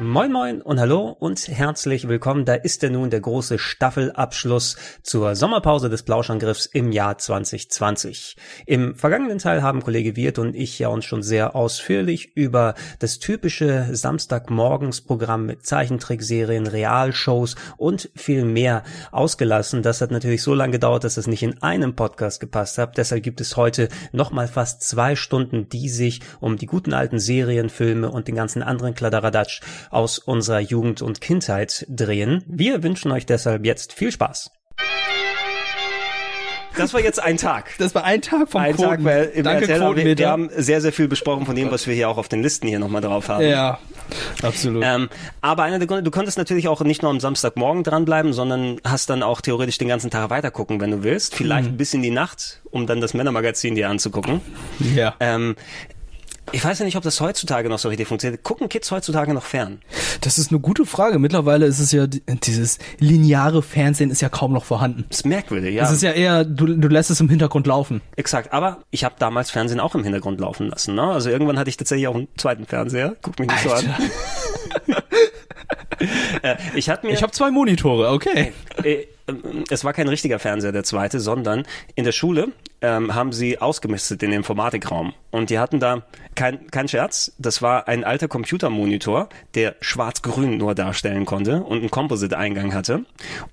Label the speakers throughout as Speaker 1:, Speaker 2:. Speaker 1: Moin Moin und hallo und herzlich willkommen. Da ist denn nun der große Staffelabschluss zur Sommerpause des Plauschangriffs im Jahr 2020. Im vergangenen Teil haben Kollege Wirt und ich ja uns schon sehr ausführlich über das typische Samstagmorgensprogramm mit Zeichentrickserien, Realshows und viel mehr ausgelassen. Das hat natürlich so lange gedauert, dass es das nicht in einem Podcast gepasst hat. Deshalb gibt es heute nochmal fast zwei Stunden, die sich um die guten alten Serien, Filme und den ganzen anderen Kladderadatsch aus unserer Jugend und Kindheit drehen. Wir wünschen euch deshalb jetzt viel Spaß. Das war jetzt ein Tag.
Speaker 2: Das war ein Tag vom
Speaker 1: Ein Tag
Speaker 2: Quoten.
Speaker 1: weil im
Speaker 2: Danke,
Speaker 1: RTL, aber wir,
Speaker 2: Quotenmeter.
Speaker 1: wir haben sehr, sehr viel besprochen von dem, was wir hier auch auf den Listen hier nochmal drauf haben.
Speaker 2: Ja, absolut.
Speaker 1: Ähm, aber einer der Gründe, du konntest natürlich auch nicht nur am Samstagmorgen dranbleiben, sondern hast dann auch theoretisch den ganzen Tag weitergucken, wenn du willst. Vielleicht
Speaker 2: Mhm.
Speaker 1: bis in die Nacht, um dann das Männermagazin dir anzugucken.
Speaker 2: ja.
Speaker 1: Ähm, ich weiß ja nicht, ob das heutzutage noch so richtig funktioniert. Gucken Kids heutzutage noch fern?
Speaker 2: Das ist eine gute Frage. Mittlerweile ist es ja die- dieses lineare Fernsehen ist ja kaum noch vorhanden.
Speaker 1: Das ist merkwürdig, ja.
Speaker 2: Es ist ja eher du, du lässt es im Hintergrund laufen.
Speaker 1: Exakt, aber ich habe damals Fernsehen auch im Hintergrund laufen lassen. Ne? Also irgendwann hatte ich tatsächlich auch einen zweiten Fernseher. Guck mich nicht so an. Äh, ich hatte mir,
Speaker 2: Ich habe zwei Monitore, okay.
Speaker 1: äh, ähm, es war kein richtiger Fernseher, der zweite, sondern in der Schule ähm, haben sie ausgemistet in den Informatikraum. Und die hatten da, kein, kein Scherz, das war ein alter Computermonitor, der schwarz-grün nur darstellen konnte und einen Composite-Eingang hatte.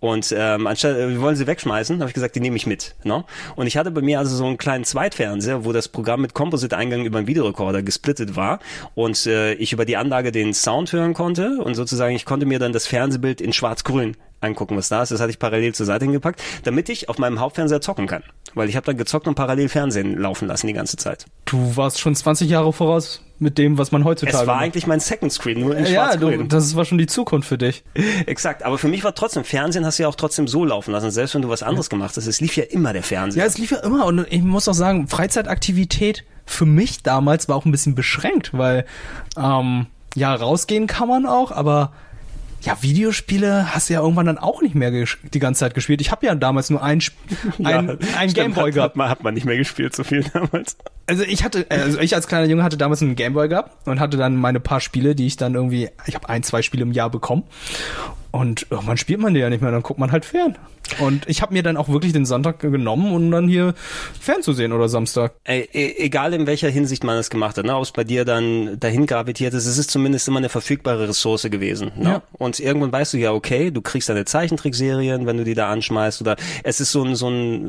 Speaker 1: Und ähm, anstatt, äh, wir wollen sie wegschmeißen, habe ich gesagt, die nehme ich mit. Ne? Und ich hatte bei mir also so einen kleinen Zweitfernseher, wo das Programm mit Composite-Eingang über einen Videorekorder gesplittet war und äh, ich über die Anlage den Sound hören konnte und sozusagen ich konnte mir dann das Fernsehbild in schwarz-grün angucken, was da ist. Das hatte ich parallel zur Seite hingepackt, damit ich auf meinem Hauptfernseher zocken kann. Weil ich habe dann gezockt und parallel Fernsehen laufen lassen die ganze Zeit.
Speaker 2: Du warst schon 20 Jahre voraus mit dem, was man heutzutage
Speaker 1: Es war
Speaker 2: macht.
Speaker 1: eigentlich mein Second Screen, nur in
Speaker 2: ne? ja, du,
Speaker 1: schwarz-grün.
Speaker 2: das war schon die Zukunft für dich.
Speaker 1: Exakt, aber für mich war trotzdem, Fernsehen hast du ja auch trotzdem so laufen lassen, selbst wenn du was anderes gemacht hast. Es lief ja immer der Fernseher.
Speaker 2: Ja, es lief ja immer und ich muss auch sagen, Freizeitaktivität für mich damals war auch ein bisschen beschränkt, weil ähm, ja, rausgehen kann man auch, aber ja, Videospiele hast du ja irgendwann dann auch nicht mehr gesch- die ganze Zeit gespielt. Ich habe ja damals nur ein, Sp- ein, ein
Speaker 1: stimmt,
Speaker 2: Gameboy
Speaker 1: hat,
Speaker 2: gehabt.
Speaker 1: Hat man, hat man nicht mehr gespielt so viel damals.
Speaker 2: Also ich hatte, also ich als kleiner Junge hatte damals einen Gameboy gehabt und hatte dann meine paar Spiele, die ich dann irgendwie, ich habe ein, zwei Spiele im Jahr bekommen. Und irgendwann spielt man die ja nicht mehr, dann guckt man halt fern. Und ich habe mir dann auch wirklich den Sonntag genommen, um dann hier fernzusehen oder Samstag.
Speaker 1: Ey, e- egal in welcher Hinsicht man es gemacht hat, ne? ob es bei dir dann dahin gravitiert ist, es ist zumindest immer eine verfügbare Ressource gewesen. Ne?
Speaker 2: Ja.
Speaker 1: Und irgendwann weißt du ja, okay, du kriegst deine Zeichentrickserien, wenn du die da anschmeißt oder es ist so ein, so ein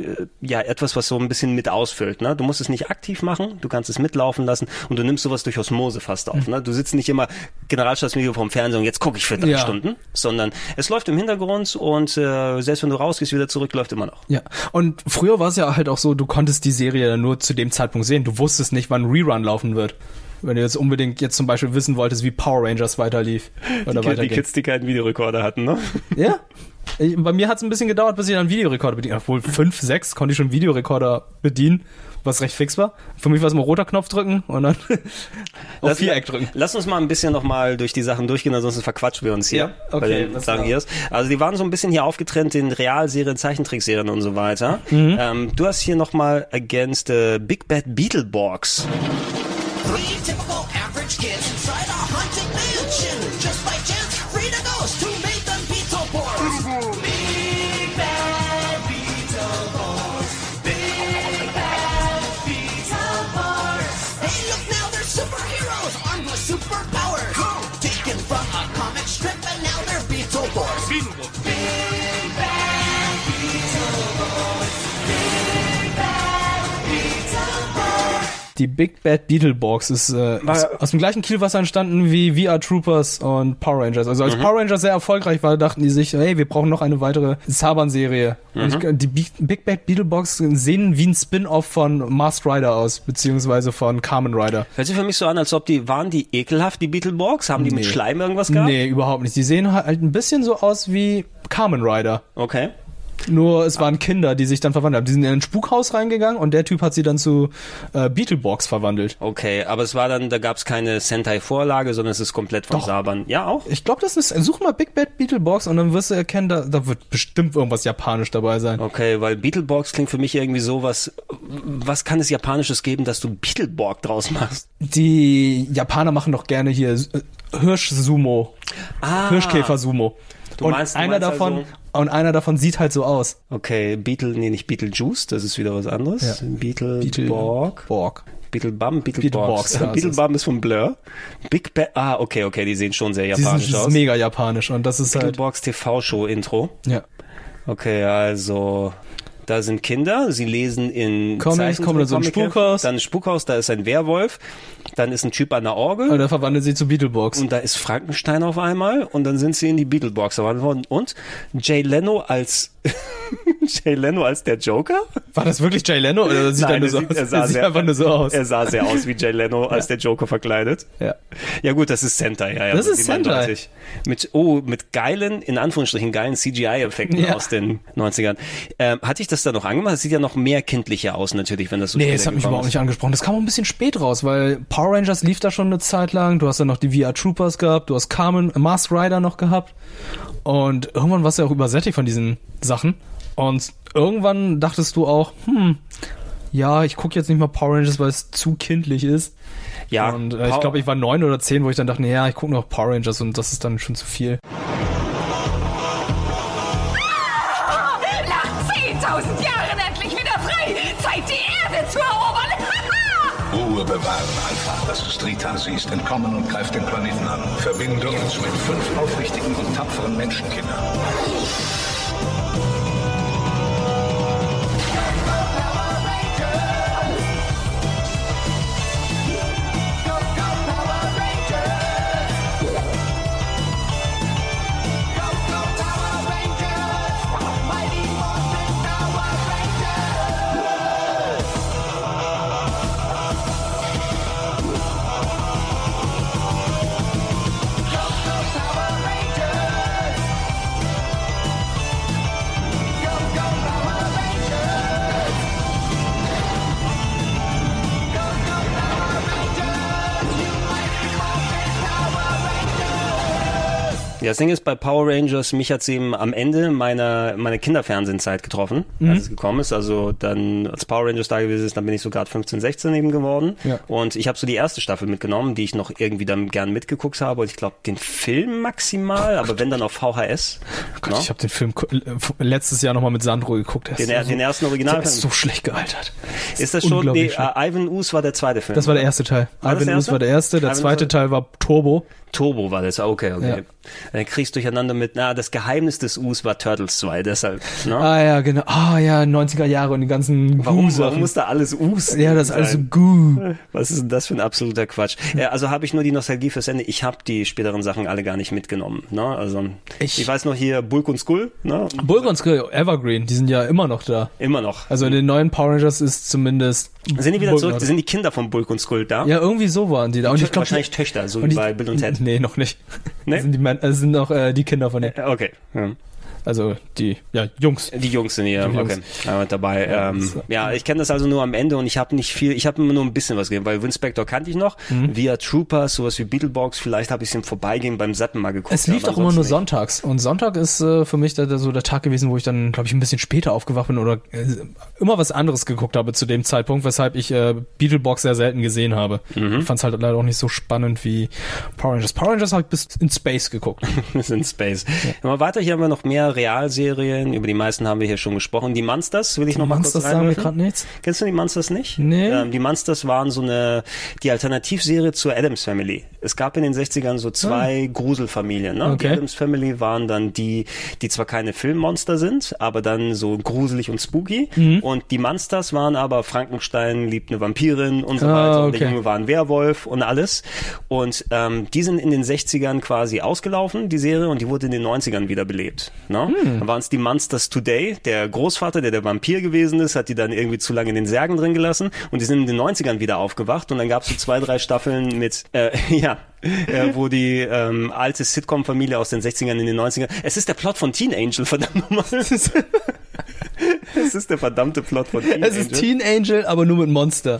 Speaker 1: äh, ja, etwas, was so ein bisschen mit ausfüllt. Ne? Du musst es nicht aktiv machen, du kannst es mitlaufen lassen und du nimmst sowas durch Osmose fast auf.
Speaker 2: Mhm.
Speaker 1: Ne? Du sitzt nicht immer Generalstabsvideo vom Fernseher und jetzt gucke ich für drei
Speaker 2: Ja.
Speaker 1: Stunden, sondern es läuft im Hintergrund und äh, selbst wenn du rausgehst, wieder zurück, läuft immer noch.
Speaker 2: Ja, und früher war es ja halt auch so, du konntest die Serie dann nur zu dem Zeitpunkt sehen. Du wusstest nicht, wann Rerun laufen wird. Wenn du jetzt unbedingt jetzt zum Beispiel wissen wolltest, wie Power Rangers weiterlief
Speaker 1: Die,
Speaker 2: oder
Speaker 1: die
Speaker 2: weitergeht.
Speaker 1: Kids, die keinen Videorekorder hatten, ne?
Speaker 2: Ja. Ich, bei mir hat es ein bisschen gedauert, bis ich dann Videorekorder bedient Obwohl fünf, sechs konnte ich schon Videorekorder bedienen, was recht fix war. Für mich war es mal roter Knopf drücken und dann auf
Speaker 1: Lass-
Speaker 2: Viereck drücken.
Speaker 1: Lass uns mal ein bisschen nochmal durch die Sachen durchgehen, ansonsten verquatschen wir uns hier.
Speaker 2: Ja, okay,
Speaker 1: Bei den
Speaker 2: das
Speaker 1: Sachen
Speaker 2: war-
Speaker 1: hier ist. Also die waren so ein bisschen hier aufgetrennt in Realserien, Zeichentrickserien und so weiter.
Speaker 2: Mhm.
Speaker 1: Ähm, du hast hier nochmal against äh, Big Bad Beetleborgs.
Speaker 3: Three typical average kids inside a haunted mansion. Just by chance, read a ghost who made them Beetleborgs. Big bad Beetleborgs. Big bad Beetleborgs. Hey, look now, they're superheroes armed with superpowers. Taken from a comic strip and now they're Beetleborgs. Beetleborgs. Big bad Beetleborgs. Big bad Beetleborgs.
Speaker 2: Die Big Bad Beetleborgs ist äh, aus, aus dem gleichen Kielwasser entstanden wie VR Troopers und Power Rangers. Also als Power Rangers sehr erfolgreich war, dachten die sich, hey, wir brauchen noch eine weitere Saban-Serie. Und ich, die Big- Big Bad Beetleborgs sehen wie ein Spin-off von Masked Rider aus, beziehungsweise von Carmen Rider.
Speaker 1: Hört sich für mich so an, als ob die, waren die ekelhaft, die Beetleborgs? Haben die mit Schleim irgendwas gehabt?
Speaker 2: Nee, überhaupt nicht. Die sehen halt ein bisschen so aus wie Carmen Rider.
Speaker 1: Okay.
Speaker 2: Nur es waren Kinder, die sich dann verwandelt haben. Die sind in ein Spukhaus reingegangen und der Typ hat sie dann zu äh, Beetleborgs verwandelt.
Speaker 1: Okay, aber es war dann, da gab es keine Sentai-Vorlage, sondern es ist komplett von
Speaker 2: Doch.
Speaker 1: Saban. Ja, auch?
Speaker 2: Ich glaube, das ist. Such mal Big Bad Beetleborgs und dann wirst du erkennen, da, da wird bestimmt irgendwas Japanisch dabei sein.
Speaker 1: Okay, weil Beetleborgs klingt für mich irgendwie so was, was kann es Japanisches geben, dass du Beetleborg draus machst?
Speaker 2: Die Japaner machen doch gerne hier äh, Hirsch-Sumo.
Speaker 1: Ah.
Speaker 2: Hirschkäfer-Sumo.
Speaker 1: Du
Speaker 2: und
Speaker 1: meinst- du
Speaker 2: einer
Speaker 1: meinst
Speaker 2: davon.
Speaker 1: also-
Speaker 2: Und einer davon sieht halt so aus.
Speaker 1: Okay, Beetle, nee, nicht Beetlejuice, das ist wieder was anderes.
Speaker 2: Ja.
Speaker 1: Beetleborg.
Speaker 2: Borg.
Speaker 1: Beetlebum,
Speaker 2: Beetleborgs,
Speaker 1: Beetleborgs.
Speaker 2: ja, das ist-
Speaker 1: Beetlebum ist von Blur. Big Bad, ah, okay, okay, die sehen schon sehr
Speaker 2: Die sind,
Speaker 1: japanisch
Speaker 2: das ist
Speaker 1: aus.
Speaker 2: mega japanisch und das ist halt.
Speaker 1: Beetleborgs TV-Show-Intro.
Speaker 2: Ja.
Speaker 1: Okay, also da sind Kinder, sie lesen in
Speaker 2: Comics,
Speaker 1: Zeichentrick-
Speaker 2: kommen dann so ein
Speaker 1: Comic-Heft,
Speaker 2: Spukhaus.
Speaker 1: Dann ein Spukhaus, da ist ein Werwolf, dann ist ein Typ an der Orgel
Speaker 2: Und dann verwandelt sie zu Beetleborgs.
Speaker 1: und da ist Frankenstein auf einmal und dann sind sie in die Beetlebox verwandelt worden. Und Jay Leno als Jay Leno als der Joker?
Speaker 2: War das wirklich Jay Leno oder sieht er
Speaker 1: Nein,
Speaker 2: nur
Speaker 1: er
Speaker 2: so
Speaker 1: sieht-
Speaker 2: aus?
Speaker 1: er sah
Speaker 2: Er sieht
Speaker 1: sehr-
Speaker 2: einfach nur so aus.
Speaker 1: Er sah sehr aus wie Jay Leno als der Joker verkleidet.
Speaker 2: Ja.
Speaker 1: Ja gut, das ist Sentai, ja, ja.
Speaker 2: Das
Speaker 1: so
Speaker 2: ist
Speaker 1: sieht man
Speaker 2: Sentai.
Speaker 1: deutlich. Mit, oh, mit geilen, in Anführungsstrichen geilen CGI-Effekten
Speaker 2: Ja.
Speaker 1: aus den 90ern. Ähm, hatte ich das da noch angemacht? Das sieht ja noch mehr kindlicher aus natürlich, wenn das so
Speaker 2: Nee,
Speaker 1: später
Speaker 2: das hat mich
Speaker 1: gekommen
Speaker 2: überhaupt
Speaker 1: ist.
Speaker 2: nicht angesprochen. Das kam auch ein bisschen spät raus, weil Power Rangers lief da schon eine Zeit lang. Du hast dann noch die VR Troopers gehabt, du hast Carmen, äh, Mars Rider noch gehabt. Und irgendwann warst du ja auch übersättigt von diesen Sachen. Und irgendwann dachtest du auch, hm, ja, ich gucke jetzt nicht mal Power Rangers, weil es zu kindlich ist.
Speaker 1: Ja,
Speaker 2: und äh, ich
Speaker 1: Power-
Speaker 2: glaube, ich war neun oder zehn, wo ich dann dachte, naja, ich gucke noch Power Rangers und das ist dann schon zu viel.
Speaker 4: Nach 10.000 Jahren endlich wieder frei! Zeit, die Erde zu erobern!
Speaker 5: Ruhe bewahren, Alpha. Das Strita, sie ist entkommen und greift den Planeten an. Verbinde uns mit fünf aufrichtigen und tapferen Menschenkindern.
Speaker 1: Ja, das Ding ist bei Power Rangers, mich hat's eben am Ende meiner, meiner Kinderfernsehzeit getroffen,
Speaker 2: Mhm.
Speaker 1: als es gekommen ist. Also dann, als Power Rangers da gewesen ist, dann bin ich so gerade 15, 16 eben geworden.
Speaker 2: Ja.
Speaker 1: Und ich habe so die erste Staffel mitgenommen, die ich noch irgendwie dann gern mitgeguckt habe. Und ich glaube, den Film maximal, aber wenn dann auf VHS.
Speaker 2: Gott,
Speaker 1: ne?
Speaker 2: ich habe den Film ko- äh, f- letztes Jahr nochmal mit Sandro geguckt. Der
Speaker 1: Den
Speaker 2: ist
Speaker 1: er- den ersten Originalfilm?
Speaker 2: Der ist so schlecht gealtert.
Speaker 1: Ist das schon? Nee,
Speaker 2: unglaublich schlecht.
Speaker 1: äh, Ivan Us war der zweite Film.
Speaker 2: Das war der erste Teil.
Speaker 1: War das
Speaker 2: Alvin
Speaker 1: der
Speaker 2: Us
Speaker 1: erste?
Speaker 2: war der erste, der
Speaker 1: Alvin Us
Speaker 2: zweite
Speaker 1: war-
Speaker 2: Teil war Turbo.
Speaker 1: Turbo war das, Ah, okay, okay.
Speaker 2: Ja.
Speaker 1: Dann kriegst du durcheinander mit, na, das Geheimnis des Us war Turtles 2, deshalb. Ne?
Speaker 2: Ah ja, genau. Ah ja, 90er Jahre und die
Speaker 1: Warum,
Speaker 2: ganzen
Speaker 1: warum
Speaker 2: Goo-Sachen.
Speaker 1: muss da alles Us?
Speaker 2: Ja, das ist alles so
Speaker 1: sein?
Speaker 2: Goo.
Speaker 1: Was ist denn das für ein absoluter Quatsch?
Speaker 2: Hm.
Speaker 1: Ja, also habe ich nur die Nostalgie fürs Ende. Ich habe die späteren Sachen alle gar nicht mitgenommen. Ne? Also ich,
Speaker 2: Ich-
Speaker 1: weiß noch hier Bulk und Skull, ne?
Speaker 2: Bulgons Evergreen, die sind ja immer noch da.
Speaker 1: immer noch.
Speaker 2: Also in den neuen Power Rangers ist zumindest.
Speaker 1: sind die wieder
Speaker 2: Bulk
Speaker 1: zurück?
Speaker 2: noch da.
Speaker 1: Sind die Kinder von Bulk und Skull da?
Speaker 2: Ja, irgendwie so waren die da. Und ich glaube
Speaker 1: wahrscheinlich Töchter, so wie bei Bill und Ted.
Speaker 2: Nee, noch nicht.
Speaker 1: Nee?
Speaker 2: Das sind, die, Man- äh, sind auch äh, die Kinder von den.
Speaker 1: Ja, Okay. Ja.
Speaker 2: Also die, ja, Jungs.
Speaker 1: Die Jungs sind hier,
Speaker 2: Die Jungs.
Speaker 1: okay, äh, dabei.
Speaker 2: Ja,
Speaker 1: ähm,
Speaker 2: so.
Speaker 1: ja, ich kenne das also nur am Ende und ich habe nicht viel, ich habe nur ein bisschen was gegeben, weil Winspector kannte ich noch,
Speaker 2: Mhm.
Speaker 1: via Troopers, sowas wie Beetleborgs, vielleicht habe ich es im Vorbeigehen beim Seppen mal geguckt.
Speaker 2: Es lief
Speaker 1: aber
Speaker 2: doch immer nur
Speaker 1: ansonsten
Speaker 2: sonntags. Und Sonntag ist äh, für mich da, da so der Tag gewesen, wo ich dann, glaube ich, ein bisschen später aufgewacht bin oder äh, immer was anderes geguckt habe zu dem Zeitpunkt, weshalb ich äh, Beetleborgs sehr selten gesehen habe.
Speaker 1: Mhm.
Speaker 2: Ich fand es halt leider auch nicht so spannend wie Power Rangers. Power Rangers habe ich bis in Space geguckt.
Speaker 1: nicht. in Space. Immer weiter, hier haben wir noch mehr Bücher, Realserien, über die meisten haben wir hier schon gesprochen. Die Monsters, will ich noch mal kurz
Speaker 2: Monsters sagen wir
Speaker 1: reinwerfen.
Speaker 2: grad nichts.
Speaker 1: Kennst du die Monsters nicht?
Speaker 2: Nee.
Speaker 1: Ähm, die Monsters waren so eine, die Alternativserie zur Adams Family. Es gab in den 60ern so zwei Gruselfamilien. Ne? Die
Speaker 2: Ah. Okay.
Speaker 1: Adams Family waren dann die, die zwar keine Filmmonster sind, aber dann so gruselig und spooky.
Speaker 2: Mhm.
Speaker 1: Und die Monsters waren aber Frankenstein liebt eine Vampirin und so
Speaker 2: Ah,
Speaker 1: weiter. Und der
Speaker 2: okay.
Speaker 1: Junge war ein Werwolf und alles. Und ähm, die sind in den 60ern quasi ausgelaufen, die Serie, und die wurde in den 90ern wiederbelebt. Ne?
Speaker 2: Hm.
Speaker 1: Dann waren es die Monsters Today. Der Großvater, der der Vampir gewesen ist, hat die dann irgendwie zu lange in den Särgen drin gelassen. Und die sind in den 90ern wieder aufgewacht. Und dann gab es so zwei, drei Staffeln mit, äh, ja, äh, wo die ähm, alte Sitcom-Familie aus den 60ern in den 90ern... Es ist der Plot von Teen Angel, verdammt nochmal. es ist der verdammte Plot von Teen
Speaker 2: Es
Speaker 1: Angel.
Speaker 2: ist Teen Angel, aber nur mit Monster.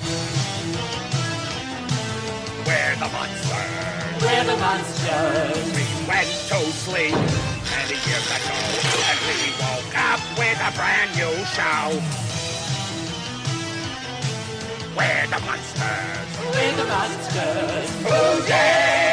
Speaker 6: We're the monsters.
Speaker 7: We're the monsters.
Speaker 6: We went to sleep many years ago, and we woke up with a brand new show. We're the monsters.
Speaker 7: We're the monsters.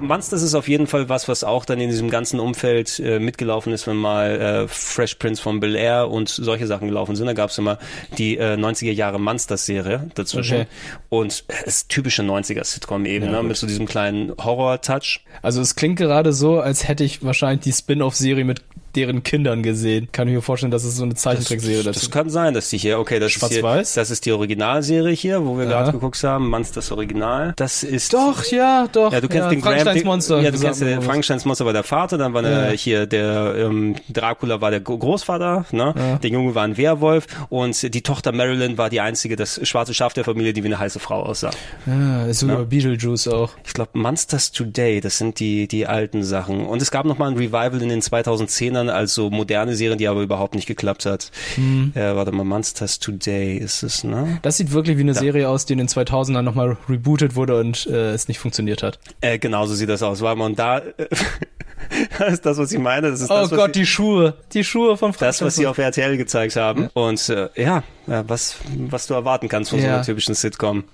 Speaker 1: Monsters ist auf jeden Fall was, was auch dann in diesem ganzen Umfeld äh, mitgelaufen ist, wenn mal äh, Fresh Prince von Bel Air und solche Sachen gelaufen sind. Da gab es immer die äh, 90er Jahre Monsters-Serie dazwischen.
Speaker 2: Okay.
Speaker 1: Und äh, es ist typische 90er-Sitcom eben, ne? mit so diesem kleinen Horror-Touch.
Speaker 2: Also es klingt gerade so, als hätte ich wahrscheinlich die Spin-off-Serie mit deren Kindern gesehen. Kann ich mir vorstellen, dass es so eine Zeichentrickserie
Speaker 1: Das,
Speaker 2: dazu.
Speaker 1: kann sein, dass die hier, okay, das ist, hier,
Speaker 2: Schwarz-Weiß?
Speaker 1: das ist die Originalserie hier, wo wir gerade
Speaker 2: Ja.
Speaker 1: geguckt haben, Monsters Original. Das ist
Speaker 2: Doch, ja, doch.
Speaker 1: Ja, du kennst den
Speaker 2: Frankensteins
Speaker 1: Graham,
Speaker 2: Monster.
Speaker 1: Ja, du kennst den Frankensteins Monster war der Vater, dann war der,
Speaker 2: Ja.
Speaker 1: hier der ähm, Dracula war der Go- Großvater, ne? Der Junge war ein Werwolf und die Tochter Marilyn war die einzige, das schwarze Schaf der Familie, die wie eine heiße Frau aussah.
Speaker 2: ja, Ah, ist sogar Beetlejuice auch.
Speaker 1: Ich glaube Monsters Today, das sind die die alten Sachen und es gab noch mal ein Revival in den 2010ern, also moderne Serien, die aber überhaupt nicht geklappt hat.
Speaker 2: Hm.
Speaker 1: Äh, warte mal, Monsters Today ist es, ne?
Speaker 2: Das sieht wirklich wie eine Serie aus, die in den 2000ern nochmal rebootet wurde und äh, es nicht funktioniert hat.
Speaker 1: Äh, genau so sieht das aus. Warte mal, und da das ist das, was ich meine, das ist
Speaker 2: Oh
Speaker 1: das, was ich,
Speaker 2: Gott, die Schuhe. Die Schuhe von
Speaker 1: das, was
Speaker 2: Frankensteins
Speaker 1: sie auf RTL gezeigt haben. Und äh, Also ja, äh, was, was du erwarten kannst von so
Speaker 2: Ja.
Speaker 1: einer typischen Sitcom.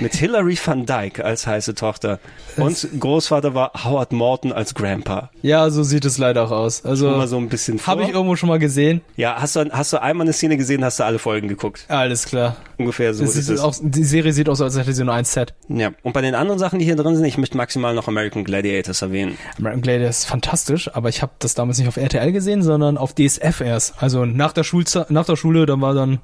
Speaker 1: Mit Hilary van Dyke als heiße Tochter. Und Großvater war Howard Morton als Grandpa.
Speaker 2: Ja, so sieht es leider auch aus.
Speaker 1: Immer
Speaker 2: Also
Speaker 1: so ein bisschen vor.
Speaker 2: habe ich irgendwo schon mal gesehen.
Speaker 1: ja, hast du, hast du einmal eine Szene gesehen, hast du alle Folgen geguckt.
Speaker 2: Alles klar.
Speaker 1: Ungefähr so
Speaker 2: Das
Speaker 1: ist
Speaker 2: sieht
Speaker 1: es.
Speaker 2: auch, die Serie sieht aus, als hätte sie nur ein Set.
Speaker 1: Ja. Und bei den anderen Sachen, die hier drin sind, ich möchte maximal noch American Gladiators erwähnen.
Speaker 2: American Gladiator ist fantastisch, aber ich habe das damals nicht auf RTL gesehen, sondern auf DSF erst. Also nach der, Schulze nach der Schule, dann war dann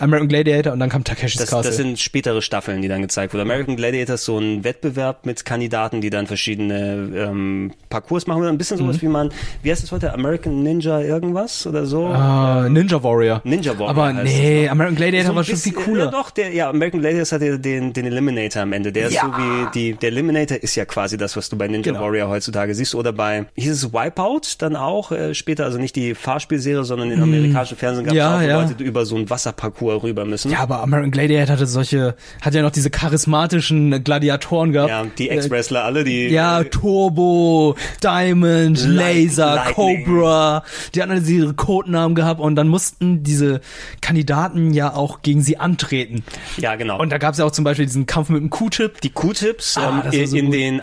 Speaker 2: American Gladiator und dann kam Takeshis
Speaker 1: Das,
Speaker 2: Castle.
Speaker 1: das sind spätere Staffeln, die dann gezeigt wurden. American Gladiator ist so ein Wettbewerb mit Kandidaten, die dann verschiedene ähm, Parcours machen. Ein bisschen
Speaker 2: Mhm.
Speaker 1: sowas wie man, wie heißt es heute, American Ninja irgendwas oder so?
Speaker 2: Ah, Ninja Warrior.
Speaker 1: Ninja Warrior
Speaker 2: Aber
Speaker 1: heißt ne?
Speaker 2: nee, American Gladiator
Speaker 1: So ein
Speaker 2: war schon
Speaker 1: bisschen-
Speaker 2: viel cooler.
Speaker 1: Ja, doch, der, ja, American Gladiators hat ja den, den Eliminator am Ende. Der ist so wie die, der Eliminator ist ja quasi das, was du bei Ninja
Speaker 2: Genau.
Speaker 1: Warrior heutzutage siehst. Oder bei, hieß es Wipeout dann auch, äh, später, also nicht die Fahrspielserie, sondern im amerikanischen Fernsehen gab es
Speaker 2: Mhm. Ja,
Speaker 1: auch, wo
Speaker 2: ja.
Speaker 1: Leute über so einen Wasserparcours rüber müssen.
Speaker 2: Ja, aber American Gladiator hatte solche, hat ja noch diese charismatischen Gladiatoren gehabt.
Speaker 1: Ja, die Ex-Wrestler alle, die.
Speaker 2: Äh, ja, Turbo, Diamond,
Speaker 1: Light-
Speaker 2: Laser,
Speaker 1: Lightning.
Speaker 2: Cobra. Die hatten alle ihre Codenamen gehabt und dann mussten diese Kandidaten ja auch gegen sie antreten.
Speaker 1: Ja, genau.
Speaker 2: Und da gab es ja auch zum Beispiel diesen Kampf mit dem Q-Tip.
Speaker 1: die Q-Tips
Speaker 2: Ah,
Speaker 1: ähm,
Speaker 2: das war
Speaker 1: in,
Speaker 2: so
Speaker 1: in
Speaker 2: gut.
Speaker 1: den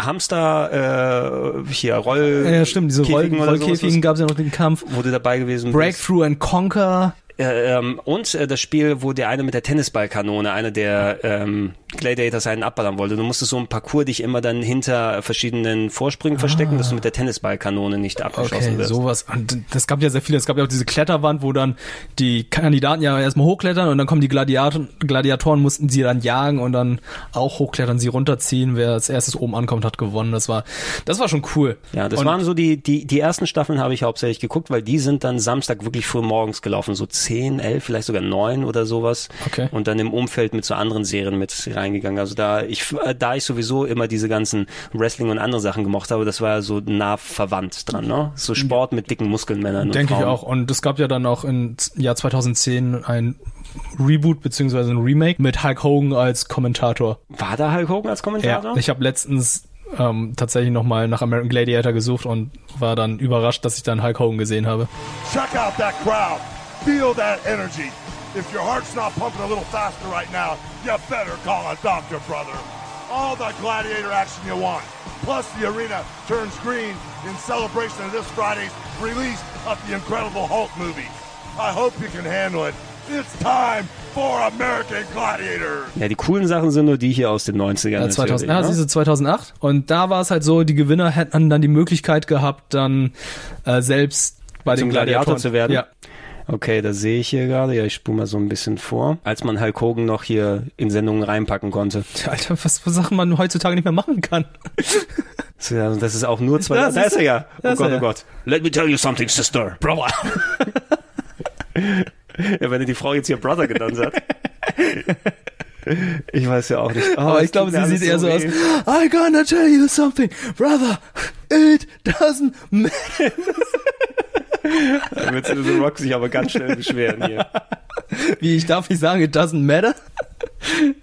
Speaker 1: Hamster äh, hier Roll
Speaker 2: Ja, stimmt, diese
Speaker 1: Käfigen
Speaker 2: Roll-
Speaker 1: oder sowas,
Speaker 2: Rollkäfigen gab es ja noch den Kampf.
Speaker 1: wo du dabei gewesen bist.
Speaker 2: Breakthrough and Conquer.
Speaker 1: Äh, ähm, und äh, das Spiel, wo der eine mit der Tennisballkanone, einer der ähm, Gladiators einen abballern wollte. Du musstest so einen Parcours dich immer dann hinter verschiedenen Vorsprüngen verstecken, dass du mit der Tennisballkanone nicht abgeschossen
Speaker 2: Ah. Okay,
Speaker 1: wirst.
Speaker 2: sowas. Und das gab ja sehr viele. Es gab ja auch diese Kletterwand, wo dann die Kandidaten ja erstmal hochklettern und dann kommen die Gladiatoren, Gladiatoren mussten sie dann jagen und dann auch hochklettern, sie runterziehen. Wer als erstes oben ankommt, hat gewonnen. Das war, das war schon cool.
Speaker 1: Ja, das
Speaker 2: und
Speaker 1: waren so die, die, die ersten Staffeln habe ich hauptsächlich geguckt, weil die sind dann Samstag wirklich früh morgens gelaufen, so 10, 11, vielleicht sogar 9 oder sowas.
Speaker 2: Okay.
Speaker 1: Und dann im Umfeld mit so anderen Serien mit reingegangen. Also da ich, äh, da ich sowieso immer diese ganzen Wrestling und andere Sachen gemocht habe, das war ja so nah verwandt dran, ne? So Sport mit dicken Muskelmännern.
Speaker 2: Denke
Speaker 1: und
Speaker 2: ich
Speaker 1: Frauen.
Speaker 2: auch. Und es gab ja dann auch im Z- Jahr 2010 ein Reboot beziehungsweise ein Remake mit Hulk Hogan als Kommentator.
Speaker 1: War da Hulk Hogan als Kommentator?
Speaker 2: Ja, ich habe letztens ähm, tatsächlich nochmal nach American Gladiator gesucht und war dann überrascht, dass ich dann Hulk Hogan gesehen habe.
Speaker 8: Check out that crowd. Feel that energy. If your heart's not pumping a little faster right now, you better call a doctor, brother. all the gladiator action you want. Plus, the arena turns green in celebration of this Friday's release of the Incredible Hulk movie. I hope you can handle it. It's time for American Gladiator.
Speaker 1: Ja, die coolen Sachen sind nur die hier aus den 90ern.
Speaker 2: Ja,
Speaker 1: natürlich,
Speaker 2: 2000, ja,
Speaker 1: ne?
Speaker 2: Äh, siehst du, 2008. Und da war es halt so, die Gewinner hätten dann die Möglichkeit gehabt, dann äh, selbst bei
Speaker 1: Zum
Speaker 2: den
Speaker 1: Gladiator
Speaker 2: Gladiatoren
Speaker 1: zu werden?
Speaker 2: Ja.
Speaker 1: Okay, das sehe ich hier gerade. Ja, ich spule mal so ein bisschen vor. Als man Hulk Hogan noch hier in Sendungen reinpacken konnte.
Speaker 2: Tja, Alter, was für Sachen man heutzutage nicht mehr machen kann.
Speaker 1: Das ist ja- also das ist auch nur zwei.
Speaker 2: Da,
Speaker 1: Da,
Speaker 2: siehst
Speaker 1: ist er
Speaker 2: du?
Speaker 1: ja.
Speaker 2: Da
Speaker 1: Oh
Speaker 2: ist er
Speaker 1: Gott, oh
Speaker 2: ja.
Speaker 1: Gott. Let me tell you something, sister. Brother. ja, wenn er die Frau jetzt hier Brother genannt hat. Ich weiß ja auch nicht. Oh,
Speaker 2: Aber
Speaker 1: es
Speaker 2: ich glaube,
Speaker 1: tut
Speaker 2: sie
Speaker 1: mir
Speaker 2: sieht eher
Speaker 1: alles
Speaker 2: so aus.
Speaker 1: weh.
Speaker 2: I gonna tell you something, brother. It doesn't matter.
Speaker 1: Da wird The Rock sich aber ganz schnell beschweren hier.
Speaker 2: Wie, ich darf nicht sagen, it doesn't matter?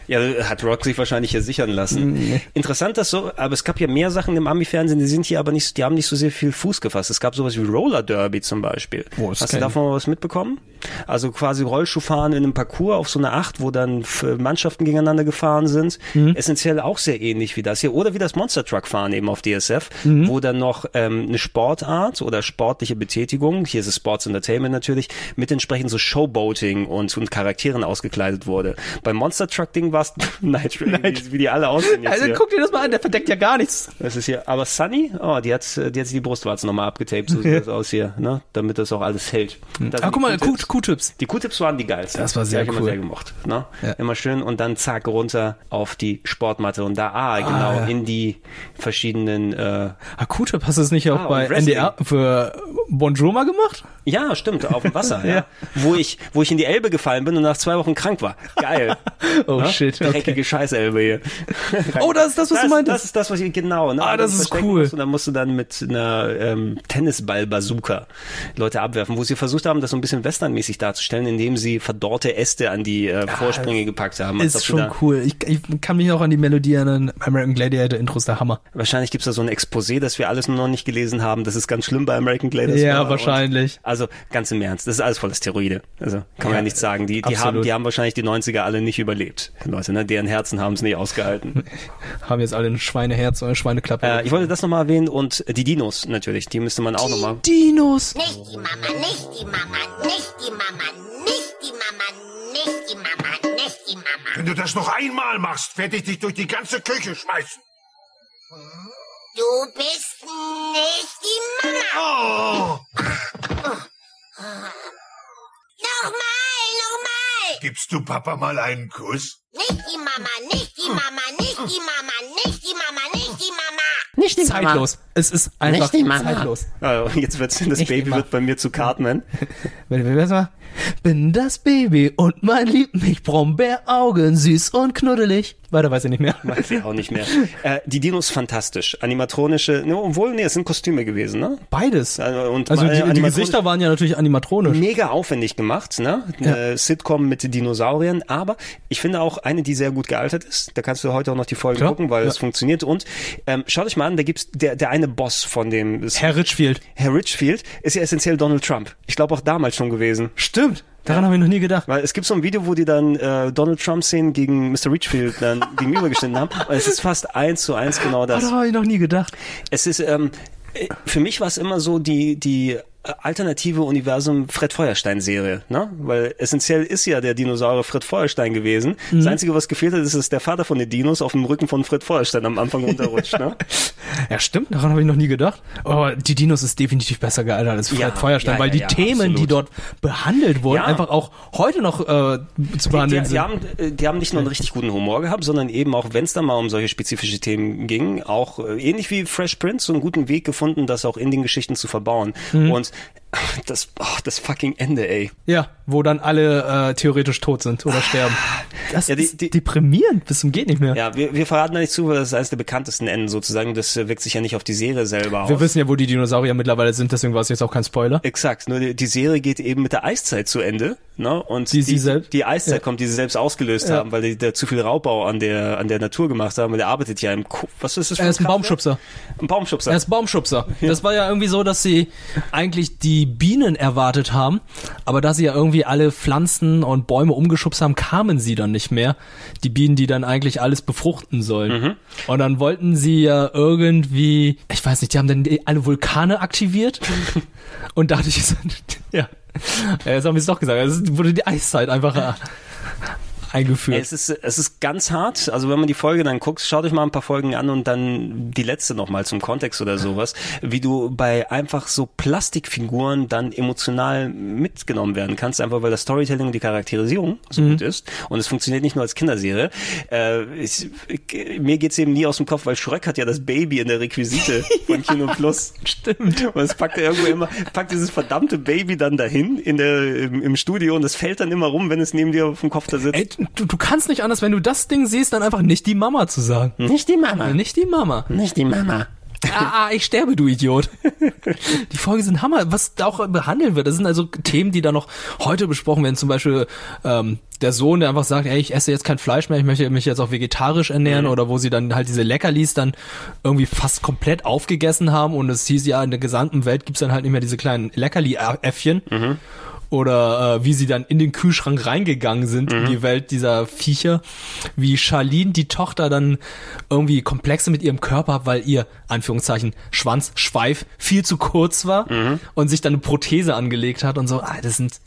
Speaker 1: Ja, hat Rock sich wahrscheinlich hier sichern lassen. Interessant, dass so, aber es gab ja mehr Sachen im Ami-Fernsehen, die sind hier aber nicht, die haben nicht so sehr viel Fuß gefasst. Es gab sowas wie Roller Derby zum Beispiel.
Speaker 2: Oh, das
Speaker 1: Hast du
Speaker 2: kenn ich.
Speaker 1: davon mal was mitbekommen? Also quasi Rollschuhfahren in einem Parcours auf so einer Acht, wo dann f- Mannschaften gegeneinander gefahren sind.
Speaker 2: Mhm.
Speaker 1: Essentiell auch sehr ähnlich wie das hier. Oder wie das Monster Truck fahren eben auf DSF,
Speaker 2: Mhm.
Speaker 1: wo dann noch ähm, eine Sportart oder sportliche Betätigung, hier ist es Sports Entertainment natürlich, mit entsprechend so Showboating und, und Charakteren ausgekleidet wurde. Beim Monster Truck Ding war es Nitro, wie, wie die alle aussehen jetzt
Speaker 2: Also
Speaker 1: hier.
Speaker 2: guck dir das mal an, der verdeckt ja gar nichts.
Speaker 1: Das ist hier, aber Sunny, oh, die hat, die hat sich die Brustwarzen nochmal abgetaped, so sieht das aus hier, ne? Damit das auch alles hält. Da sind
Speaker 2: Ah,
Speaker 1: die
Speaker 2: guck mal,
Speaker 1: Q-Tips.
Speaker 2: Q-Tips.
Speaker 1: Die Q-Tips waren die geilsten.
Speaker 2: Das war
Speaker 1: Die
Speaker 2: sehr
Speaker 1: hab ich Immer
Speaker 2: cool.
Speaker 1: sehr gemocht. Ne?
Speaker 2: Ja.
Speaker 1: Immer schön und dann zack runter auf die Sportmatte und da ah, genau
Speaker 2: ja.
Speaker 1: in die verschiedenen. Äh,
Speaker 2: Ah, Q-Tip, hast du das nicht auch
Speaker 1: Ah, und
Speaker 2: bei
Speaker 1: Wrestling.
Speaker 2: NDR für Bonjour mal gemacht?
Speaker 1: ja, stimmt, auf dem Wasser, ja.
Speaker 2: Ja.
Speaker 1: wo ich wo ich in die Elbe gefallen bin und nach zwei Wochen krank war. Geil.
Speaker 2: Oh
Speaker 1: Ne?
Speaker 2: shit, okay.
Speaker 1: Dreckige Scheißelbe hier.
Speaker 2: Oh, das ist das, was
Speaker 1: das,
Speaker 2: du meintest.
Speaker 1: Das ist das, was ich genau. Ne?
Speaker 2: Ah,
Speaker 1: Wenn
Speaker 2: das
Speaker 1: du
Speaker 2: ist
Speaker 1: verstecken
Speaker 2: cool.
Speaker 1: musst Und dann musst du dann mit einer ähm, Tennisball-Bazooka Leute abwerfen, wo sie versucht haben, das so ein bisschen westernmäßig darzustellen, indem sie verdorrte Äste an die äh, Vorsprünge gepackt haben. als ob
Speaker 2: ist
Speaker 1: sie
Speaker 2: schon
Speaker 1: da,
Speaker 2: cool. Ich, ich kann mich auch an die Melodie erinnern. American Gladiator Intros, der Hammer.
Speaker 1: Wahrscheinlich gibt's da so ein Exposé, das wir alles nur noch nicht gelesen haben. Das ist ganz schlimm bei American Gladiators.
Speaker 2: Ja, wahrscheinlich.
Speaker 1: Also ganz im Ernst, das ist alles voller Steroide. Also kann man ja,
Speaker 2: Ja,
Speaker 1: nichts sagen. Die, die,
Speaker 2: absolut.
Speaker 1: haben, die haben wahrscheinlich die 90er alle nicht überlebt. Leute, ne? deren Herzen haben es nicht ausgehalten.
Speaker 2: Haben jetzt alle ein Schweineherz oder eine Schweineklappe.
Speaker 1: äh, ich wollte das nochmal erwähnen und die Dinos natürlich, die müsste man auch nochmal.
Speaker 2: Dinos.
Speaker 9: Nicht die Mama, nicht die Mama, nicht die Mama, nicht die Mama, nicht die Mama, nicht die Mama.
Speaker 10: Wenn du das noch einmal machst, werde ich dich durch die ganze Küche schmeißen.
Speaker 9: Du bist nicht die Mama.
Speaker 10: Oh!
Speaker 9: Nochmal, nochmal.
Speaker 10: Gibst du Papa mal einen Kuss?
Speaker 9: Nicht die Mama, nicht die Mama, nicht die Mama, nicht die Mama, nicht die Mama.
Speaker 1: Nicht die
Speaker 2: Zeitlos. Es ist einfach
Speaker 9: Nicht die Mama.
Speaker 2: zeitlos.
Speaker 1: Also, jetzt wird's, das
Speaker 2: Nicht
Speaker 1: Baby
Speaker 2: immer.
Speaker 1: wird bei mir zu Cartman.
Speaker 2: Warte, warte, warte mal. Bin das Baby und man liebt mich. Brombeeraugen, süß und knuddelig. Weiter weiß ich nicht mehr.
Speaker 1: Weiß ich auch nicht mehr. Äh, die Dinos fantastisch. Animatronische, ne, obwohl, nee, es sind Kostüme gewesen, ne?
Speaker 2: Beides.
Speaker 1: Also, und
Speaker 2: Also
Speaker 1: mal-
Speaker 2: die, die
Speaker 1: animatronisch-
Speaker 2: Gesichter waren ja natürlich animatronisch.
Speaker 1: mega aufwendig gemacht, ne? Eine Sitcom mit Dinosauriern, aber ich finde auch eine, die sehr gut gealtert ist. Da kannst du heute auch noch die Folge
Speaker 2: Klar,
Speaker 1: gucken, weil
Speaker 2: ja.
Speaker 1: es funktioniert. Und ähm, schaut euch mal an, da gibt's der, der eine Boss von dem ist-
Speaker 2: Herr Richfield.
Speaker 1: Herr Richfield ist ja essentiell Donald Trump. Ich glaube auch damals schon gewesen.
Speaker 2: Stimmt. Daran habe ich noch nie gedacht.
Speaker 1: Weil es gibt so ein Video, wo die dann äh, Donald Trump-Szenen gegen Mr. Richfield dann gegenübergeschnitten haben. Und es ist fast eins zu eins genau das.
Speaker 2: Daran habe ich noch nie gedacht.
Speaker 1: Es ist, ähm, äh, für mich war es immer so die, die äh, alternative Universum Fred Feuerstein Serie, ne? Weil essentiell ist ja der Dinosaurier Fred Feuerstein gewesen. Das Einzige, was gefehlt hat, ist, dass der Vater von den Dinos auf dem Rücken von Fred Feuerstein am Anfang runterrutscht, ne?
Speaker 2: Ja, stimmt, daran habe ich noch nie gedacht. Aber die Dinos ist definitiv besser gealtert als Fred
Speaker 1: Ja,
Speaker 2: Feuerstein,
Speaker 1: ja,
Speaker 2: weil
Speaker 1: ja,
Speaker 2: die
Speaker 1: ja,
Speaker 2: Themen,
Speaker 1: absolut.
Speaker 2: die dort behandelt wurden,
Speaker 1: Ja.
Speaker 2: einfach auch heute noch äh, zu
Speaker 1: Die,
Speaker 2: behandeln
Speaker 1: die,
Speaker 2: sind.
Speaker 1: haben, äh, die haben nicht nur einen richtig guten Humor gehabt, sondern eben auch, wenn es da mal um solche spezifische Themen ging, auch äh, ähnlich wie Fresh Prince so einen guten Weg gefunden, das auch in den Geschichten zu verbauen. Und ach, das, ach, das fucking Ende, ey.
Speaker 2: Ja, wo dann alle äh, theoretisch tot sind oder sterben. Ah, Das
Speaker 1: Ja, die-
Speaker 2: ist
Speaker 1: die-
Speaker 2: deprimierend bis zum geht nicht mehr.
Speaker 1: Ja, wir, wir verraten da nicht zu, weil das ist eines der bekanntesten Enden sozusagen. Das äh, wirkt sich ja nicht auf die Serie selber aus.
Speaker 2: Wir wissen ja, wo die Dinosaurier mittlerweile sind, deswegen war es jetzt auch kein Spoiler.
Speaker 1: Exakt, nur die, die Serie geht eben mit der Eiszeit zu Ende, ne? Und
Speaker 2: Die
Speaker 1: die,
Speaker 2: sie selbst-
Speaker 1: die Eiszeit
Speaker 2: ja.
Speaker 1: kommt, die sie selbst ausgelöst
Speaker 2: Ja.
Speaker 1: haben, weil die da zu viel Raubbau an der an der Natur gemacht haben. Und der arbeitet ja im Ku was ist das für
Speaker 2: Er ist ein
Speaker 1: Kraftwerk?
Speaker 2: Baumschubser.
Speaker 1: Ein Baumschubser.
Speaker 2: Er ist Baumschubser. Das war ja irgendwie so, dass sie eigentlich die die Bienen erwartet haben. Aber da sie ja irgendwie alle Pflanzen und Bäume umgeschubst haben, kamen sie dann nicht mehr. Die Bienen, die dann eigentlich alles befruchten sollen.
Speaker 1: Mhm.
Speaker 2: Und dann wollten sie ja irgendwie, ich weiß nicht, die haben dann die- alle Vulkane aktiviert. und dadurch ist, ja, Ja, jetzt Äh, haben wir es doch gesagt, es wurde die Eiszeit einfach äh, eingeführt.
Speaker 1: Es ist, es ist ganz hart. Also wenn man die Folge dann guckt, schaut euch mal ein paar Folgen an und dann die letzte nochmal zum Kontext oder sowas, wie du bei einfach so Plastikfiguren dann emotional mitgenommen werden kannst, einfach weil das Storytelling und die Charakterisierung so gut ist. Und es funktioniert nicht nur als Kinderserie. Äh, ich, ich- mir geht's eben nie aus dem Kopf, weil Shrek hat ja das Baby in der Requisite von Kino Plus. Stimmt. Und es packt er irgendwo immer, packt dieses verdammte Baby dann dahin in der, im, im Studio und es fällt dann immer rum, wenn es neben dir auf dem Kopf da sitzt.
Speaker 2: Ey, du, du kannst nicht anders, wenn du das Ding siehst, dann einfach nicht die Mama zu sagen.
Speaker 1: Hm? Nicht die Mama.
Speaker 2: Nicht die Mama.
Speaker 1: Nicht die Mama.
Speaker 2: Ah, ah, ich sterbe, du Idiot. Die Folgen sind Hammer, was da auch behandelt wird. Das sind also Themen, die da noch heute besprochen werden. Zum Beispiel ähm, der Sohn, der einfach sagt, ey, ich esse jetzt kein Fleisch mehr, ich möchte mich jetzt auch vegetarisch ernähren. Oder wo sie dann halt diese Leckerlis dann irgendwie fast komplett aufgegessen haben. Und es hieß ja, in der gesamten Welt gibt's dann halt nicht mehr diese kleinen Leckerli-Äffchen. Oder äh, wie sie dann in den Kühlschrank reingegangen sind, in
Speaker 1: Mhm.
Speaker 2: die Welt dieser Viecher. Wie Charlene, die Tochter, dann irgendwie Komplexe mit ihrem Körper hat, weil ihr, Anführungszeichen, Schwanz, Schweif viel zu kurz war
Speaker 1: Mhm.
Speaker 2: und sich dann eine Prothese angelegt hat und so. Ah, das sind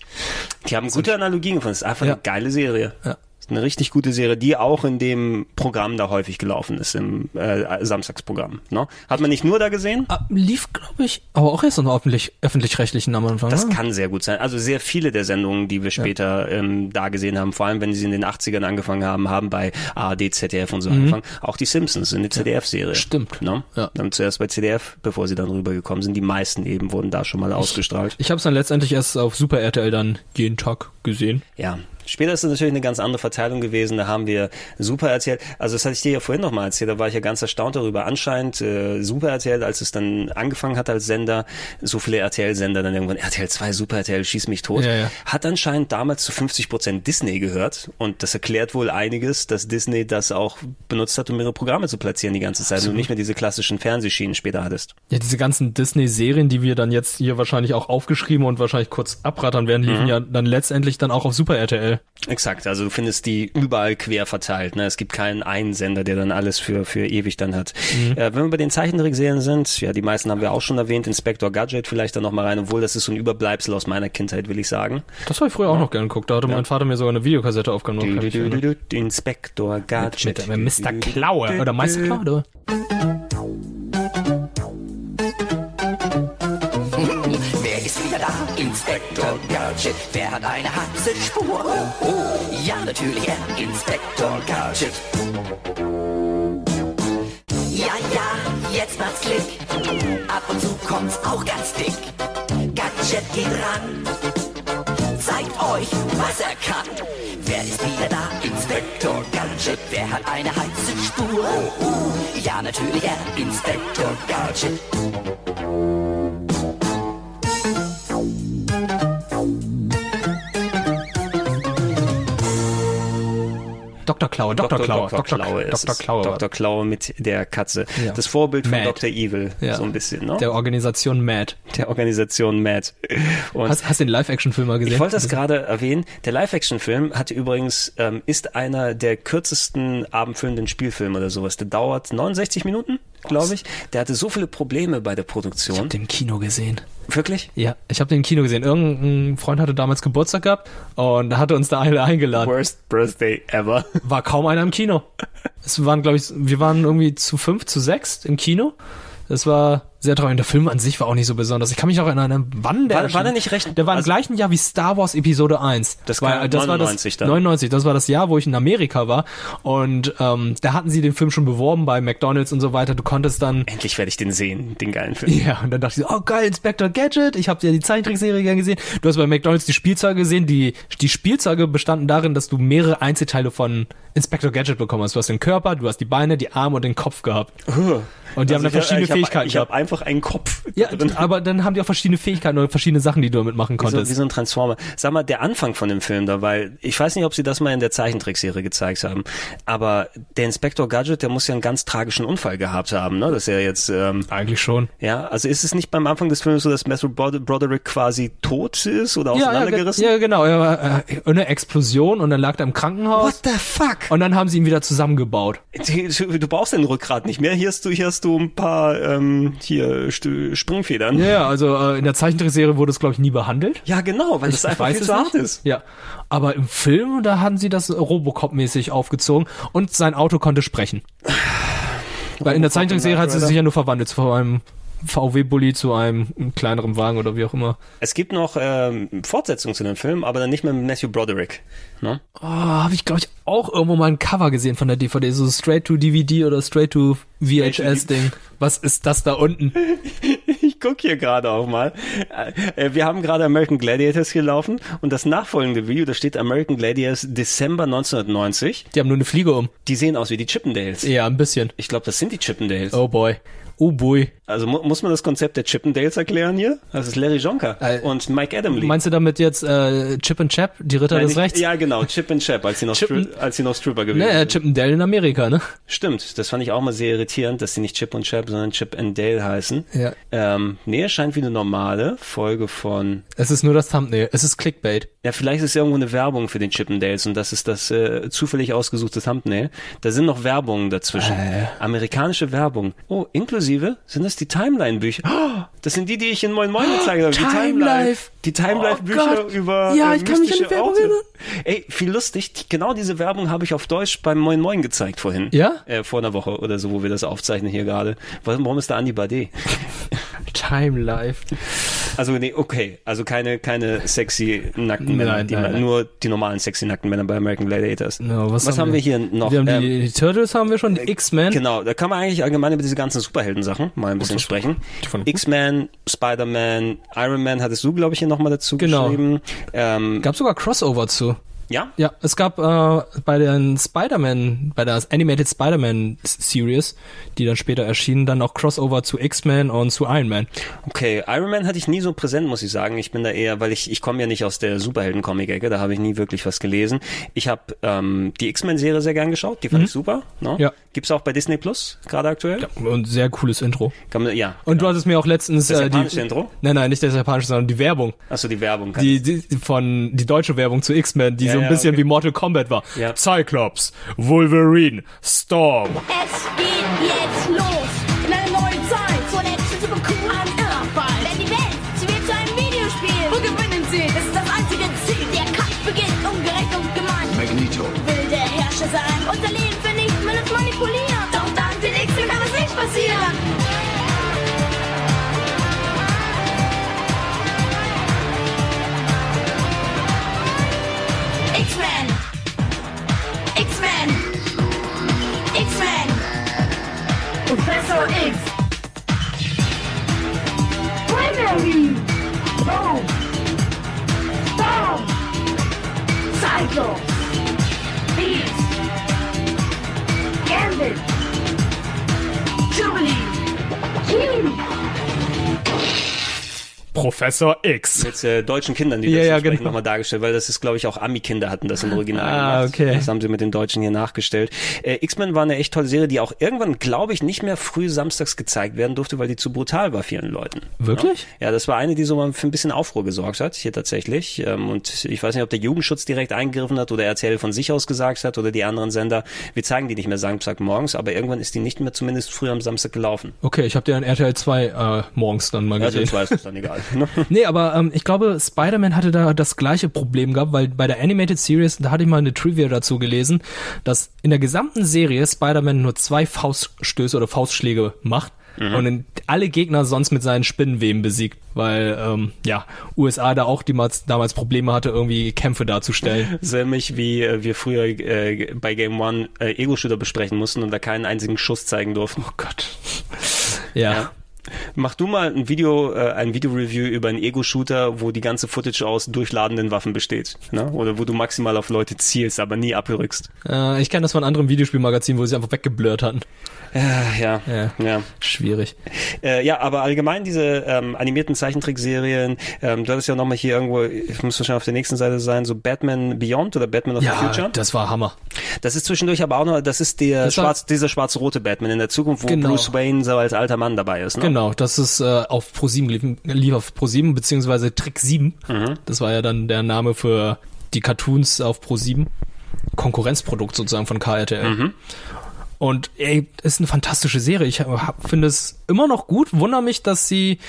Speaker 1: Die haben gute Analogien gefunden. Das ist einfach
Speaker 2: Ja.
Speaker 1: eine geile Serie.
Speaker 2: Ja.
Speaker 1: Ist Eine richtig gute Serie, die auch in dem Programm da häufig gelaufen ist, im äh, Samstagsprogramm. Ne? Hat man nicht nur da gesehen?
Speaker 2: Ah, lief, glaube ich, aber auch erst noch öffentlich, öffentlich-rechtlichen am Anfang.
Speaker 1: Das
Speaker 2: ne?
Speaker 1: kann sehr gut sein. Also sehr viele der Sendungen, die wir später ähm, da gesehen haben, vor allem wenn sie in den 80ern angefangen haben, haben bei ARD, ZDF und so angefangen. Auch die Simpsons sind eine ZDF-Serie.
Speaker 2: Stimmt.
Speaker 1: Ne?
Speaker 2: Ja.
Speaker 1: Dann zuerst bei ZDF, bevor sie dann rübergekommen sind. Die meisten eben wurden da schon mal ausgestrahlt.
Speaker 2: Ich habe es dann letztendlich erst auf Super RTL dann jeden Tag gesehen.
Speaker 1: Ja, später ist das natürlich eine ganz andere Verteilung gewesen. Da haben wir Super RTL. Also das hatte ich dir ja vorhin nochmal erzählt. Da war ich ja ganz erstaunt darüber. Anscheinend äh, Super RTL, als es dann angefangen hat als Sender, so viele RTL-Sender dann irgendwann RTL 2, Super RTL, schieß mich tot,
Speaker 2: Ja, ja.
Speaker 1: hat anscheinend damals zu 50 Prozent Disney gehört. Und das erklärt wohl einiges, dass Disney das auch benutzt hat, um ihre Programme zu platzieren die ganze Zeit. Und nicht mehr diese klassischen Fernsehschienen später hattest.
Speaker 2: Ja, diese ganzen Disney-Serien, die wir dann jetzt hier wahrscheinlich auch aufgeschrieben und wahrscheinlich kurz abrattern werden,
Speaker 1: Mhm.
Speaker 2: liefen ja dann letztendlich dann auch auf Super RTL.
Speaker 1: Exakt, also du findest die überall quer verteilt. Ne? Es gibt keinen einen Sender, der dann alles für, für ewig dann hat.
Speaker 2: Mhm.
Speaker 1: Äh, wenn wir bei den Zeichentrickserien sind, ja, die meisten haben wir auch schon erwähnt, Inspector Gadget vielleicht dann nochmal rein, obwohl das ist so ein Überbleibsel aus meiner Kindheit, will ich sagen.
Speaker 2: Das habe ich früher auch noch gern geguckt. Da hatte mein Vater mir sogar eine Videokassette aufgenommen. kann ich erinnern.
Speaker 1: Inspector Gadget.
Speaker 2: Mit, mit Mr. Klaue oder Meister Klaue. oder?
Speaker 5: Wer ist wieder da? Inspektor Gadget. Wer hat eine Haxelspur? Oh, oh, ja natürlich er. Inspektor Gadget. Ja, ja, jetzt macht's Klick. Ab und zu kommt's auch ganz dick. Gadget geht ran. Zeigt euch, was er kann. Wer ist wieder da? Inspektor Gadget. Wer hat eine Haxelspur? Oh, oh, ja natürlich er. Inspektor Gadget.
Speaker 2: Dr. Klaue, Dr. Klaue,
Speaker 1: Dr. Klaue ist
Speaker 2: Dr.
Speaker 1: es.
Speaker 2: Klaue.
Speaker 1: Dr. Klaue mit der Katze.
Speaker 2: Ja.
Speaker 1: Das Vorbild von
Speaker 2: Mad.
Speaker 1: Dr. Evil,
Speaker 2: Ja.
Speaker 1: so ein bisschen, ne?
Speaker 2: Der Organisation Mad.
Speaker 1: der Organisation Mad. Und
Speaker 2: Hast, hast du den Live-Action-Film mal gesehen?
Speaker 1: Ich wollte das gerade erwähnen. Der Live-Action-Film hat übrigens, ähm, ist einer der kürzesten abendfüllenden Spielfilme oder sowas. Der dauert 69 Minuten, glaube ich. Der hatte so viele Probleme bei der Produktion.
Speaker 2: im Kino gesehen.
Speaker 1: Wirklich?
Speaker 2: Ja, ich habe den im Kino gesehen. Irgendein Freund hatte damals Geburtstag gehabt und hatte uns da alle eingeladen.
Speaker 1: Worst Birthday ever.
Speaker 2: War kaum einer im Kino. Es waren, glaube ich, wir waren irgendwie zu fünf, zu sechs im Kino. Das war sehr traurig. Und der Film an sich war auch nicht so besonders. Ich kann mich auch erinnern, ne, wann der
Speaker 1: War- war der
Speaker 2: erschien?
Speaker 1: nicht recht-
Speaker 2: Der war im
Speaker 1: also-
Speaker 2: gleichen Jahr wie Star Wars Episode 1.
Speaker 1: Das
Speaker 2: war,
Speaker 1: kam 99
Speaker 2: war das,
Speaker 1: dann.
Speaker 2: 99, das war das Jahr, wo ich in Amerika war. Und ähm, da hatten sie den Film schon beworben bei McDonalds und so weiter. Du konntest dann
Speaker 1: Endlich werde ich den sehen, den geilen Film.
Speaker 2: Ja, und dann dachte ich so, oh geil, Inspector Gadget, ich habe ja die Zeichentrickserie gern gesehen. Du hast bei McDonalds die Spielzeuge gesehen, die, die Spielzeuge bestanden darin, dass du mehrere Einzelteile von Inspector Gadget bekommen hast. Du hast den Körper, du hast die Beine, die Arme und den Kopf gehabt. Und die haben dann
Speaker 1: Also ich hab-
Speaker 2: verschiedene
Speaker 1: ich hab-
Speaker 2: Fähigkeiten
Speaker 1: Ich habe
Speaker 2: gehabt.
Speaker 1: einfach einfach einen Kopf
Speaker 2: Ja,
Speaker 1: da drin.
Speaker 2: aber dann haben die auch verschiedene Fähigkeiten oder verschiedene Sachen, die du damit machen
Speaker 1: Wie so,
Speaker 2: konntest.
Speaker 1: wie so ein Transformer. Sag mal, der Anfang von dem Film da, weil ich weiß nicht, ob sie das mal in der Zeichentrickserie gezeigt haben, aber der Inspektor Gadget, der muss ja einen ganz tragischen Unfall gehabt haben, ne? dass er jetzt, ähm,
Speaker 2: Eigentlich schon.
Speaker 1: ja, also ist es nicht beim Anfang des Films so, dass Matthew Brod- Broderick quasi tot ist oder auseinandergerissen?
Speaker 2: ja, ge- ja, genau. Er war, äh, eine Explosion und dann lag er im Krankenhaus.
Speaker 1: What the fuck?
Speaker 2: Und dann haben sie ihn wieder zusammengebaut.
Speaker 1: Du du brauchst den Rückgrat nicht mehr. Hier hast du, hier hast du ein paar ähm, hier Stu- Springfedern.
Speaker 2: Ja, Ja, also äh, in der Zeichentrickserie wurde es, glaube ich, nie behandelt.
Speaker 1: Ja, genau, weil das einfach viel zu hart ist.
Speaker 2: Ja. Aber im Film, da haben sie das Robocop-mäßig aufgezogen und sein Auto konnte sprechen. Weil in der Zeichentrickserie hat sie sich ja nur verwandelt zu einem VW-Bully, zu einem kleineren Wagen oder wie auch immer.
Speaker 1: Es gibt noch ähm, Fortsetzung zu dem Film, aber dann nicht mehr mit Matthew Broderick. Ne?
Speaker 2: Ah, habe ich, glaube ich, auch irgendwo mal ein Cover gesehen von der DVD. So Straight-to-DVD oder Straight-to-VHS-Ding. Was ist das da unten?
Speaker 1: Ich guck hier gerade auch mal. Äh, Wir haben gerade American Gladiators gelaufen und das nachfolgende Video, da steht American Gladiators Dezember 1990.
Speaker 2: Die haben nur eine Fliege um.
Speaker 1: Die sehen aus wie die Chippendales.
Speaker 2: Ja, ein bisschen.
Speaker 1: Ich glaube, das sind die Chippendales.
Speaker 2: Oh boy. Oh boy.
Speaker 1: Also mu muss man das Konzept der Chippendales erklären hier? Das ist Larry Jonker
Speaker 2: Äh,
Speaker 1: und Mike Adamley.
Speaker 2: Meinst du damit jetzt äh, Chip and Chap, die Ritter
Speaker 1: Nein,
Speaker 2: des
Speaker 1: nicht-
Speaker 2: Rechts?
Speaker 1: Ja, genau, Chip and Chap, als sie noch,
Speaker 2: Chip
Speaker 1: Stri-
Speaker 2: and-
Speaker 1: als sie noch Stripper gewesen sind.
Speaker 2: Naja, Ne, äh, Chip and Dale in Amerika, ne?
Speaker 1: Stimmt, das fand ich auch mal sehr irritierend, dass sie nicht Chip und Chap, sondern Chip and Dale heißen.
Speaker 2: Ja.
Speaker 1: Ähm, nee, es scheint wie eine normale Folge von
Speaker 2: Es ist nur das Thumbnail. Es ist Clickbait.
Speaker 1: Ja, vielleicht ist irgendwo eine Werbung für den Chippendales und das ist das äh, zufällig ausgesuchte Thumbnail. Da sind noch Werbungen dazwischen.
Speaker 2: Äh.
Speaker 1: Amerikanische Werbung. Oh, inklusive sind das die Timeline-Bücher. Oh, das sind die, die ich in Moin Moin gezeigt habe. Die
Speaker 2: Timelife.
Speaker 1: Die Timeline-Bücher
Speaker 2: Oh Gott.
Speaker 1: über
Speaker 2: Ja,
Speaker 1: äh,
Speaker 2: ich kann mich an die
Speaker 1: mystische
Speaker 2: Werbung
Speaker 1: Orte.
Speaker 2: erinnern.
Speaker 1: Ey, viel lustig. Die, genau diese Werbung habe ich auf Deutsch beim Moin Moin gezeigt vorhin.
Speaker 2: Ja?
Speaker 1: Äh, vor einer Woche oder so, wo wir das aufzeichnen hier gerade. Warum warum ist da Andi Bade?
Speaker 2: Time Life.
Speaker 1: Also nee, okay, also keine keine sexy nackten Männer,
Speaker 2: Nein,
Speaker 1: die
Speaker 2: nein,
Speaker 1: man-
Speaker 2: nein.
Speaker 1: nur die normalen sexy nackten Männer bei American Gladiators.
Speaker 2: No, was,
Speaker 1: haben wir hier noch?
Speaker 2: Wir haben
Speaker 1: Ähm,
Speaker 2: die, die Turtles haben wir schon, die X-Men.
Speaker 1: Genau, da kann man eigentlich allgemein über diese ganzen Superhelden-Sachen mal ein bisschen sprechen.
Speaker 2: fand ich gut.
Speaker 1: X-Men, Spider-Man, Iron Man hattest du, glaube ich, hier nochmal dazu
Speaker 2: Genau.
Speaker 1: geschrieben. Ähm,
Speaker 2: Gab sogar Crossover zu.
Speaker 1: ja?
Speaker 2: Ja, es gab äh, bei den Spider-Man, bei der Animated Spider-Man Series, die dann später erschienen, dann auch Crossover zu X-Men und zu Iron Man.
Speaker 1: Okay, Iron Man hatte ich nie so präsent, muss ich sagen. Ich bin da eher, weil ich, ich komme ja nicht aus der Superhelden-Comic-Ecke, da habe ich nie wirklich was gelesen. Ich habe ähm, die X-Men-Serie sehr gern geschaut, die fand ich super. Ne?
Speaker 2: Mhm. Ja.
Speaker 1: Gibt's auch bei Disney Plus gerade aktuell? Ja.
Speaker 2: Und sehr cooles Intro.
Speaker 1: Kann man, ja.
Speaker 2: Und du hattest mir auch letztens
Speaker 1: Das
Speaker 2: äh,
Speaker 1: japanische
Speaker 2: die
Speaker 1: Intro?
Speaker 2: Nein, nein, nicht das japanische, sondern die Werbung.
Speaker 1: Achso, die Werbung. Kann
Speaker 2: Die, die von die deutsche Werbung zu X-Men, die so ein
Speaker 1: ja,
Speaker 2: bisschen
Speaker 1: okay.
Speaker 2: wie Mortal Kombat war.
Speaker 1: Ja.
Speaker 2: Cyclops, Wolverine, Storm.
Speaker 4: Es geht jetzt los. In eine neue Zeit. Zur letzten super coolen Arbeit. Denn die Welt, sie wird zu einem Videospiel. Wo gewinnen sie? Das ist das einzige Ziel. Der Kampf beginnt ungerecht und gemein.
Speaker 5: Magneto.
Speaker 4: Will der Herrscher sein. Unser Leben vernichten, will uns manipulieren. Doch dann den X-Men kann es nicht passieren. X-Men! X-Men! X-Men! Professor X! Primary! Oh. Boom! Boom! Cyclops! Beast! Gambit! Jubilee! Genie!
Speaker 2: Professor X.
Speaker 1: mit äh, deutschen Kindern, die
Speaker 2: Ja,
Speaker 1: das
Speaker 2: ja,
Speaker 1: entsprechend
Speaker 2: genau.
Speaker 1: nochmal dargestellt, weil das ist, glaube ich, auch Ami-Kinder hatten das im Original
Speaker 2: Ah,
Speaker 1: gemacht.
Speaker 2: okay.
Speaker 1: Das haben sie mit den Deutschen hier nachgestellt. Äh, X-Men war eine echt tolle Serie, die auch irgendwann, glaube ich, nicht mehr früh samstags gezeigt werden durfte, weil die zu brutal war vielen Leuten.
Speaker 2: Wirklich?
Speaker 1: Ja, das war eine, die so mal für ein bisschen Aufruhr gesorgt hat, hier tatsächlich. Ähm, und ich weiß nicht, ob der Jugendschutz direkt eingegriffen hat oder RTL von sich aus gesagt hat oder die anderen Sender. Wir zeigen die nicht mehr Samstagmorgens, aber irgendwann ist die nicht mehr zumindest früh am Samstag gelaufen.
Speaker 2: Okay, ich habe den RTL 2 äh, morgens dann mal
Speaker 1: Also
Speaker 2: gesehen.
Speaker 1: ich weiß, ist dann egal. ne?
Speaker 2: Nee, aber ähm, ich glaube, Spider-Man hatte da das gleiche Problem gehabt, weil bei der Animated Series, da hatte ich mal eine Trivia dazu gelesen, dass in der gesamten Serie Spider-Man nur zwei Fauststöße oder Faustschläge macht und in- alle Gegner sonst mit seinen Spinnenweben besiegt, weil ähm, ja, USA da auch damals, damals Probleme hatte, irgendwie Kämpfe darzustellen.
Speaker 1: So ähnlich wie äh, wir früher äh, bei Game One äh, Ego-Shooter besprechen mussten und da keinen einzigen Schuss zeigen durften. Oh Gott.
Speaker 2: Ja.
Speaker 1: Ja. Mach du mal ein Video, äh, ein Video-Review über einen Ego-Shooter, wo die ganze Footage aus durchladenden Waffen besteht. Ne? Oder wo du maximal auf Leute zielst, aber nie abrückst.
Speaker 2: Äh, ich kenne das von einem anderen Videospielmagazin, wo sie einfach weggeblurrt hatten.
Speaker 1: Äh, ja,
Speaker 2: Ja.
Speaker 1: ja. ja.
Speaker 2: Schwierig.
Speaker 1: Äh, ja, aber allgemein diese ähm, animierten Zeichentrickserien, ähm, du hattest ja nochmal hier irgendwo, ich muss wahrscheinlich auf der nächsten Seite sein, so Batman Beyond oder Batman of the Future.
Speaker 2: das war Hammer.
Speaker 1: Das ist zwischendurch aber auch noch, das ist der
Speaker 2: Das war-
Speaker 1: schwarz, dieser schwarz-rote Batman in der Zukunft, wo
Speaker 2: Genau.
Speaker 1: Bruce Wayne so als alter Mann dabei ist. Ne?
Speaker 2: Genau, das ist äh, auf ProSieben lief, lief auf ProSieben beziehungsweise Trick 7.
Speaker 1: Mhm.
Speaker 2: Das war ja dann der Name für die Cartoons auf ProSieben. Konkurrenzprodukt sozusagen von KRTL.
Speaker 1: Mhm.
Speaker 2: Und ey, ist eine fantastische Serie. Ich hab- finde es immer noch gut. Wunder mich, dass sie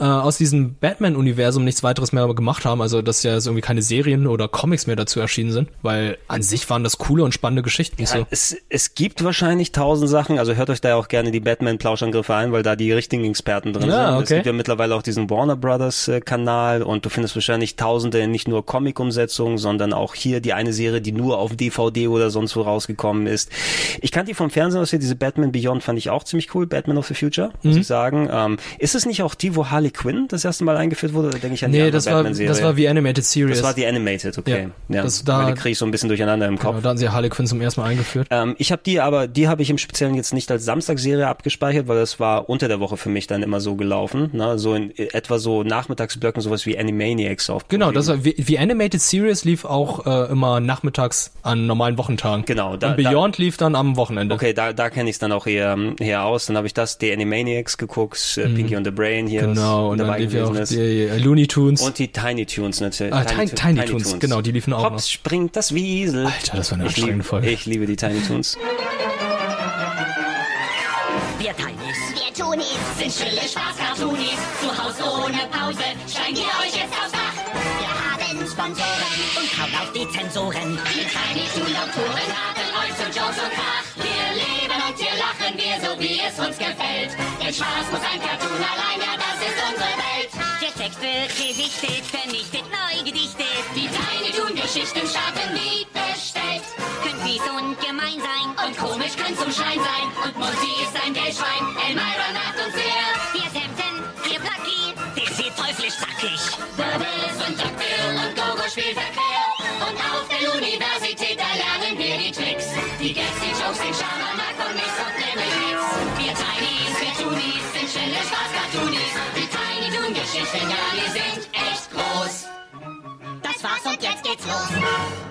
Speaker 2: äh, aus diesem Batman-Universum nichts weiteres mehr gemacht haben. Also, dass ja jetzt irgendwie keine Serien oder Comics mehr dazu erschienen sind. Weil an sich waren das coole und spannende Geschichten. so.
Speaker 1: Äh, Es, es gibt wahrscheinlich tausend Sachen, also hört euch da auch gerne die Batman-Plauschangriffe ein, weil da die richtigen Experten drin
Speaker 2: Ja,
Speaker 1: sind. Es
Speaker 2: okay.
Speaker 1: gibt ja mittlerweile auch diesen Warner Brothers äh, Kanal und du findest wahrscheinlich tausende nicht nur Comic-Umsetzungen, sondern auch hier die eine Serie, die nur auf DVD oder sonst wo rausgekommen ist. Ich kannte die vom Fernsehen aus hier, diese Batman Beyond fand ich auch ziemlich cool, Batman of the Future, muss
Speaker 2: Mhm.
Speaker 1: ich sagen. Ähm, ist es nicht auch die, wo Harley Quinn das erste Mal eingeführt wurde? Da denke ich an die
Speaker 2: Nee,
Speaker 1: andere
Speaker 2: das war,
Speaker 1: Batman-Serie.
Speaker 2: das war wie Animated Series.
Speaker 1: Das war die Animated, okay.
Speaker 2: Ja,
Speaker 1: Ja,
Speaker 2: das- da-
Speaker 1: weil die kriege ich so ein bisschen durcheinander im Kopf.
Speaker 2: Genau, da hatten sie ja Harley Quinn zum ersten Mal eingeführt.
Speaker 1: Ähm, ich habe die aber, die habe ich im Speziellen jetzt nicht als Samstagsserie abgespeichert, weil das war unter der Woche für mich dann immer so gelaufen. Ne? So in etwa so Nachmittagsblöcken, sowas wie Animaniacs auf.
Speaker 2: Genau, das
Speaker 1: ProSieben.
Speaker 2: war, wie, wie Animated Series lief auch äh, immer nachmittags an normalen Wochentagen.
Speaker 1: Genau, da-
Speaker 2: Und Beyond lief dann am Wochenende.
Speaker 1: Okay, da, da kenne ich es dann auch eher, ähm, eher aus. Dann habe ich das, die Animaniacs geguckt, äh, Pinky und the Brain hier,
Speaker 2: Mhm. Genau,
Speaker 1: was
Speaker 2: und dann
Speaker 1: dabei
Speaker 2: lief ja
Speaker 1: gewesen
Speaker 2: auch
Speaker 1: ist.
Speaker 2: die äh, Looney Tunes.
Speaker 1: Und die Tiny Tunes natürlich.
Speaker 2: Ah, Tiny- Tiny Toons, genau, die liefen auch
Speaker 1: Hops
Speaker 2: noch.
Speaker 1: springt das Wiesel.
Speaker 2: Alter, das war eine
Speaker 1: ich lieb-
Speaker 2: anstrengende Folge.
Speaker 1: Ich liebe die Tiny Tunes.
Speaker 4: Wir Teinis, wir Tunis, sind stille Spaß-Cartoonis. Zu Hause ohne Pause, steigen wir euch jetzt aufs Dach. Wir haben Sponsoren und kaum auf die Zensoren. Die tiny toon autoren haben euch zu Jokes und Krach. Wir leben und hier lachen wir, so wie es uns gefällt. Denn Spaß muss ein Cartoon allein, ja, das ist unsere Welt. Der Text wird gesichtet, vernichtet, neu gedichtet. Die tiny toon geschichten starten wie bestellt. Können fies und gemein sein und komisch kann zum Schein sein. Und Monty ist ein Geldschwein, Elmira macht uns leer. Wir Samson, wir Blackie, der sieht teuflisch sackig. Bubbles und Duckbill und Gogo spielt verquer. Und auf der Universität, da lernen wir die Tricks. Die Gags, die Jokes, den Schabernack und nichts kommt nämlich nichts. Wir Tinies, wir Toonies, sind stille Spaß-Cartoonies. Die Tiny Toon-Geschichten, ja, die sind echt groß. Das war's und jetzt geht's los.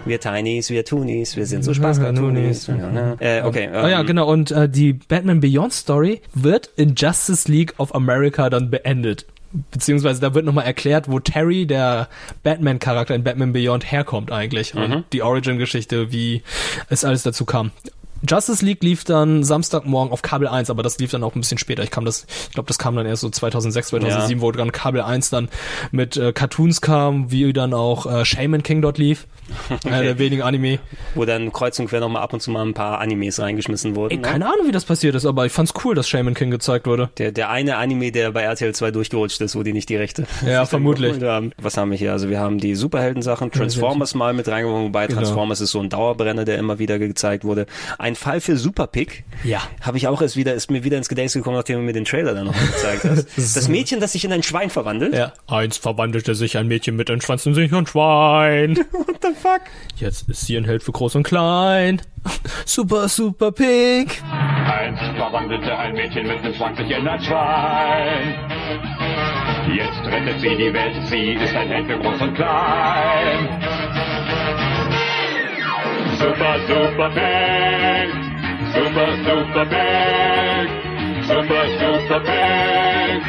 Speaker 1: Wir Tinies, wir Toonies, wir sind so Spaß-Cartoonies. Ja, ne? äh, okay. Ähm,
Speaker 2: Ah ja, genau, und äh, die Batman Beyond Story wird in Justice League of America dann beendet. Beziehungsweise da wird nochmal erklärt, wo Terry, der Batman-Charakter in Batman Beyond, herkommt eigentlich. Und die Origin-Geschichte, wie es alles dazu kam. Justice League lief dann Samstagmorgen auf Kabel 1, aber das lief dann auch ein bisschen später. Ich kam das, ich glaube, das kam dann erst so 2006, 2007, wo dann Kabel 1 dann mit äh, Cartoons kam, wie dann auch äh, Shaman King dort lief. Einer der wenigen Anime.
Speaker 1: wo dann kreuz und quer nochmal ab und zu mal ein paar Animes reingeschmissen wurden.
Speaker 2: Ey,
Speaker 1: ne?
Speaker 2: keine Ahnung, wie das passiert ist, aber ich fand's cool, dass Shaman King gezeigt wurde.
Speaker 1: Der, der eine Anime, der bei RTL 2 durchgerutscht ist, wo die nicht die Rechte.
Speaker 2: Ja, vermutlich.
Speaker 1: geholt haben. Was haben wir hier? Also wir haben die Superheldensachen, Transformers mal mit reingeworfen, wobei
Speaker 2: Genau.
Speaker 1: Transformers ist so ein Dauerbrenner, der immer wieder gezeigt wurde. Ein Fall für Superpick.
Speaker 2: Ja.
Speaker 1: Habe ich auch erst wieder, ist mir wieder ins Gedächtnis gekommen, nachdem du mir den Trailer dann nochmal gezeigt hast. Das Mädchen, das sich in ein Schwein verwandelt.
Speaker 2: Ja. Einst verwandelte sich ein Mädchen mit einem Schwanz in sich ein Schwein. What the fuck? Jetzt ist sie ein Held für groß und klein. Super, super pink.
Speaker 6: Einst verwandelte ein Mädchen mit einem Schwanz sich in ein Schwein. Jetzt rettet sie die Welt, sie ist ein Held für groß und klein. Super, super Bang! Super, super Bang! Super, super Bang!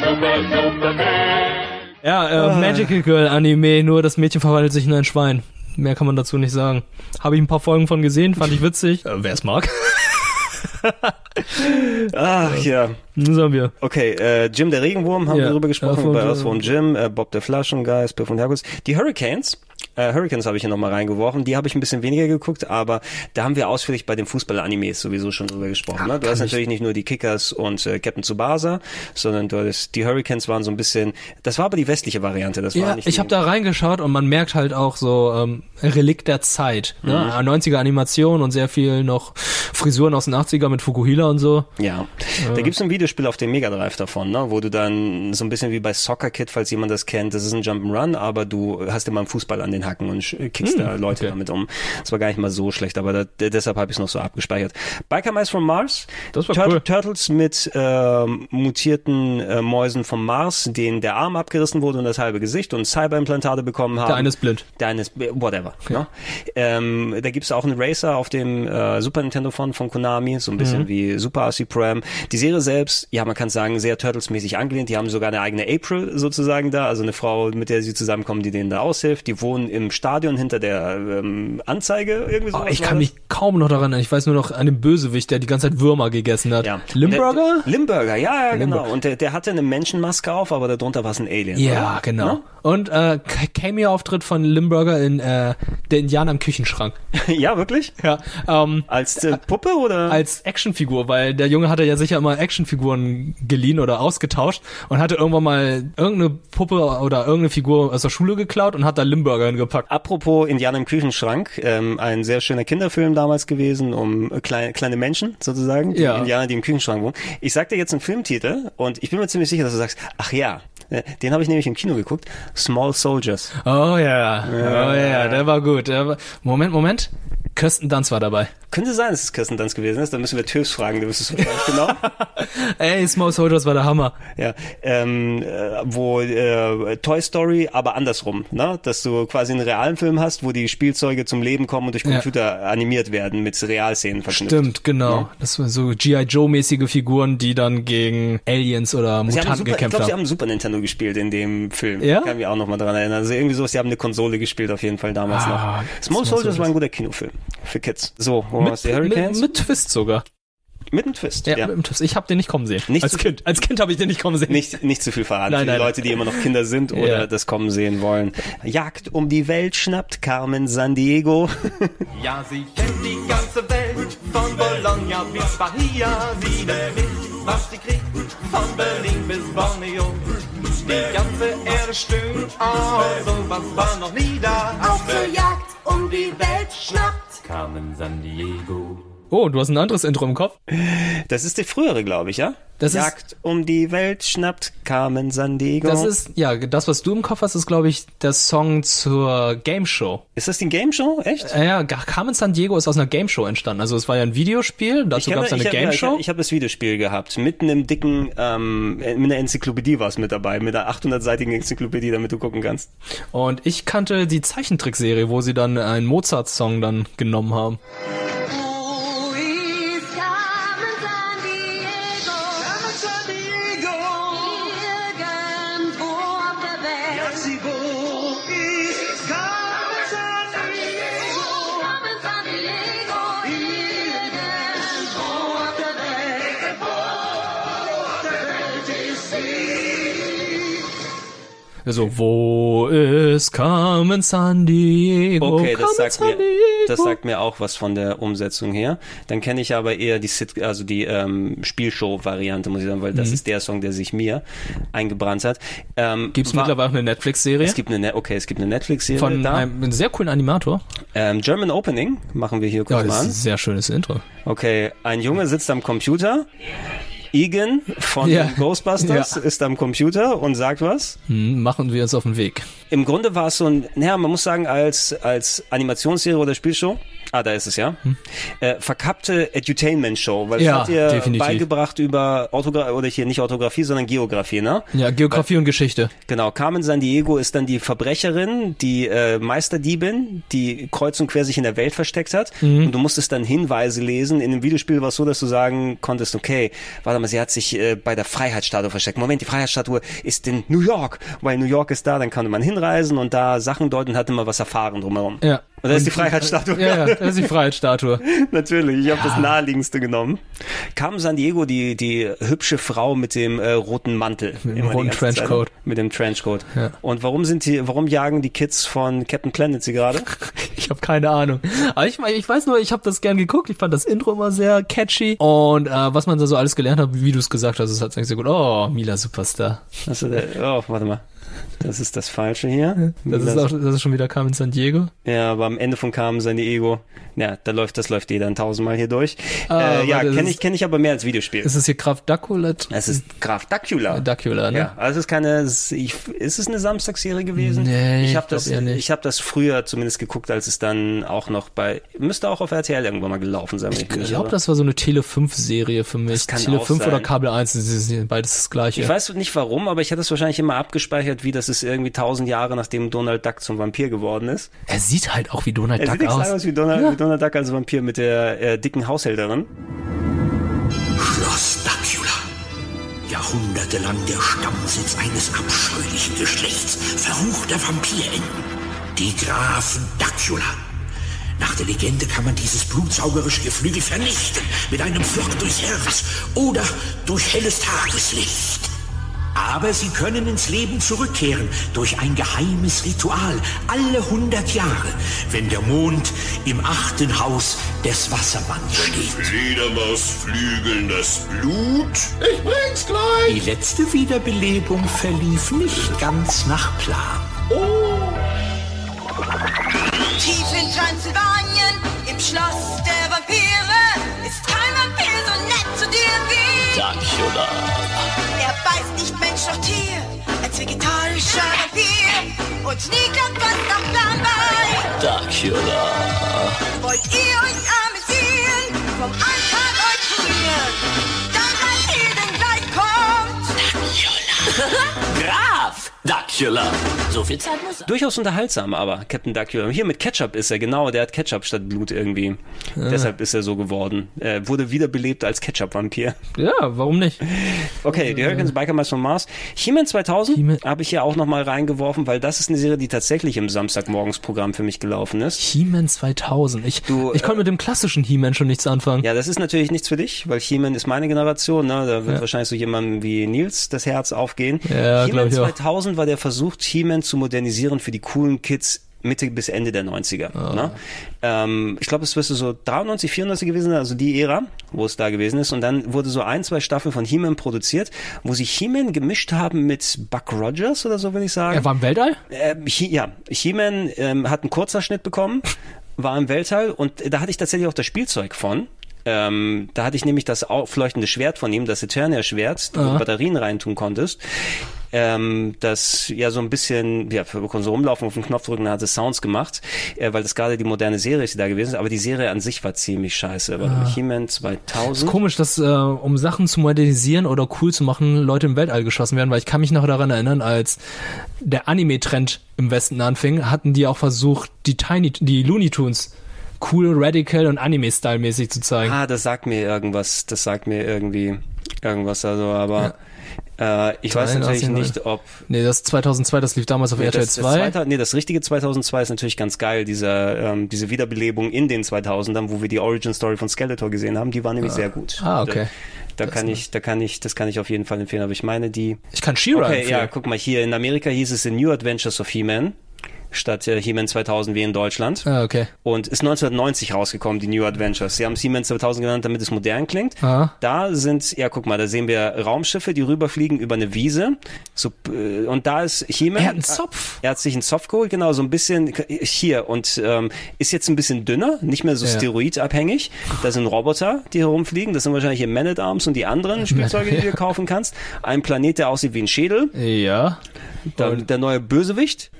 Speaker 6: Super, super Bang!
Speaker 2: Ja, äh, Magical Girl Anime, nur das Mädchen verwandelt sich in ein Schwein. Mehr kann man dazu nicht sagen. Habe ich ein paar Folgen von gesehen, fand ich witzig. Äh, Wer es mag.
Speaker 1: Ach ja.
Speaker 2: Nun sagen wir.
Speaker 1: Okay, äh, Jim der Regenwurm haben
Speaker 2: Ja,
Speaker 1: wir drüber
Speaker 2: Earthworm
Speaker 1: gesprochen, bei
Speaker 2: Jim.
Speaker 1: Earthworm Jim, äh, Bob der Flaschengeist, Biff und Hercules. Die Hurricanes Äh, Hurricanes habe ich hier nochmal reingeworfen. Die habe ich ein bisschen weniger geguckt, aber da haben wir ausführlich bei den Fußball-Animes sowieso schon drüber gesprochen. ne? Du hast natürlich nicht nur die Kickers und äh, Captain Tsubasa, sondern du hattest, die Hurricanes waren so ein bisschen, das war aber die westliche Variante. Das war
Speaker 2: Ja,
Speaker 1: nicht
Speaker 2: ich
Speaker 1: die-
Speaker 2: habe da reingeschaut und man merkt halt auch so ähm, Relikt der Zeit. Ne?
Speaker 1: Mhm.
Speaker 2: 90er Animation und sehr viel noch Frisuren aus den 80er mit Fukuhila und so.
Speaker 1: Ja, da gibt's ein Videospiel auf dem Mega Drive davon, ne? wo du dann so ein bisschen wie bei Soccer Kid, falls jemand das kennt, das ist ein Jump'n'Run, aber du hast immer einen Fußball an den Hacken und sch- kickst
Speaker 2: Hm,
Speaker 1: da Leute damit um. Das war gar nicht mal so schlecht, aber da, de- deshalb habe ich es noch so abgespeichert. Biker Mice from Mars,
Speaker 2: Das war
Speaker 1: Tur-
Speaker 2: cool.
Speaker 1: Turtles mit ähm, mutierten äh, Mäusen vom Mars, denen der Arm abgerissen wurde und das halbe Gesicht und Cyberimplantate bekommen haben.
Speaker 2: Der eine ist blind.
Speaker 1: Der eine ist, whatever. Ne? Ähm, da gibt's auch einen Racer auf dem äh, Super Nintendo von, von Konami, so ein bisschen
Speaker 2: Mhm.
Speaker 1: wie Super RC Prime. Die Serie selbst, ja, man kann sagen, sehr Turtles-mäßig angelehnt. Die haben sogar eine eigene April sozusagen da, also eine Frau, mit der sie zusammenkommen, die denen da aushilft. Die wohnen im Stadion hinter der ähm, Anzeige irgendwie so.
Speaker 2: Oh, ich kann mich kaum noch daran erinnern. Ich weiß nur noch an den Bösewicht, der die ganze Zeit Würmer gegessen hat.
Speaker 1: Ja.
Speaker 2: Limburger?
Speaker 1: Der, Limburger, ja, ja,
Speaker 2: Limburger.
Speaker 1: genau. Und der, der hatte eine Menschenmaske auf, aber darunter war es ein Alien.
Speaker 2: Ja,
Speaker 1: oder?
Speaker 2: genau.
Speaker 1: Ne?
Speaker 2: Und äh, K- Cameo-Auftritt von Limburger in äh, Der Indianer im Küchenschrank.
Speaker 1: Ne? ja, wirklich?
Speaker 2: ja, ähm,
Speaker 1: Als äh, Puppe oder?
Speaker 2: als Actionfigur, weil der Junge hatte ja sicher immer Actionfiguren geliehen oder ausgetauscht und hatte irgendwann mal irgendeine Puppe oder irgendeine Figur aus der Schule geklaut und hat da Limburger hingepackt.
Speaker 1: Apropos Indianer im Küchenschrank, ähm, ein sehr schöner Kinderfilm damals gewesen, um äh, kleine, kleine Menschen sozusagen, die
Speaker 2: Ja.
Speaker 1: Indianer, die im Küchenschrank wohnen. Ich sag dir jetzt einen Filmtitel und ich bin mir ziemlich sicher, dass du sagst, ach ja, äh, den habe ich nämlich im Kino geguckt, Small Soldiers.
Speaker 2: Oh ja, oh ja, der war gut. Der war, Moment, Moment. Kirsten Dunst war dabei.
Speaker 1: Könnte sein, dass es Kirsten Dunst gewesen ist, dann müssen wir Töfs fragen, du wüsstest wahrscheinlich genau.
Speaker 2: Ey, Small Soldiers war der Hammer.
Speaker 1: Ja, ähm, äh, wo äh, Toy Story, aber andersrum, ne? Dass du quasi einen realen Film hast, wo die Spielzeuge zum Leben kommen und durch Computer animiert werden mit Realszenen verknüpft.
Speaker 2: Stimmt, genau. Das waren so G.I. Joe-mäßige Figuren, die dann gegen Aliens oder
Speaker 1: Sie haben
Speaker 2: Mutanten
Speaker 1: Super, ich
Speaker 2: gekämpft
Speaker 1: glaube, sie
Speaker 2: haben.
Speaker 1: haben Super Nintendo gespielt in dem Film.
Speaker 2: Ja?
Speaker 1: Kann mich auch nochmal dran erinnern. Also irgendwie sowas, sie haben eine Konsole gespielt auf jeden Fall damals
Speaker 2: Ah,
Speaker 1: noch. Small
Speaker 2: Small
Speaker 1: Soldiers
Speaker 2: Soldiers.
Speaker 1: war ein guter Kinofilm für Kids. So, wo war's? Die
Speaker 2: mit, mit,
Speaker 1: Hurricanes?
Speaker 2: mit Twist sogar.
Speaker 1: mit einem Twist, ja.
Speaker 2: Ja, mit dem Twist. Ich habe den nicht kommen sehen.
Speaker 1: Nicht
Speaker 2: als
Speaker 1: zu-
Speaker 2: Kind. Als Kind habe ich den nicht kommen sehen.
Speaker 1: Nicht, nicht zu viel verraten
Speaker 2: Nein,
Speaker 1: für die
Speaker 2: nein,
Speaker 1: Leute, die immer noch Kinder sind oder
Speaker 2: Ja.
Speaker 1: das kommen sehen wollen. Jagd um die Welt schnappt Carmen San Diego.
Speaker 5: Ja, sie kennt die ganze Welt, von Bologna bis Bahia. Sie nimmt mit, was sie kriegt, von Berlin bis Borneo. Die ganze Erde stöhnt auf, sowas war noch nie da.
Speaker 4: Auf zur Jagd um die Welt schnappt.
Speaker 5: Carmen San Diego.
Speaker 2: Oh, du hast ein anderes Intro im Kopf.
Speaker 1: Das ist die frühere, glaube ich, ja?
Speaker 2: Das ist-
Speaker 1: Jagd um die Welt schnappt Carmen San Diego.
Speaker 2: Das ist, ja, das, was du im Kopf hast, ist, glaube ich, der Song zur Game Show.
Speaker 1: ist das die Game Show? Echt?
Speaker 2: Äh, Ja, G- Carmen San Diego ist aus einer Game Show entstanden. Also es war ja ein Videospiel, dazu
Speaker 1: Ich
Speaker 2: gab
Speaker 1: habe
Speaker 2: es eine
Speaker 1: ich hab, ja,
Speaker 2: Game
Speaker 1: ich hab-
Speaker 2: Show.
Speaker 1: Ich habe das Videospiel gehabt. Mitten im dicken, ähm, in einer Enzyklopädie war es mit dabei, mit einer 800-seitigen Enzyklopädie, damit du gucken kannst.
Speaker 2: Und ich kannte die Zeichentrickserie, wo sie dann einen Mozart-Song dann genommen haben.
Speaker 4: Wo ist Carmen San Diego? Carmen San Diego. Irgendwo auf der Welt. Ja, sie wo ist Carmen San Diego? Carmen San Diego. Irgendwo auf der Welt.
Speaker 2: Also, wo ist Carmen San Diego?
Speaker 1: Okay, das
Speaker 2: Carmen
Speaker 1: sagt,
Speaker 2: San
Speaker 1: mir,
Speaker 2: Diego.
Speaker 1: das sagt mir auch was von der Umsetzung her. Dann kenne ich aber eher die, Sit also die ähm, Spielshow-Variante, muss ich sagen, weil das
Speaker 2: Mhm.
Speaker 1: ist der Song, der sich mir eingebrannt hat. Ähm,
Speaker 2: Gibt's
Speaker 1: war-
Speaker 2: mittlerweile auch eine Netflix-Serie
Speaker 1: Es gibt eine, Ne- okay, es gibt eine Netflix-Serie
Speaker 2: von
Speaker 1: da.
Speaker 2: einem, einem sehr coolen Animator.
Speaker 1: Ähm, German Opening machen wir hier kurz
Speaker 2: Ja, das
Speaker 1: mal
Speaker 2: ist
Speaker 1: an.
Speaker 2: ein sehr schönes Intro.
Speaker 1: Okay, ein Junge sitzt am Computer. Egan von
Speaker 2: Ja.
Speaker 1: den Ghostbusters
Speaker 2: Ja.
Speaker 1: ist am Computer und sagt was.
Speaker 2: Hm, machen wir uns auf den Weg.
Speaker 1: Im Grunde war es so ein, naja, man muss sagen, als, als Animationsserie oder Spielshow, ah, da ist es ja, äh, verkappte Edutainment-Show, weil
Speaker 2: Hm. Ja,
Speaker 1: es hat ihr
Speaker 2: definitiv.
Speaker 1: beigebracht über Orthografie, oder hier nicht Orthografie, sondern Geografie, ne?
Speaker 2: Ja, Geografie und Geschichte.
Speaker 1: Genau, Carmen San Diego ist dann die Verbrecherin, die äh, Meisterdiebin, die kreuz und quer sich in der Welt versteckt hat.
Speaker 2: Mhm.
Speaker 1: Und du musstest dann Hinweise lesen. In dem Videospiel war es so, dass du sagen konntest, okay, warte mal, sie hat sich äh, bei der Freiheitsstatue versteckt. Moment, die Freiheitsstatue ist in New York. Weil New York ist da, dann konnte man hinreisen und da Sachen deuten und hat immer was erfahren drumherum.
Speaker 2: Ja.
Speaker 1: Und da ist die Freiheitsstatue.
Speaker 2: Ja, ja, das ist die Freiheitsstatue.
Speaker 1: Natürlich, ich habe das naheliegendste genommen. Carmen San Diego, die, die hübsche Frau mit dem äh, roten Mantel. Mit
Speaker 2: roten Trenchcoat.
Speaker 1: mit dem Trenchcoat.
Speaker 2: Ja.
Speaker 1: Und warum sind die, warum jagen die Kids von Captain Planet sie gerade?
Speaker 2: Ich habe keine Ahnung. Aber ich, ich weiß nur, ich habe das gern geguckt. Ich fand das Intro immer sehr catchy. Und äh, was man da so alles gelernt hat, wie du es gesagt hast, ist halt sehr gut. Oh, Mila Superstar.
Speaker 1: Also der, oh, warte mal. Das ist das Falsche hier.
Speaker 2: Das ist, auch, das ist schon wieder Carmen San Diego.
Speaker 1: Ja, aber am Ende von Carmen San Diego, ja, da läuft, das läuft jeder ein tausendmal hier durch.
Speaker 2: Ah,
Speaker 1: äh, ja,
Speaker 2: warte, das
Speaker 1: kenne
Speaker 2: ist-
Speaker 1: ich, kenn ich aber mehr als Videospiel.
Speaker 2: Ist es hier Kraft Dakulat?
Speaker 1: Es ist Graf Dracula.
Speaker 2: Dracula, ne?
Speaker 1: Ja, also es ist keine, es- ich, ist es eine Samstagsserie gewesen?
Speaker 2: Nee,
Speaker 1: ich habe
Speaker 2: ich glaub
Speaker 1: das,
Speaker 2: eher nicht.
Speaker 1: ich habe das früher zumindest geguckt, als es dann auch noch bei, müsste auch auf RTL irgendwann mal gelaufen sein. wenn mich
Speaker 2: Ich
Speaker 1: nicht
Speaker 2: glaube,
Speaker 1: irre.
Speaker 2: das war so eine Tele 5 Serie für mich.
Speaker 1: kann
Speaker 2: Tele
Speaker 1: auch
Speaker 2: 5 oder
Speaker 1: sein.
Speaker 2: Kabel 1, das ist beides das gleiche.
Speaker 1: Ich weiß nicht warum, aber ich hatte es wahrscheinlich immer abgespeichert, wie das ist irgendwie tausend Jahre, nachdem Donald Duck zum Vampir geworden ist.
Speaker 2: er sieht halt auch wie Donald
Speaker 1: Er sieht
Speaker 2: Duck
Speaker 1: exakt
Speaker 2: aus.
Speaker 1: aus wie Donald, wie Donald Duck als Vampir mit der äh, dicken Haushälterin.
Speaker 3: Schloss Dracula. Jahrhundertelang der Stammsitz eines abscheulichen Geschlechts verruchter Vampirenden. Die Grafen Dracula. Nach der Legende kann man dieses blutsaugerische Geflügel vernichten mit einem Flock durchs Herz oder durch helles Tageslicht. Aber sie können ins Leben zurückkehren durch ein geheimes Ritual alle hundert Jahre, wenn der Mond im achten Haus des Wassermanns steht.
Speaker 11: Fledermausflügeln das Blut? Ich bring's
Speaker 3: Die
Speaker 11: gleich!
Speaker 3: letzte Wiederbelebung verlief nicht ganz nach Plan.
Speaker 4: Tief in Transsilvanien, im Schloss der Vampire, ist kein Vampir so nett zu dir wie.
Speaker 11: Dracula.
Speaker 4: Er beißt nicht Mensch noch Tier, als vegetarischer Vampir. Und nie klappt was nach Plan bei.
Speaker 11: Dracula.
Speaker 4: Wollt ihr euch amüsieren, vom Anfang euch rühren. Dann seid ihr denn gleich kommt.
Speaker 11: Graf! Dracula. So viel Zeit muss
Speaker 1: Durchaus unterhaltsam, aber Captain Dracula. Hier mit Ketchup ist er, genau, der hat Ketchup statt Blut irgendwie. Deshalb ist er so geworden. Er wurde wiederbelebt als Ketchup-Vampir.
Speaker 2: Ja, warum nicht?
Speaker 1: Okay, die Hurricanes Biker Mice von Mars. He-Man 2000
Speaker 2: He-Man-
Speaker 1: habe ich hier auch nochmal reingeworfen, weil das ist eine Serie, die tatsächlich im Samstagmorgensprogramm für mich gelaufen ist.
Speaker 2: He-Man 2000. Ich,
Speaker 1: Du, äh,
Speaker 2: ich konnte mit dem klassischen He-Man schon nichts anfangen.
Speaker 1: Ja, das ist natürlich nichts für dich, weil He-Man ist meine Generation. Ne? Da wird wahrscheinlich so jemandem wie Nils das Herz aufgehen.
Speaker 2: Ja, glaub
Speaker 1: He-Man
Speaker 2: ich auch.
Speaker 1: 2000 war der Versuch, He-Man zu modernisieren für die coolen Kids Mitte bis Ende der 90er.
Speaker 2: Ah.
Speaker 1: Ne? Ähm, ich glaube, es müsste so 93, 94 gewesen sein, also die Ära, wo es da gewesen ist. Und dann wurde so ein, zwei Staffeln von He-Man produziert, wo sie He-Man gemischt haben mit Buck Rogers oder so, will ich sagen.
Speaker 2: Er war im Weltall?
Speaker 1: Ähm, He ja, He-Man ähm, hat einen Kurzerschnitt bekommen, war im Weltall und da hatte ich tatsächlich auch das Spielzeug von. Ähm, da hatte ich nämlich das aufleuchtende Schwert von ihm, das Eternia-Schwert, wo du Batterien reintun konntest. Ähm, das ja so ein bisschen, ja, wir konnten so rumlaufen, auf den Knopf drücken, dann hat es Sounds gemacht, äh, weil das gerade die moderne Serie ist, die da gewesen ist, aber die Serie an sich war ziemlich scheiße. Aber
Speaker 2: Ah.
Speaker 1: He-Man 2000.
Speaker 2: Komisch, dass äh, um Sachen zu modernisieren oder cool zu machen, Leute im Weltall geschossen werden, weil ich kann mich noch daran erinnern, als der Anime-Trend im Westen anfing, hatten die auch versucht, die Tiny, die Looney Tunes cool, radical und Anime-Style-mäßig zu zeigen.
Speaker 1: Ah, das sagt mir irgendwas. Das sagt mir irgendwie irgendwas. Also, aber äh, ich weiß
Speaker 2: Nein,
Speaker 1: natürlich
Speaker 2: lass ihn
Speaker 1: nicht, ob.
Speaker 2: Nee, das 2002, das lief damals auf RTL
Speaker 1: das,
Speaker 2: 2.
Speaker 1: Das, zweite- nee, das richtige 2002 ist natürlich ganz geil, dieser, ähm, diese Wiederbelebung in den 2000ern, wo wir die Origin Story von Skeletor gesehen haben, die war nämlich sehr gut.
Speaker 2: Ah, okay.
Speaker 1: Da, da kann ich, da kann ich, das kann ich auf jeden Fall empfehlen. Aber ich meine die.
Speaker 2: ich kann She-Ra
Speaker 1: Okay,
Speaker 2: empfehlen.
Speaker 1: ja, guck mal hier in Amerika hieß es The New Adventures of He-Man statt äh, He-Man 2000 wie in Deutschland
Speaker 2: Ah, okay.
Speaker 1: und ist 1990 rausgekommen, die New Adventures. Sie haben Siemens 2000 genannt, damit es modern klingt.
Speaker 2: Aha.
Speaker 1: Da sind, ja guck mal, da sehen wir Raumschiffe, die rüberfliegen über eine Wiese. So, äh, und da ist He-Man. Ah,
Speaker 2: Er hat einen Zopf.
Speaker 1: Er hat sich einen Zopf geholt, genau, so ein bisschen hier und ähm, ist jetzt ein bisschen dünner, nicht mehr so
Speaker 2: Ja.
Speaker 1: steroidabhängig. Da sind Roboter, die herumfliegen. Das sind wahrscheinlich hier Man at Arms und die anderen Spielzeuge, die du dir kaufen kannst. Ein Planet, der aussieht wie ein Schädel.
Speaker 2: Ja.
Speaker 1: Der, der neue Bösewicht.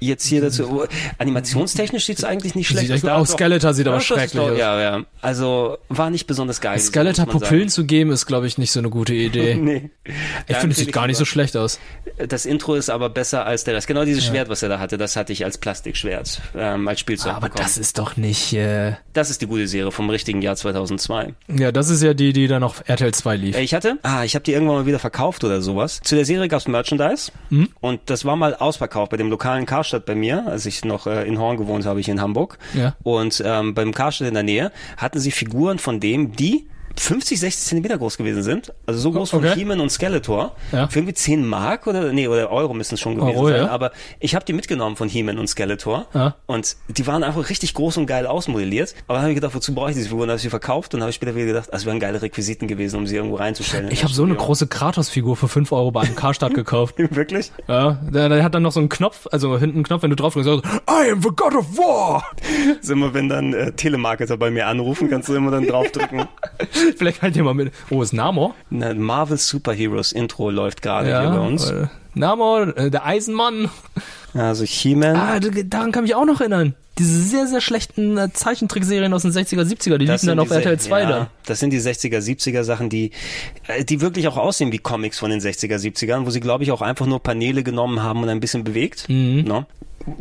Speaker 1: Jetzt hier dazu. Animationstechnisch sieht's eigentlich nicht schlecht
Speaker 2: Sieht echt gut
Speaker 1: Da
Speaker 2: aus.
Speaker 1: hat doch-
Speaker 2: Skeletor sieht aber
Speaker 1: das ist
Speaker 2: schrecklich
Speaker 1: doch-
Speaker 2: aus.
Speaker 1: Ja, ja. Also war nicht besonders geil.
Speaker 2: Skeletor
Speaker 1: muss man
Speaker 2: Pupillen zu geben, ist, glaube ich, nicht so eine gute Idee.
Speaker 1: sagen. Nee.
Speaker 2: Ich finde, es sieht gar nicht so schlecht aus.
Speaker 1: Das Intro ist aber besser als der. Das genau dieses Schwert, was er da hatte. Das hatte ich als Plastikschwert, ähm, als Spielzeug
Speaker 2: Aber
Speaker 1: bekommen.
Speaker 2: das ist doch nicht. Äh
Speaker 1: das ist die gute Serie vom richtigen Jahr 2002.
Speaker 2: ja, das ist ja die, die dann auf RTL 2 lief.
Speaker 1: Äh, Ich hatte, ah, ich habe die irgendwann mal wieder verkauft oder sowas. Zu der Serie gab's Merchandise
Speaker 2: Mhm.
Speaker 1: und das war mal ausverkauft bei dem lokalen Karstadt bei mir, als ich noch äh, in Horn gewohnt habe, ich in Hamburg.
Speaker 2: Ja.
Speaker 1: Und ähm, beim Karstadt in der Nähe hatten sie Figuren von dem, die 50, 60 Zentimeter groß gewesen sind. Also so groß von
Speaker 2: Oh, Okay.
Speaker 1: He-Man und Skeletor.
Speaker 2: Ja.
Speaker 1: Für irgendwie 10 Mark oder, nee, oder Euro müssen es schon gewesen
Speaker 2: Euro,
Speaker 1: sein.
Speaker 2: ja.
Speaker 1: Aber ich habe die mitgenommen von He-Man und Skeletor.
Speaker 2: Ja.
Speaker 1: Und die waren einfach richtig groß und geil ausmodelliert. Aber dann habe ich gedacht, wozu brauche ich diese Figuren? Dann habe ich sie verkauft und habe ich später wieder gedacht, das wären geile Requisiten gewesen, um sie irgendwo reinzustellen.
Speaker 2: Ich habe so ne- eine große Kratos-Figur für 5 Euro bei einem Karstadt gekauft.
Speaker 1: Wirklich?
Speaker 2: Ja, der, der hat dann noch so einen Knopf, also hinten einen Knopf, wenn du drauf drückst, sagst du, I am the God of War!
Speaker 1: So immer, wenn dann äh, Telemarketer bei mir anrufen, kannst du immer dann draufdrücken.
Speaker 2: Vielleicht halt jemand mit, oh, ist Namor?
Speaker 1: Na, Marvel Superheroes Intro läuft gerade hier bei uns.
Speaker 2: äh, Namor, äh, der Eisenmann.
Speaker 1: Also He-Man.
Speaker 2: Ah, d- daran kann ich mich auch noch erinnern. Diese sehr, sehr schlechten äh, Zeichentrickserien aus den 60er, 70er, die liefen dann
Speaker 1: sind
Speaker 2: auf
Speaker 1: die
Speaker 2: RTL
Speaker 1: sech-
Speaker 2: 2
Speaker 1: ja,
Speaker 2: dann.
Speaker 1: Das sind die 60er, 70er Sachen, die, äh, die wirklich auch aussehen wie Comics von den 60er, 70ern, wo sie, glaube ich, auch einfach nur Paneele genommen haben und ein bisschen bewegt.
Speaker 2: Mhm.
Speaker 1: Ne?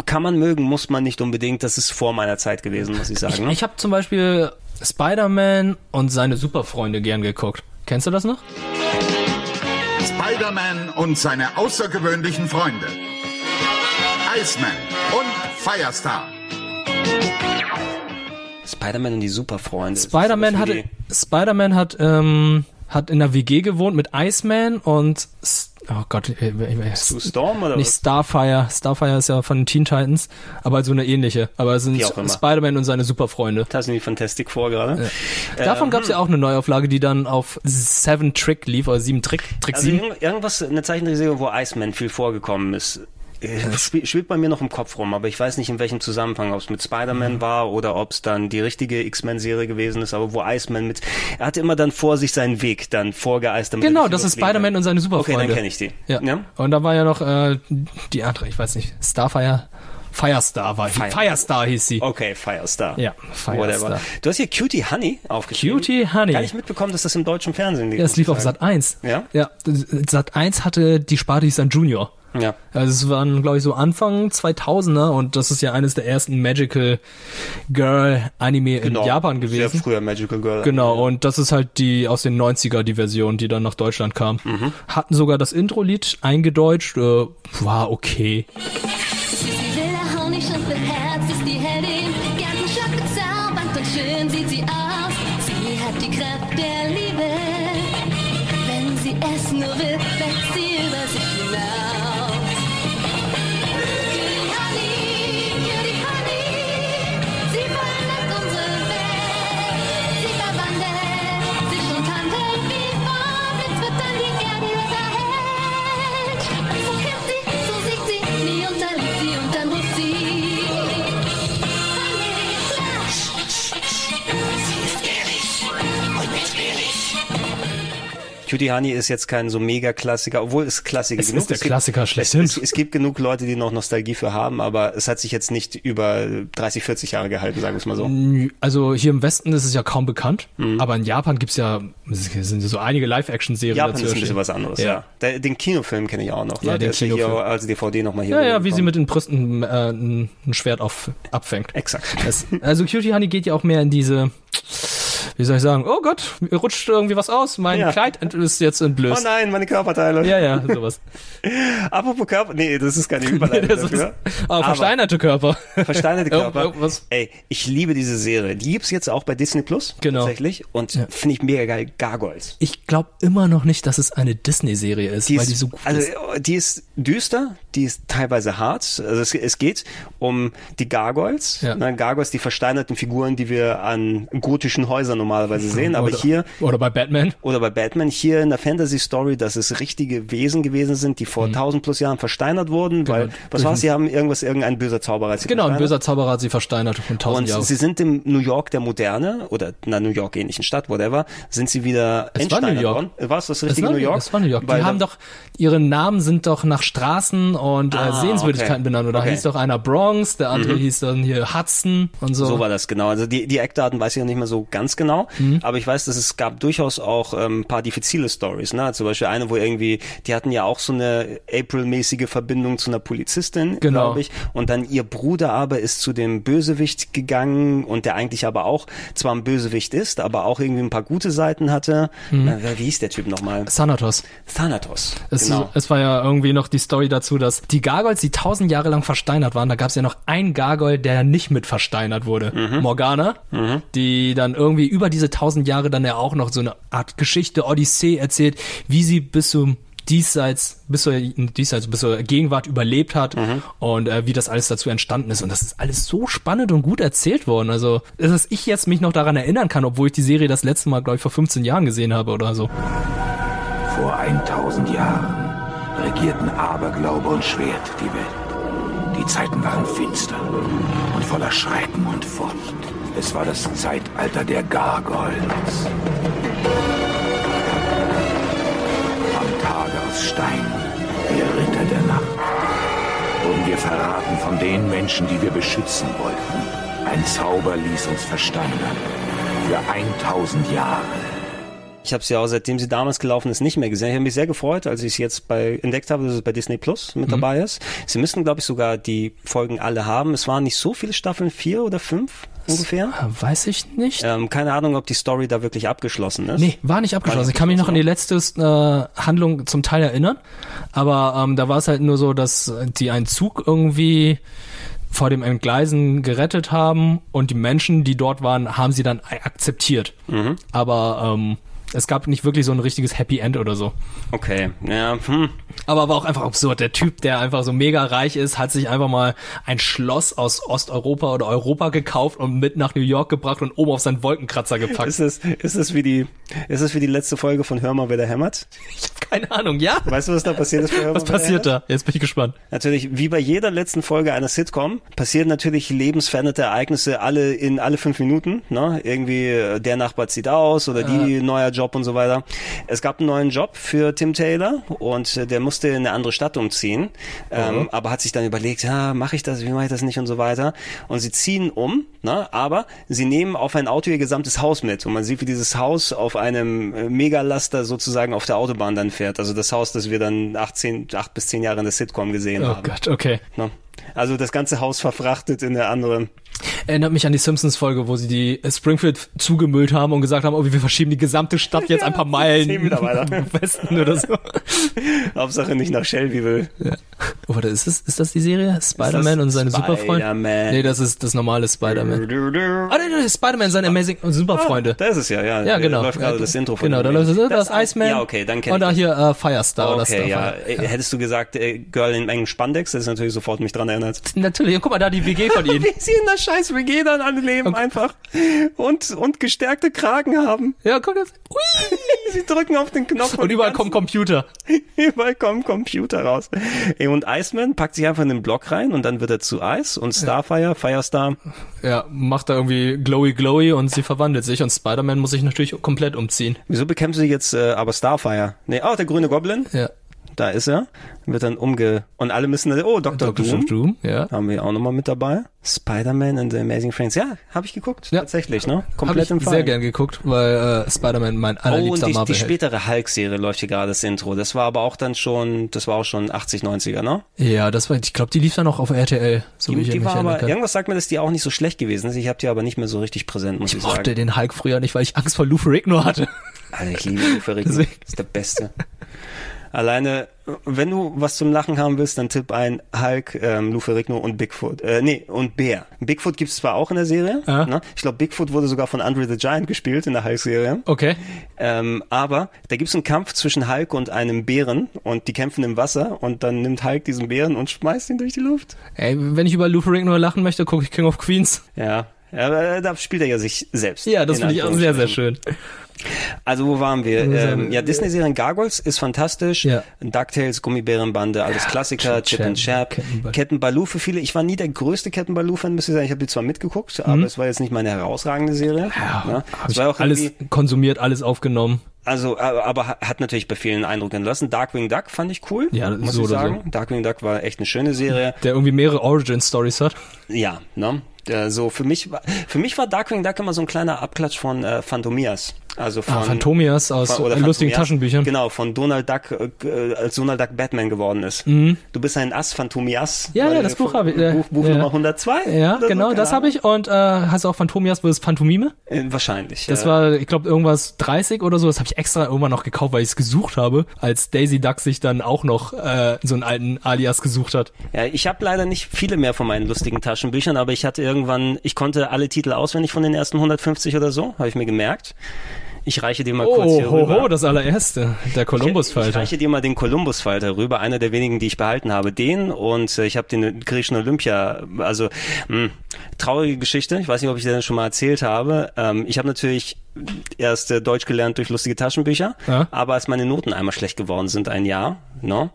Speaker 1: Kann man mögen, muss man nicht unbedingt. Das ist vor meiner Zeit gewesen, muss ich sagen. ne?
Speaker 2: Ich habe zum Beispiel Spider-Man und seine Superfreunde gern geguckt. Kennst du das noch?
Speaker 12: Spider-Man und seine außergewöhnlichen Freunde. Iceman und Firestar.
Speaker 1: Spider-Man und die Superfreunde.
Speaker 2: Spider-Man hat, Spider-Man hat, ähm, hat in einer WG gewohnt mit Iceman und, S- oh Gott, ich,
Speaker 1: Zu Storm oder
Speaker 2: nicht
Speaker 1: was?
Speaker 2: Starfire. Starfire ist ja von den Teen Titans, aber so eine ähnliche. Aber es sind
Speaker 1: Wie auch immer.
Speaker 2: Spider-Man und seine Superfreunde.
Speaker 1: Da sind die Fantastic Four gerade.
Speaker 2: Davon
Speaker 1: Ähm,
Speaker 2: gab es ja auch eine Neuauflage, die dann auf Seven Trick lief, oder Sieben Trick, Trick
Speaker 1: Also
Speaker 2: Sieben.
Speaker 1: irgend- irgendwas, eine Zeichentrickserie, wo Iceman viel vorgekommen ist. Äh, schwe- Schwebt bei mir noch im Kopf rum, aber ich weiß nicht, in welchem Zusammenhang, ob es mit
Speaker 2: Mhm.
Speaker 1: Spider-Man war oder ob es dann die richtige X-Men-Serie gewesen ist, aber wo Iceman mit, er hatte immer dann vor sich seinen Weg dann vorgeeist. damit er
Speaker 2: Genau,
Speaker 1: nicht
Speaker 2: das ist
Speaker 1: überfliegen
Speaker 2: Spider-Man
Speaker 1: kann.
Speaker 2: und seine Superfreunde.
Speaker 1: Okay, dann kenne ich die.
Speaker 2: Ja. Und da war ja noch äh, die andere, ich weiß nicht, Starfire. Firestar war
Speaker 1: Fire-
Speaker 2: Fire. Firestar hieß sie.
Speaker 1: Okay, Firestar.
Speaker 2: Ja, Firestar.
Speaker 1: Whatever. Du hast hier Cutie Honey aufgeschrieben.
Speaker 2: Cutie Honey.
Speaker 1: Gar nicht mitbekommen, dass das im deutschen Fernsehen lief.
Speaker 2: Ja, es
Speaker 1: muss
Speaker 2: lief
Speaker 1: ich
Speaker 2: auf
Speaker 1: sagen.
Speaker 2: Sat 1.
Speaker 1: Ja?
Speaker 2: Ja, Sat 1 hatte die Sparte hieß dann Junior.
Speaker 1: Ja.
Speaker 2: Also es waren, glaube ich, so Anfang 2000er und das ist ja eines der ersten Magical Girl Anime
Speaker 1: Genau.
Speaker 2: in Japan
Speaker 1: Sehr
Speaker 2: gewesen.
Speaker 1: früher Magical Girl.
Speaker 2: Genau, und das ist halt die aus den 90er die Version, die dann nach Deutschland kam.
Speaker 1: Mhm.
Speaker 2: Hatten sogar das Intro-Lied eingedeutscht, äh, war okay.
Speaker 4: Wilder Honig und mit Herz ist die Heldin. Gartenschlag bezaubernd und schön sieht sie aus. Sie hat die Kraft der Liebe. Wenn sie es nur will, wächst sie über sich hinaus. Cutie Honey, Cutie Honey, sie verändert unsere Welt. Sie verwandelt sich und handelt wie vor. Blitz wird dann die Erde erhellt. So kämpft sie, so siegt sie, nie unterliegt sie und dann ruft sie. Honey, Flash. Sie ist ehrlich und mitwillig.
Speaker 1: Cutie Honey ist jetzt kein so mega Klassiker, obwohl es Klassiker
Speaker 2: Es
Speaker 1: genug
Speaker 2: ist der
Speaker 1: gibt-
Speaker 2: Klassiker schlechthin.
Speaker 1: Es, es gibt genug Leute, die noch Nostalgie für haben, aber es hat sich jetzt nicht über 30, 40 Jahre gehalten, sagen wir es mal so.
Speaker 2: Nö, Also hier im Westen ist es ja kaum bekannt,
Speaker 1: Mhm.
Speaker 2: aber in Japan gibt's ja sind so einige Live-Action-Serien
Speaker 1: Japan ist ein
Speaker 2: dazwischen.
Speaker 1: bisschen was anderes, ja.
Speaker 2: Ja,
Speaker 1: Der, den Kinofilm kenne ich auch noch.
Speaker 2: Ja,
Speaker 1: ne?
Speaker 2: den
Speaker 1: Der ist ja hier
Speaker 2: Kinofilm.
Speaker 1: als DVD nochmal hier.
Speaker 2: ja, ja wie sie
Speaker 1: rübergekommen.
Speaker 2: mit den Brüsten äh, ein ein Schwert auf, abfängt.
Speaker 1: Exakt.
Speaker 2: Das, also Cutie Honey geht ja auch mehr in diese, wie soll ich sagen, oh Gott, mir rutscht irgendwie was aus, mein
Speaker 1: Ja.
Speaker 2: Kleid ent- ist jetzt
Speaker 1: Oh
Speaker 2: entblößt.
Speaker 1: nein, meine Körperteile.
Speaker 2: ja, ja, sowas.
Speaker 1: Apropos Körper. Nee, das ist keine Überleitung
Speaker 2: Das ist-
Speaker 1: dafür.
Speaker 2: Aber Ah, versteinerte Körper.
Speaker 1: Versteinerte Körper.
Speaker 2: Irgendwas.
Speaker 1: Ey, ich liebe diese Serie. Die gibt's jetzt auch bei Disney Plus.
Speaker 2: Genau.
Speaker 1: Tatsächlich. Und finde ich mega geil. Gargoyles.
Speaker 2: Ich glaube immer noch nicht, dass es eine Disney-Serie ist, weil die so gut
Speaker 1: also,
Speaker 2: ist.
Speaker 1: die ist düster, die ist teilweise hart. Also es, es geht um die Gargoyles.
Speaker 2: Ja.
Speaker 1: Ne, Gargoyles, die versteinerten Figuren, die wir an gotischen Häusern normalerweise sehen. Aber
Speaker 2: oder,
Speaker 1: hier,
Speaker 2: oder bei Batman.
Speaker 1: oder bei Batman, hier in der Fantasy-Story, dass es richtige Wesen gewesen sind, die vor
Speaker 2: Mhm.
Speaker 1: 1000 plus Jahren versteinert wurden. Weil, was war's, sie haben irgendwas, irgendein böser Zauberer. hat sie
Speaker 2: Genau, ein
Speaker 1: versteinert.
Speaker 2: böser Zauberer hat sie versteinert von tausend
Speaker 1: Und
Speaker 2: Jahren.
Speaker 1: sie sind im New York der Moderne oder einer New York ähnlichen Stadt, whatever, sind sie wieder
Speaker 2: Es war New
Speaker 1: entsteinert
Speaker 2: York.
Speaker 1: worden. War es das
Speaker 2: Es
Speaker 1: richtige
Speaker 2: war,
Speaker 1: New York?
Speaker 2: Es war New York. Die
Speaker 1: Weil
Speaker 2: haben
Speaker 1: da-
Speaker 2: doch, ihre Namen sind doch nach Straßen und
Speaker 1: Ah,
Speaker 2: äh, Sehenswürdigkeiten
Speaker 1: okay.
Speaker 2: benannt. Oder
Speaker 1: Okay. Mhm.
Speaker 2: hieß doch einer Bronx, der andere hieß dann hier Hudson und so.
Speaker 1: So war das genau. Also die, die Eckdaten weiß ich ja nicht mehr so ganz genau,
Speaker 2: Mhm.
Speaker 1: aber ich weiß, dass es gab durchaus auch ähm, ein paar diffizile Stories. Ne? Zum Beispiel eine, wo irgendwie, die hatten ja auch so eine April-mäßige Verbindung zu einer Polizistin,
Speaker 2: Genau.
Speaker 1: glaube ich. Und dann ihr Bruder aber ist zu dem Bösewicht gegangen und der eigentlich aber auch zwar ein Bösewicht ist, aber auch irgendwie ein paar gute Seiten hatte. Na, wer- wie hieß der Typ nochmal?
Speaker 2: Thanatos.
Speaker 1: Thanatos.
Speaker 2: Mhm.
Speaker 1: Genau.
Speaker 2: Es, es war ja irgendwie noch die Story dazu, dass die Gargoyles, die tausend Jahre lang versteinert waren, da gab es ja noch einen Gargoyle, der nicht mit versteinert wurde. Morgana, die dann irgendwie über über diese tausend Jahre dann ja auch noch so eine Art Geschichte, Odyssee erzählt, wie sie bis zum Diesseits, bis zur, Diesseits, bis zur Gegenwart überlebt hat mhm. und äh, wie das alles dazu entstanden ist. Und das ist alles so spannend und gut erzählt worden. Also, dass ich jetzt mich noch daran erinnern kann, obwohl ich die Serie das letzte Mal, glaube ich, vor 15 Jahren gesehen habe oder so.
Speaker 6: Vor 1000 Jahren regierten Aberglaube und Schwert die Welt. Die Zeiten waren finster und voller Schrecken und Furcht. Es war das Zeitalter der Gargoyles. Am Tage aus Stein, wir Ritter der Nacht, wurden wir verraten von den Menschen, die wir beschützen wollten. Ein Zauber ließ uns versteinern. Für 1000 Jahre.
Speaker 1: Ich habe es ja auch seitdem sie damals gelaufen ist nicht mehr gesehen. Ich habe mich sehr gefreut, als ich es jetzt bei entdeckt habe, dass es bei Disney Plus mit mhm. dabei ist. Sie müssten, glaube ich, sogar die Folgen alle haben. Es waren nicht so viele Staffeln, vier oder fünf ungefähr.
Speaker 2: Das Äh, weiß ich nicht.
Speaker 1: Ähm, keine Ahnung, ob die Story da wirklich abgeschlossen ist.
Speaker 2: Nee, war nicht abgeschlossen. War nicht ich kann mich noch an die letzte äh, Handlung zum Teil erinnern. Aber ähm, da war es halt nur so, dass die einen Zug irgendwie vor dem Entgleisen gerettet haben und die Menschen, die dort waren, haben sie dann akzeptiert. Mhm. Aber ähm, es gab nicht wirklich so ein richtiges Happy End oder so.
Speaker 1: Okay, ja. Hm.
Speaker 2: Aber war auch einfach absurd. Der Typ, der einfach so mega reich ist, hat sich einfach mal ein Schloss aus Osteuropa oder Europa gekauft und mit nach New York gebracht und oben auf seinen Wolkenkratzer gepackt.
Speaker 1: Ist es, ist es wie die, ist es wie die letzte Folge von Hör mal, wer da hämmert?
Speaker 2: Ich hab keine Ahnung, ja.
Speaker 1: Weißt du, was da passiert ist bei Hör
Speaker 2: Was
Speaker 1: mal,
Speaker 2: passiert da? Jetzt bin ich gespannt.
Speaker 1: Natürlich, wie bei jeder letzten Folge einer Sitcom, passieren natürlich lebensveränderte Ereignisse alle in alle fünf Minuten, ne? Irgendwie, der Nachbar zieht aus oder die äh. neuer Job und so weiter. Es gab einen neuen Job für Tim Taylor und äh, der musste in eine andere Stadt umziehen, ähm, mhm. aber hat sich dann überlegt, ja, mache ich das, wie mache ich das nicht und so weiter. Und sie ziehen um, ne, aber sie nehmen auf ein Auto ihr gesamtes Haus mit und man sieht, wie dieses Haus auf einem äh, Megalaster sozusagen auf der Autobahn dann fährt. Also das Haus, das wir dann 18, 8 bis 10 Jahre in der Sitcom gesehen
Speaker 2: oh
Speaker 1: haben.
Speaker 2: Oh Gott, okay.
Speaker 1: Ne? Also das ganze Haus verfrachtet in der anderen.
Speaker 2: Erinnert mich an die Simpsons-Folge, wo sie die äh, Springfield zugemüllt haben und gesagt haben, oh, wir verschieben die gesamte Stadt jetzt ein paar Meilen Westen oder so.
Speaker 1: Hauptsache nicht nach Shelbyville. Ja.
Speaker 2: Oder Oh, ist das, ist das die Serie? Spider-Man und seine
Speaker 1: Spider
Speaker 2: Superfreunde? Nee, das ist das normale Spider-Man. Ah, nee, nee, Spider-Man, seine Amazing und Superfreunde. Ah,
Speaker 1: Äh, da ist es ja, ja.
Speaker 2: Ja, genau.
Speaker 1: Läuft gerade das Intro von
Speaker 2: Genau, da läuft das, das, das Iceman.
Speaker 1: Ja, okay, dann kenn
Speaker 2: Und da hier äh, Firestar
Speaker 1: okay, oder ja. ja. Hättest du gesagt, äh, Girl in engem Spandex, das ist natürlich sofort mich dran erinnert.
Speaker 2: Natürlich, und guck mal da die WG von ihnen.
Speaker 1: Wie sie in der scheiß WG dann alle leben okay. einfach. Und, und gestärkte Kragen haben.
Speaker 2: Ja, guck das.
Speaker 1: Ui. sie drücken auf den Knopf.
Speaker 2: Und, und überall kommen Computer.
Speaker 1: überall kommen Computer raus. Und Iceman packt sich einfach in den Block rein und dann wird er zu Eis und Starfire, ja. Firestar.
Speaker 2: Ja, macht da irgendwie glowy glowy und sie verwandelt sich und Spider-Man muss sich natürlich komplett umziehen.
Speaker 1: Wieso bekämpfen sie jetzt äh, aber Starfire? Nee, oh, der grüne Goblin?
Speaker 2: Ja
Speaker 1: da ist er, wird dann umge... Und alle müssen, dann, oh, Dr. Dr. Doom,
Speaker 2: Doom ja.
Speaker 1: haben wir auch nochmal mit dabei. Spider-Man and the Amazing Friends, ja, habe ich geguckt, ja. tatsächlich, ne?
Speaker 2: Komplett ich im Fall. sehr gern geguckt, weil äh, Spider-Man mein
Speaker 1: oh,
Speaker 2: allerliebster
Speaker 1: und die,
Speaker 2: Marvel
Speaker 1: die spätere Hulk-Serie läuft hier gerade das Intro, das war aber auch dann schon, das war auch schon 80, 90er, ne?
Speaker 2: Ja, das war, ich glaube, die lief dann auch auf RTL, so
Speaker 1: die,
Speaker 2: wie ich
Speaker 1: die
Speaker 2: mich
Speaker 1: war aber,
Speaker 2: kann.
Speaker 1: Irgendwas sagt mir, dass die auch nicht so schlecht gewesen ist, ich habe die aber nicht mehr so richtig präsent, muss ich,
Speaker 2: ich
Speaker 1: sagen.
Speaker 2: Ich mochte den Hulk früher nicht, weil ich Angst vor Lou Ferrigno hatte.
Speaker 1: Alter, ich liebe Lou Ferrigno, das ist der Beste. Alleine, wenn du was zum Lachen haben willst, dann tipp ein Hulk, ähm, Lou Ferrigno und Bigfoot. Äh, nee, und Bär. Bigfoot gibt's zwar auch in der Serie. Ja. Ne? Ich glaube, Bigfoot wurde sogar von Andre the Giant gespielt in der Hulk-Serie.
Speaker 2: Okay.
Speaker 1: Ähm, aber da gibt's einen Kampf zwischen Hulk und einem Bären und die kämpfen im Wasser und dann nimmt Hulk diesen Bären und schmeißt ihn durch die Luft.
Speaker 2: Ey, wenn ich über Lou Ferrigno lachen möchte, gucke ich King of Queens.
Speaker 1: Ja. Aber äh, da spielt er ja sich selbst.
Speaker 2: Ja, das finde ich auch sehr, sehr schön.
Speaker 1: Also wo waren wir? Ähm, ja, Disney-Serien Gargoyles ist fantastisch.
Speaker 2: Ja.
Speaker 1: DuckTales, Gummibärenbande, alles ja, Klassiker, Chip, Chip and Chap, Captain, Captain Baloo für viele. Ich war nie der größte Captain Baloo-Fan, müsste ich sagen. Ich habe die zwar mitgeguckt, mhm. aber es war jetzt nicht meine herausragende Serie. ne?
Speaker 2: Ja, ja. Es war auch alles konsumiert, alles aufgenommen.
Speaker 1: Also, aber, aber hat natürlich bei vielen Eindruck hinterlassen. Darkwing Duck fand ich cool,
Speaker 2: ja,
Speaker 1: muss
Speaker 2: so
Speaker 1: ich sagen.
Speaker 2: So.
Speaker 1: Darkwing Duck war echt eine schöne Serie.
Speaker 2: Der irgendwie mehrere Origin-Stories hat.
Speaker 1: Ja, ne? so für mich für mich war Darkwing Duck immer so ein kleiner Abklatsch von äh, Phantomias. Also von
Speaker 2: Ah, Phantomias aus
Speaker 1: von- oder
Speaker 2: äh, lustigen
Speaker 1: Phantomias.
Speaker 2: Taschenbüchern.
Speaker 1: Genau, von Donald Duck, äh, als Donald Duck Batman geworden ist.
Speaker 2: Mhm.
Speaker 1: Du bist ein Ass, Phantomias.
Speaker 2: Ja,
Speaker 1: Weil,
Speaker 2: ja, das
Speaker 1: äh,
Speaker 2: Buch habe ich. Äh,
Speaker 1: Buch, Buch
Speaker 2: ja.
Speaker 1: Nummer 102.
Speaker 2: Ja,
Speaker 1: oder so,
Speaker 2: genau,
Speaker 1: keine
Speaker 2: das habe ich. Und äh, hast du auch Phantomias vs. Phantomime?
Speaker 1: Äh, wahrscheinlich.
Speaker 2: Das
Speaker 1: ja.
Speaker 2: war, ich glaube, irgendwas 30 oder so. Das habe ich extra irgendwann noch gekauft, weil ich es gesucht habe, als Daisy Duck sich dann auch noch äh, so einen alten Alias gesucht hat.
Speaker 1: Ja, ich habe leider nicht viele mehr von meinen lustigen Taschenbüchern, aber ich hatte irgendwann, ich konnte alle Titel auswendig von den ersten 150 oder so, habe ich mir gemerkt. Ich reiche dir mal kurz
Speaker 2: Oh,
Speaker 1: hier
Speaker 2: ho,
Speaker 1: rüber.
Speaker 2: ho, das allererste. Der
Speaker 1: Ich
Speaker 2: Columbus-Falter.
Speaker 1: reiche dir mal den Columbus-Falter rüber, einer der wenigen, die ich behalten habe. Den und äh, ich habe den griechischen Olympia, also mh, traurige Geschichte, ich weiß nicht, ob ich dir das schon mal erzählt habe. Ähm, ich habe natürlich erst äh, Deutsch gelernt durch lustige Taschenbücher,
Speaker 2: Ja.
Speaker 1: aber als meine Noten einmal schlecht geworden sind, ein Jahr, no,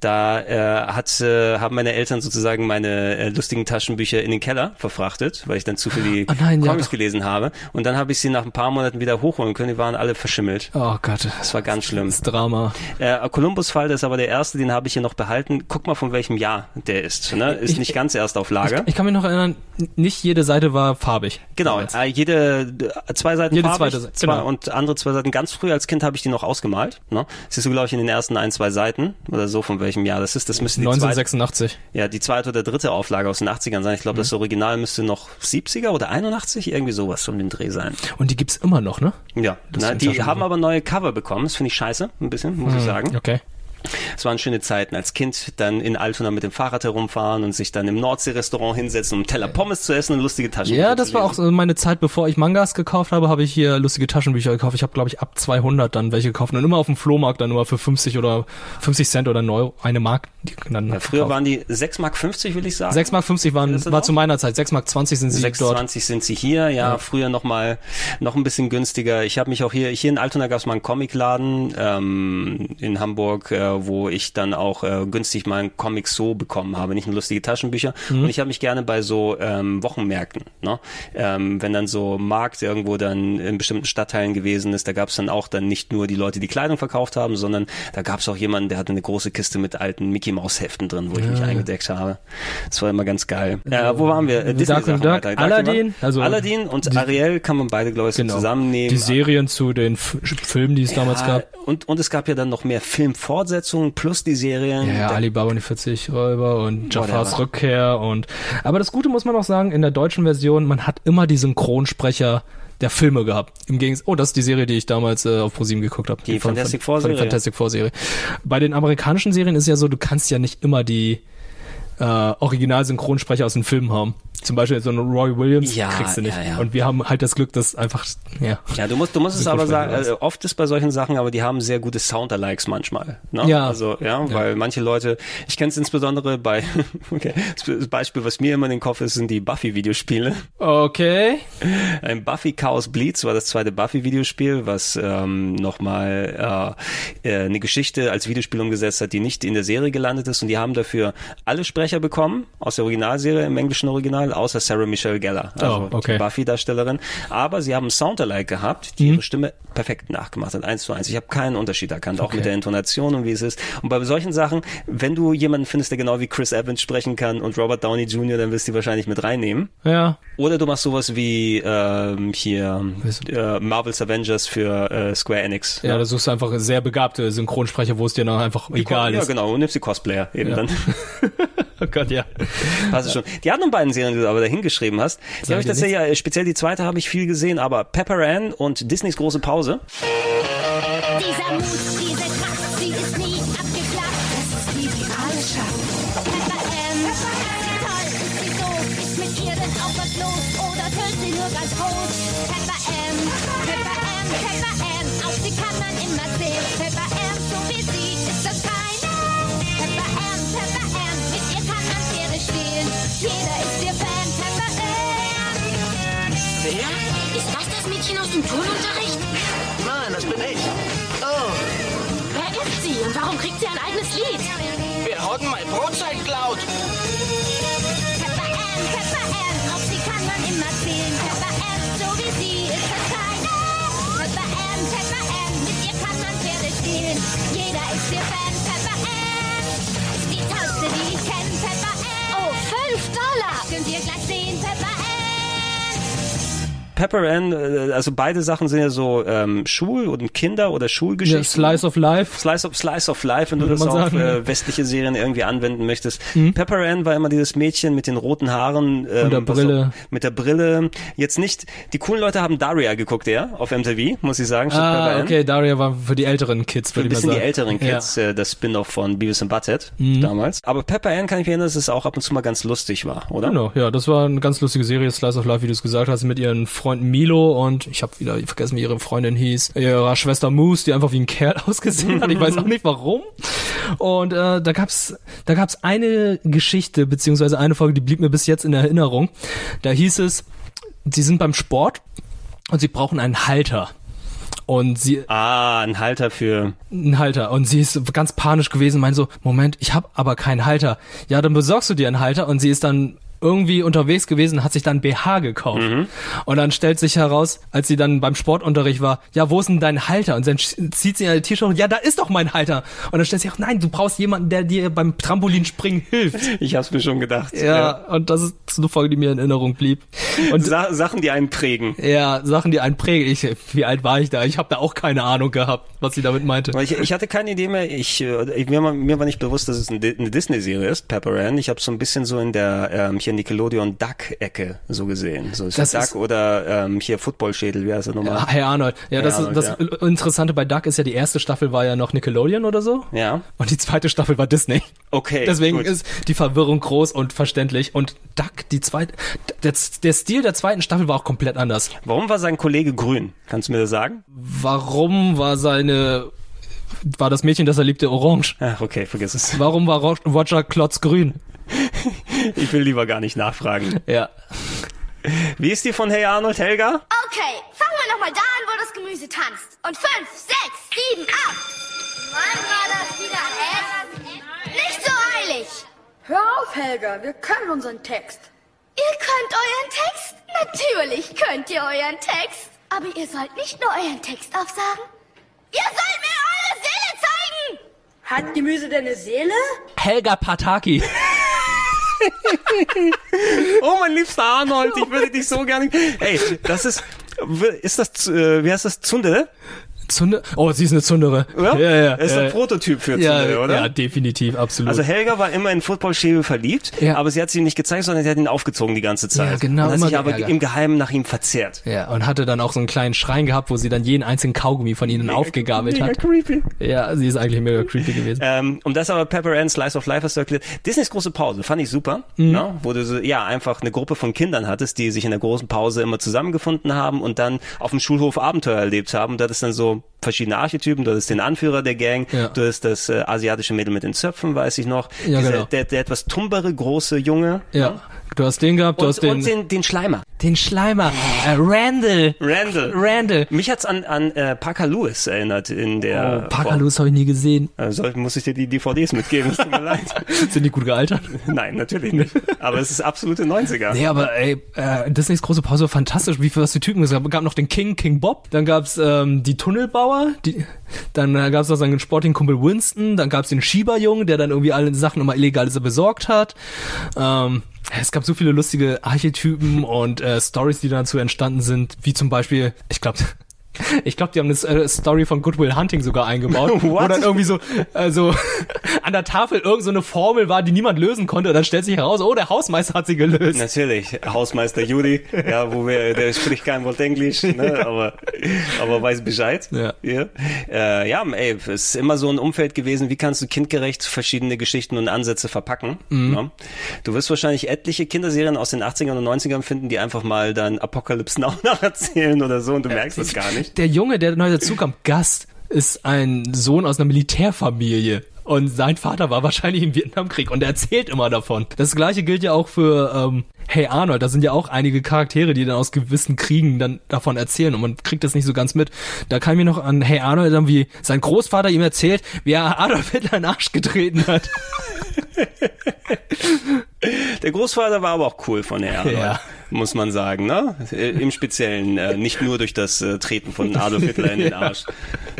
Speaker 1: da äh, hat, äh, haben meine Eltern sozusagen meine äh, lustigen Taschenbücher in den Keller verfrachtet, weil ich dann zu viel die
Speaker 2: Ah, nein, ja,
Speaker 1: Comics
Speaker 2: doch.
Speaker 1: gelesen habe. Und dann habe ich sie nach ein paar Monaten wieder hochholen können, die waren alle verschimmelt.
Speaker 2: Oh Gott,
Speaker 1: Das war ganz schlimm.
Speaker 2: das Drama.
Speaker 1: Äh, Columbus-Fall, das ist aber der erste, den habe ich hier noch behalten. Guck mal, von welchem Jahr der ist. Ne? Ist
Speaker 2: Ich-
Speaker 1: nicht ganz Erstauflage.
Speaker 2: Ich kann mich noch erinnern, n- nicht jede Seite war farbig.
Speaker 1: genau, äh, jede äh, zwei Seiten
Speaker 2: Jede
Speaker 1: farbig,
Speaker 2: zweite Seite,
Speaker 1: zwei,
Speaker 2: genau.
Speaker 1: und andere zwei Seiten. Ganz früh als Kind habe ich die noch ausgemalt. Ne? Siehst du, glaube ich, in den ersten ein, zwei Seiten oder so, von welchem Jahr das ist. Das müsste die zweite,
Speaker 2: 1986.
Speaker 1: ja, die zweite oder dritte Auflage aus den 80ern sein. Ich glaube,
Speaker 2: Mhm.
Speaker 1: das Original müsste noch 70er oder 81, irgendwie sowas um den Dreh sein.
Speaker 2: Und die gibt's immer noch, ne?
Speaker 1: Ja,
Speaker 2: Das
Speaker 1: na,
Speaker 2: sind
Speaker 1: die
Speaker 2: Taschenbücher.
Speaker 1: haben aber neue Cover bekommen. Das finde ich scheiße, ein bisschen, muss ich
Speaker 2: Hm,
Speaker 1: sagen.
Speaker 2: Okay.
Speaker 1: Es waren schöne Zeiten als Kind, dann in Altona mit dem Fahrrad herumfahren und sich dann im Nordsee-Restaurant hinsetzen, um einen Teller Pommes zu essen und lustige Taschen.
Speaker 2: Ja, das war auch so meine Zeit, bevor ich Mangas gekauft habe, habe ich hier lustige Taschenbücher gekauft. Ich habe, glaube ich, ab 200 dann welche gekauft und immer auf dem Flohmarkt dann immer für 50 oder 50 Cent oder 1 Euro, eine Mark. Die dann
Speaker 1: Ja, früher waren die 6,50 Mark, will ich sagen.
Speaker 2: 6 Mark 50 waren,
Speaker 1: das
Speaker 2: war
Speaker 1: noch?
Speaker 2: zu meiner Zeit. 6 Mark 20 sind sie dort.
Speaker 1: 6,20 sind sie hier, ja, früher noch mal noch ein bisschen günstiger. Ich habe mich auch hier, hier in Altona gab es mal einen Comicladen ähm, in Hamburg, äh, wo ich dann auch äh, günstig mal einen Comic so bekommen habe, nicht nur lustige Taschenbücher.
Speaker 2: Mhm.
Speaker 1: Und ich habe mich gerne bei so ähm, Wochenmärkten, ne? ähm, wenn dann so Markt irgendwo dann in bestimmten Stadtteilen gewesen ist, da gab es dann auch dann nicht nur die Leute, die Kleidung verkauft haben, sondern da gab es auch jemanden, der hatte eine große Kiste mit alten Mickey Maus Heften drin, wo ich
Speaker 2: Ja,
Speaker 1: mich
Speaker 2: ja.
Speaker 1: eingedeckt habe. Das war immer ganz geil. Äh, wo waren wir? Äh, Disney
Speaker 2: Darkwing
Speaker 1: Sachen
Speaker 2: Duck,
Speaker 1: weiter.
Speaker 2: Aladdin, also- Genau.
Speaker 1: Aladdin und Ariel kann man beide, glaube ich, so zusammennehmen. äh,
Speaker 2: Die Serien zu den F Filmen, die es damals
Speaker 1: Ja,
Speaker 2: gab.
Speaker 1: Und, und es gab ja dann noch mehr Filmfortsetzungen plus die Serien.
Speaker 2: Ja, ja,
Speaker 1: Da-
Speaker 2: Alibaba und die 40 Räuber und Jafars
Speaker 1: Whatever.
Speaker 2: Rückkehr und. Aber das Gute muss man auch sagen, in der deutschen Version, man hat immer die Synchronsprecher der Filme gehabt. Im Gegensatz, oh, das ist die Serie, die ich damals äh, auf ProSieben geguckt habe.
Speaker 1: Die Fantastic
Speaker 2: von, von
Speaker 1: Four-Serie.
Speaker 2: der Fantastic Four Serie. Bei den amerikanischen Serien ist ja so, du kannst ja nicht immer die äh, Original-Synchronsprecher aus den Filmen haben. Zum Beispiel so einen Roy Williams
Speaker 1: Ja,
Speaker 2: kriegst du nicht.
Speaker 1: ja, ja.
Speaker 2: Und wir haben halt das Glück, dass einfach, ja.
Speaker 1: Ja, du musst, du musst es aber sagen,
Speaker 2: Synchronsprecher
Speaker 1: also oft ist bei solchen Sachen, aber die haben sehr gute Soundalikes manchmal. Ne?
Speaker 2: Ja.
Speaker 1: Also, ja, weil manche Leute, ich kenne es insbesondere bei, okay, das Beispiel, was mir immer in den Kopf ist, sind die Buffy-Videospiele.
Speaker 2: Okay.
Speaker 1: Ein Buffy Chaos Bleeds war das zweite Buffy-Videospiel, was ähm, nochmal äh, äh, eine Geschichte als Videospiel umgesetzt hat, die nicht in der Serie gelandet ist. Und die haben dafür alle Sprecher bekommen aus der Originalserie im englischen Original, außer Sarah Michelle Gellar, also
Speaker 2: Oh, okay. Mhm.
Speaker 1: die Buffy-Darstellerin. Aber sie haben einen Soundalike gehabt, die ihre Stimme perfekt nachgemacht hat, eins zu eins. Ich habe keinen Unterschied erkannt, auch
Speaker 2: Okay.
Speaker 1: mit der Intonation und wie es ist. Und bei solchen Sachen, wenn du jemanden findest, der genau wie Chris Evans sprechen kann und Robert Downey Jr., dann wirst du die wahrscheinlich mit reinnehmen.
Speaker 2: Ja.
Speaker 1: Oder du machst sowas wie ähm, hier äh, Marvel's Avengers für äh, Square Enix.
Speaker 2: Ja,
Speaker 1: ne?
Speaker 2: da suchst du einfach sehr begabte Synchronsprecher, wo es dir dann einfach egal
Speaker 1: ja,
Speaker 2: ist.
Speaker 1: genau, und nimmst die Cosplayer eben dann.
Speaker 2: Oh Gott, ja.
Speaker 1: Passt schon. Die anderen beiden Serien, die du aber dahin geschrieben hast, die habe ich
Speaker 2: dir
Speaker 1: tatsächlich, ja, speziell die zweite habe ich viel gesehen, aber Pepper Ann und Disneys große Pause.
Speaker 9: Dieser Mut, diese Kraft, sie ist nie abgeklappt. Das ist die, die alles schafft. Pepper M. Pepper M. Wie toll ist sie so? Ist mit ihr denn auch was los? Oder tönt sie nur ganz rot? Pepper M. Pepper M. Pepper M. Auf sie kann man immer sehen. Pepper M. So wie sie ist das keine. Pepper M. Pepper M. Mit ihr kann man Pferde spielen. Jeder ist ihr Fan. Pepper M. Wer? Ist das das Mädchen aus dem Turnunterricht?
Speaker 3: Nein, das bin ich. Oh.
Speaker 9: Wer ist sie und warum kriegt sie ein eigenes Lied?
Speaker 3: Wir hocken mein Brotzeit klaut.
Speaker 9: Pepper Ann, Pepper Ann, auf sie kann man immer zählen. Pepper Ann, so wie sie ist das keine. Pepper Ann, Pepper Ann, mit ihr kann man Pferde spielen. Jeder ist ihr Fan, Pepper Ann. Ist die tollste, die ich kenne, Pepper Ann. Oh, fünf Dollar. Könnt ihr gleich sehen, Pepper Ann.
Speaker 1: Pepper Ann, äh, also beide Sachen sind ja so ähm, Schul- und Kinder- oder Schulgeschichten.
Speaker 2: Ja, Slice of Life.
Speaker 1: Slice of, Slice of Life, wenn du das
Speaker 2: man
Speaker 1: auf
Speaker 2: sagen,
Speaker 1: äh,
Speaker 2: ja. Mhm.
Speaker 1: westliche Serien irgendwie anwenden möchtest. Pepper Ann war immer dieses Mädchen mit den roten Haaren. Ähm,
Speaker 2: Und der
Speaker 1: was auch-
Speaker 2: Brille.
Speaker 1: mit der Brille. Jetzt nicht, die coolen Leute haben Daria geguckt, ja, auf MTV, muss ich sagen. statt Pepper
Speaker 2: Ah,
Speaker 1: Ann.
Speaker 2: okay, Daria war für die älteren Kids,
Speaker 1: Für
Speaker 2: würde
Speaker 1: ein
Speaker 2: ich mal
Speaker 1: bisschen
Speaker 2: sagen.
Speaker 1: die älteren
Speaker 2: Ja.
Speaker 1: Kids, äh, das Spin-off von Beavis and Butthead
Speaker 2: Mhm.
Speaker 1: damals. Aber Pepper Ann kann ich mich erinnern, dass es auch ab und zu mal ganz lustig war, oder?
Speaker 2: Genau, ja, das war eine ganz lustige Serie, Slice of Life, wie du es gesagt hast, mit ihren Freunden Milo und ich habe wieder vergessen, wie ihre Freundin hieß, ihrer Schwester Moose, die einfach wie ein Kerl ausgesehen hat, ich weiß auch nicht warum. Und äh, da gab's da gab's eine Geschichte beziehungsweise eine Folge, die blieb mir bis jetzt in Erinnerung. Da hieß es, sie sind beim Sport und sie brauchen einen Halter. Und sie
Speaker 1: Ah, ein Halter für.
Speaker 2: einen Halter und sie ist ganz panisch gewesen, meint so, Moment, ich habe aber keinen Halter. Ja, dann besorgst du dir einen Halter und sie ist dann irgendwie unterwegs gewesen, hat sich dann BH gekauft. Und dann stellt sich heraus, als sie dann beim Sportunterricht war, ja, wo ist denn dein Halter? Und dann sch- zieht sie ihr T-Shirt, ja, da ist doch mein Halter. Und dann stellt sich auch, nein, du brauchst jemanden, der dir beim Trampolinspringen hilft.
Speaker 1: Ich hab's mir schon gedacht.
Speaker 2: Ja, und das ist eine Folge, die mir in Erinnerung blieb. Und
Speaker 1: Sa Sachen, die einen prägen.
Speaker 2: ja, Sachen, die einen prägen. Ich, wie alt war ich da? Ich habe da auch keine Ahnung gehabt, was sie damit meinte.
Speaker 1: Weil ich, ich hatte keine Idee mehr. Ich, äh, ich, mir, war- mir war nicht bewusst, dass es eine, Di- eine Disney-Serie ist, Pepper Ann. Ich habe so ein bisschen so in der ähm, hier Nickelodeon Duck-Ecke so gesehen. So ist
Speaker 2: Das
Speaker 1: Duck
Speaker 2: ist-
Speaker 1: oder ähm, hier Footballschädel, wie heißt er nochmal?
Speaker 2: Ah, Herr Arnold. Ja,
Speaker 1: Herr
Speaker 2: das,
Speaker 1: Arnold,
Speaker 2: ist, das Interessante bei Duck ist ja, die erste Staffel war ja noch Nickelodeon oder so.
Speaker 1: Ja.
Speaker 2: Und die zweite Staffel war Disney.
Speaker 1: Okay.
Speaker 2: Deswegen
Speaker 1: gut.
Speaker 2: ist die Verwirrung groß und verständlich. Und Duck, die zweite, der, der Stil der zweiten Staffel war auch komplett anders.
Speaker 1: Warum war sein Kollege grün? Kannst du mir das sagen?
Speaker 2: Warum war seine, war das Mädchen, das er liebte, orange?
Speaker 1: Ach, okay, vergiss es.
Speaker 2: Warum war Ro- Roger Klotz grün?
Speaker 1: Ich will lieber gar nicht nachfragen.
Speaker 2: Ja.
Speaker 1: Wie ist die von Hey Arnold Helga?
Speaker 4: Okay, fangen wir nochmal da an, wo das Gemüse tanzt. Und fünf, sechs, sieben, acht. Wann war das wieder Essen? Nicht so eilig. Hör auf, Helga, wir können unseren Text. Ihr könnt euren Text? Natürlich könnt ihr euren Text. Aber ihr sollt nicht nur euren Text aufsagen. Ihr sollt mir eure Seele zeigen! Hat Gemüse denn eine Seele?
Speaker 2: Helga Pataki.
Speaker 1: Oh, mein liebster Arnold, ich würde dich so gerne. Ey, das ist. Ist das. Äh, wie heißt das? Zundere?
Speaker 2: Zunde, oh, sie ist eine Zundere.
Speaker 1: Oder?
Speaker 2: Ja, ja.
Speaker 1: Er ist ein Prototyp für Zundere,
Speaker 2: ja,
Speaker 1: oder?
Speaker 2: Ja, definitiv, absolut.
Speaker 1: Also Helga war immer in Footballschäbel verliebt,
Speaker 2: Ja.
Speaker 1: aber sie hat sie ihm nicht gezeigt, sondern sie hat ihn aufgezogen die ganze Zeit.
Speaker 2: Ja, genau,
Speaker 1: Und hat
Speaker 2: immer
Speaker 1: sich aber
Speaker 2: geärgert.
Speaker 1: im Geheimen nach ihm verzehrt.
Speaker 2: Ja, und hatte dann auch so einen kleinen Schrein gehabt, wo sie dann jeden einzelnen Kaugummi von ihnen aufgegabelt hat.
Speaker 1: creepy.
Speaker 2: Ja, sie ist eigentlich mega creepy gewesen.
Speaker 1: Ähm, um das aber Pepper Ann Slice of Life hast du erklärt. Disneys große Pause, fand ich super,
Speaker 2: Mhm.
Speaker 1: ne? wo du so, ja einfach eine Gruppe von Kindern hattest, die sich in der großen Pause immer zusammengefunden haben und dann auf dem Schulhof Abenteuer erlebt haben. Da ist dann so verschiedene Archetypen, du hattest den Anführer der Gang,
Speaker 2: Ja.
Speaker 1: du hattest das äh, asiatische Mädel mit den Zöpfen, weiß ich noch,
Speaker 2: Ja,
Speaker 1: Dieser-
Speaker 2: genau.
Speaker 1: der, der etwas tumbere große Junge
Speaker 2: Ja, du hast den gehabt, du
Speaker 1: und,
Speaker 2: hast den,
Speaker 1: und den, den Schleimer.
Speaker 2: den Schleimer, äh, Randall.
Speaker 1: Randall.
Speaker 2: Randall.
Speaker 1: Mich hat's an, an äh, Parker Lewis erinnert in der.
Speaker 2: Oh, Pakalus habe ich nie gesehen.
Speaker 1: Form. Äh, soll- muss ich dir die DVDs mitgeben, es tut mir leid.
Speaker 2: Sind die gut gealtert?
Speaker 1: Nein, natürlich nicht. Aber es ist absolute 90er.
Speaker 2: Nee, aber ey, äh, Disneys große Pause war fantastisch, wie viel was die Typen gesagt haben. gab noch den King, King Bob, dann gab's ähm, die Tunnelbauer, die, dann äh, gab's noch seinen sportigen Kumpel Winston, dann gab's den Schieberjungen, der dann irgendwie alle Sachen immer illegal besorgt hat. Ähm, es gab so viele lustige Archetypen und äh, Stories, die dazu entstanden sind, wie zum Beispiel, ich glaube, ich glaube, die haben eine äh, Story von Goodwill Hunting sogar eingebaut, wo
Speaker 1: What?
Speaker 2: dann irgendwie so, äh, so an der Tafel irgendeine so eine Formel war, die niemand lösen konnte. Und dann stellt sich heraus, oh, der Hausmeister hat sie gelöst.
Speaker 1: Natürlich, Hausmeister Judy, ja, wo wir, der spricht kein Wort Englisch, ne, aber, aber weiß Bescheid.
Speaker 2: Ja.
Speaker 1: Ja, äh, ja ey, es ist immer so ein Umfeld gewesen, wie kannst du kindgerecht verschiedene Geschichten und Ansätze verpacken? Ne? Du wirst wahrscheinlich etliche Kinderserien aus den 80ern und 90ern finden, die einfach mal dann Apocalypse Now nacherzählen oder so und du merkst es gar nicht.
Speaker 2: Der Junge, der neu dazukam, Gast, ist ein Sohn aus einer Militärfamilie. Und sein Vater war wahrscheinlich im Vietnamkrieg und er erzählt immer davon. Das gleiche gilt ja auch für ähm, Hey Arnold. Da sind ja auch einige Charaktere, die dann aus gewissen Kriegen dann davon erzählen und man kriegt das nicht so ganz mit. Da kann ich mir noch an Hey Arnold dann wie sein Großvater ihm erzählt, wie er Adolf Hitler in den Arsch getreten hat.
Speaker 1: Der Großvater war aber auch cool von der Arnold.
Speaker 2: Ja.
Speaker 1: muss man sagen, ne? Äh, Im Speziellen, äh, nicht nur durch das äh, Treten von Adolf Hitler in den Arsch,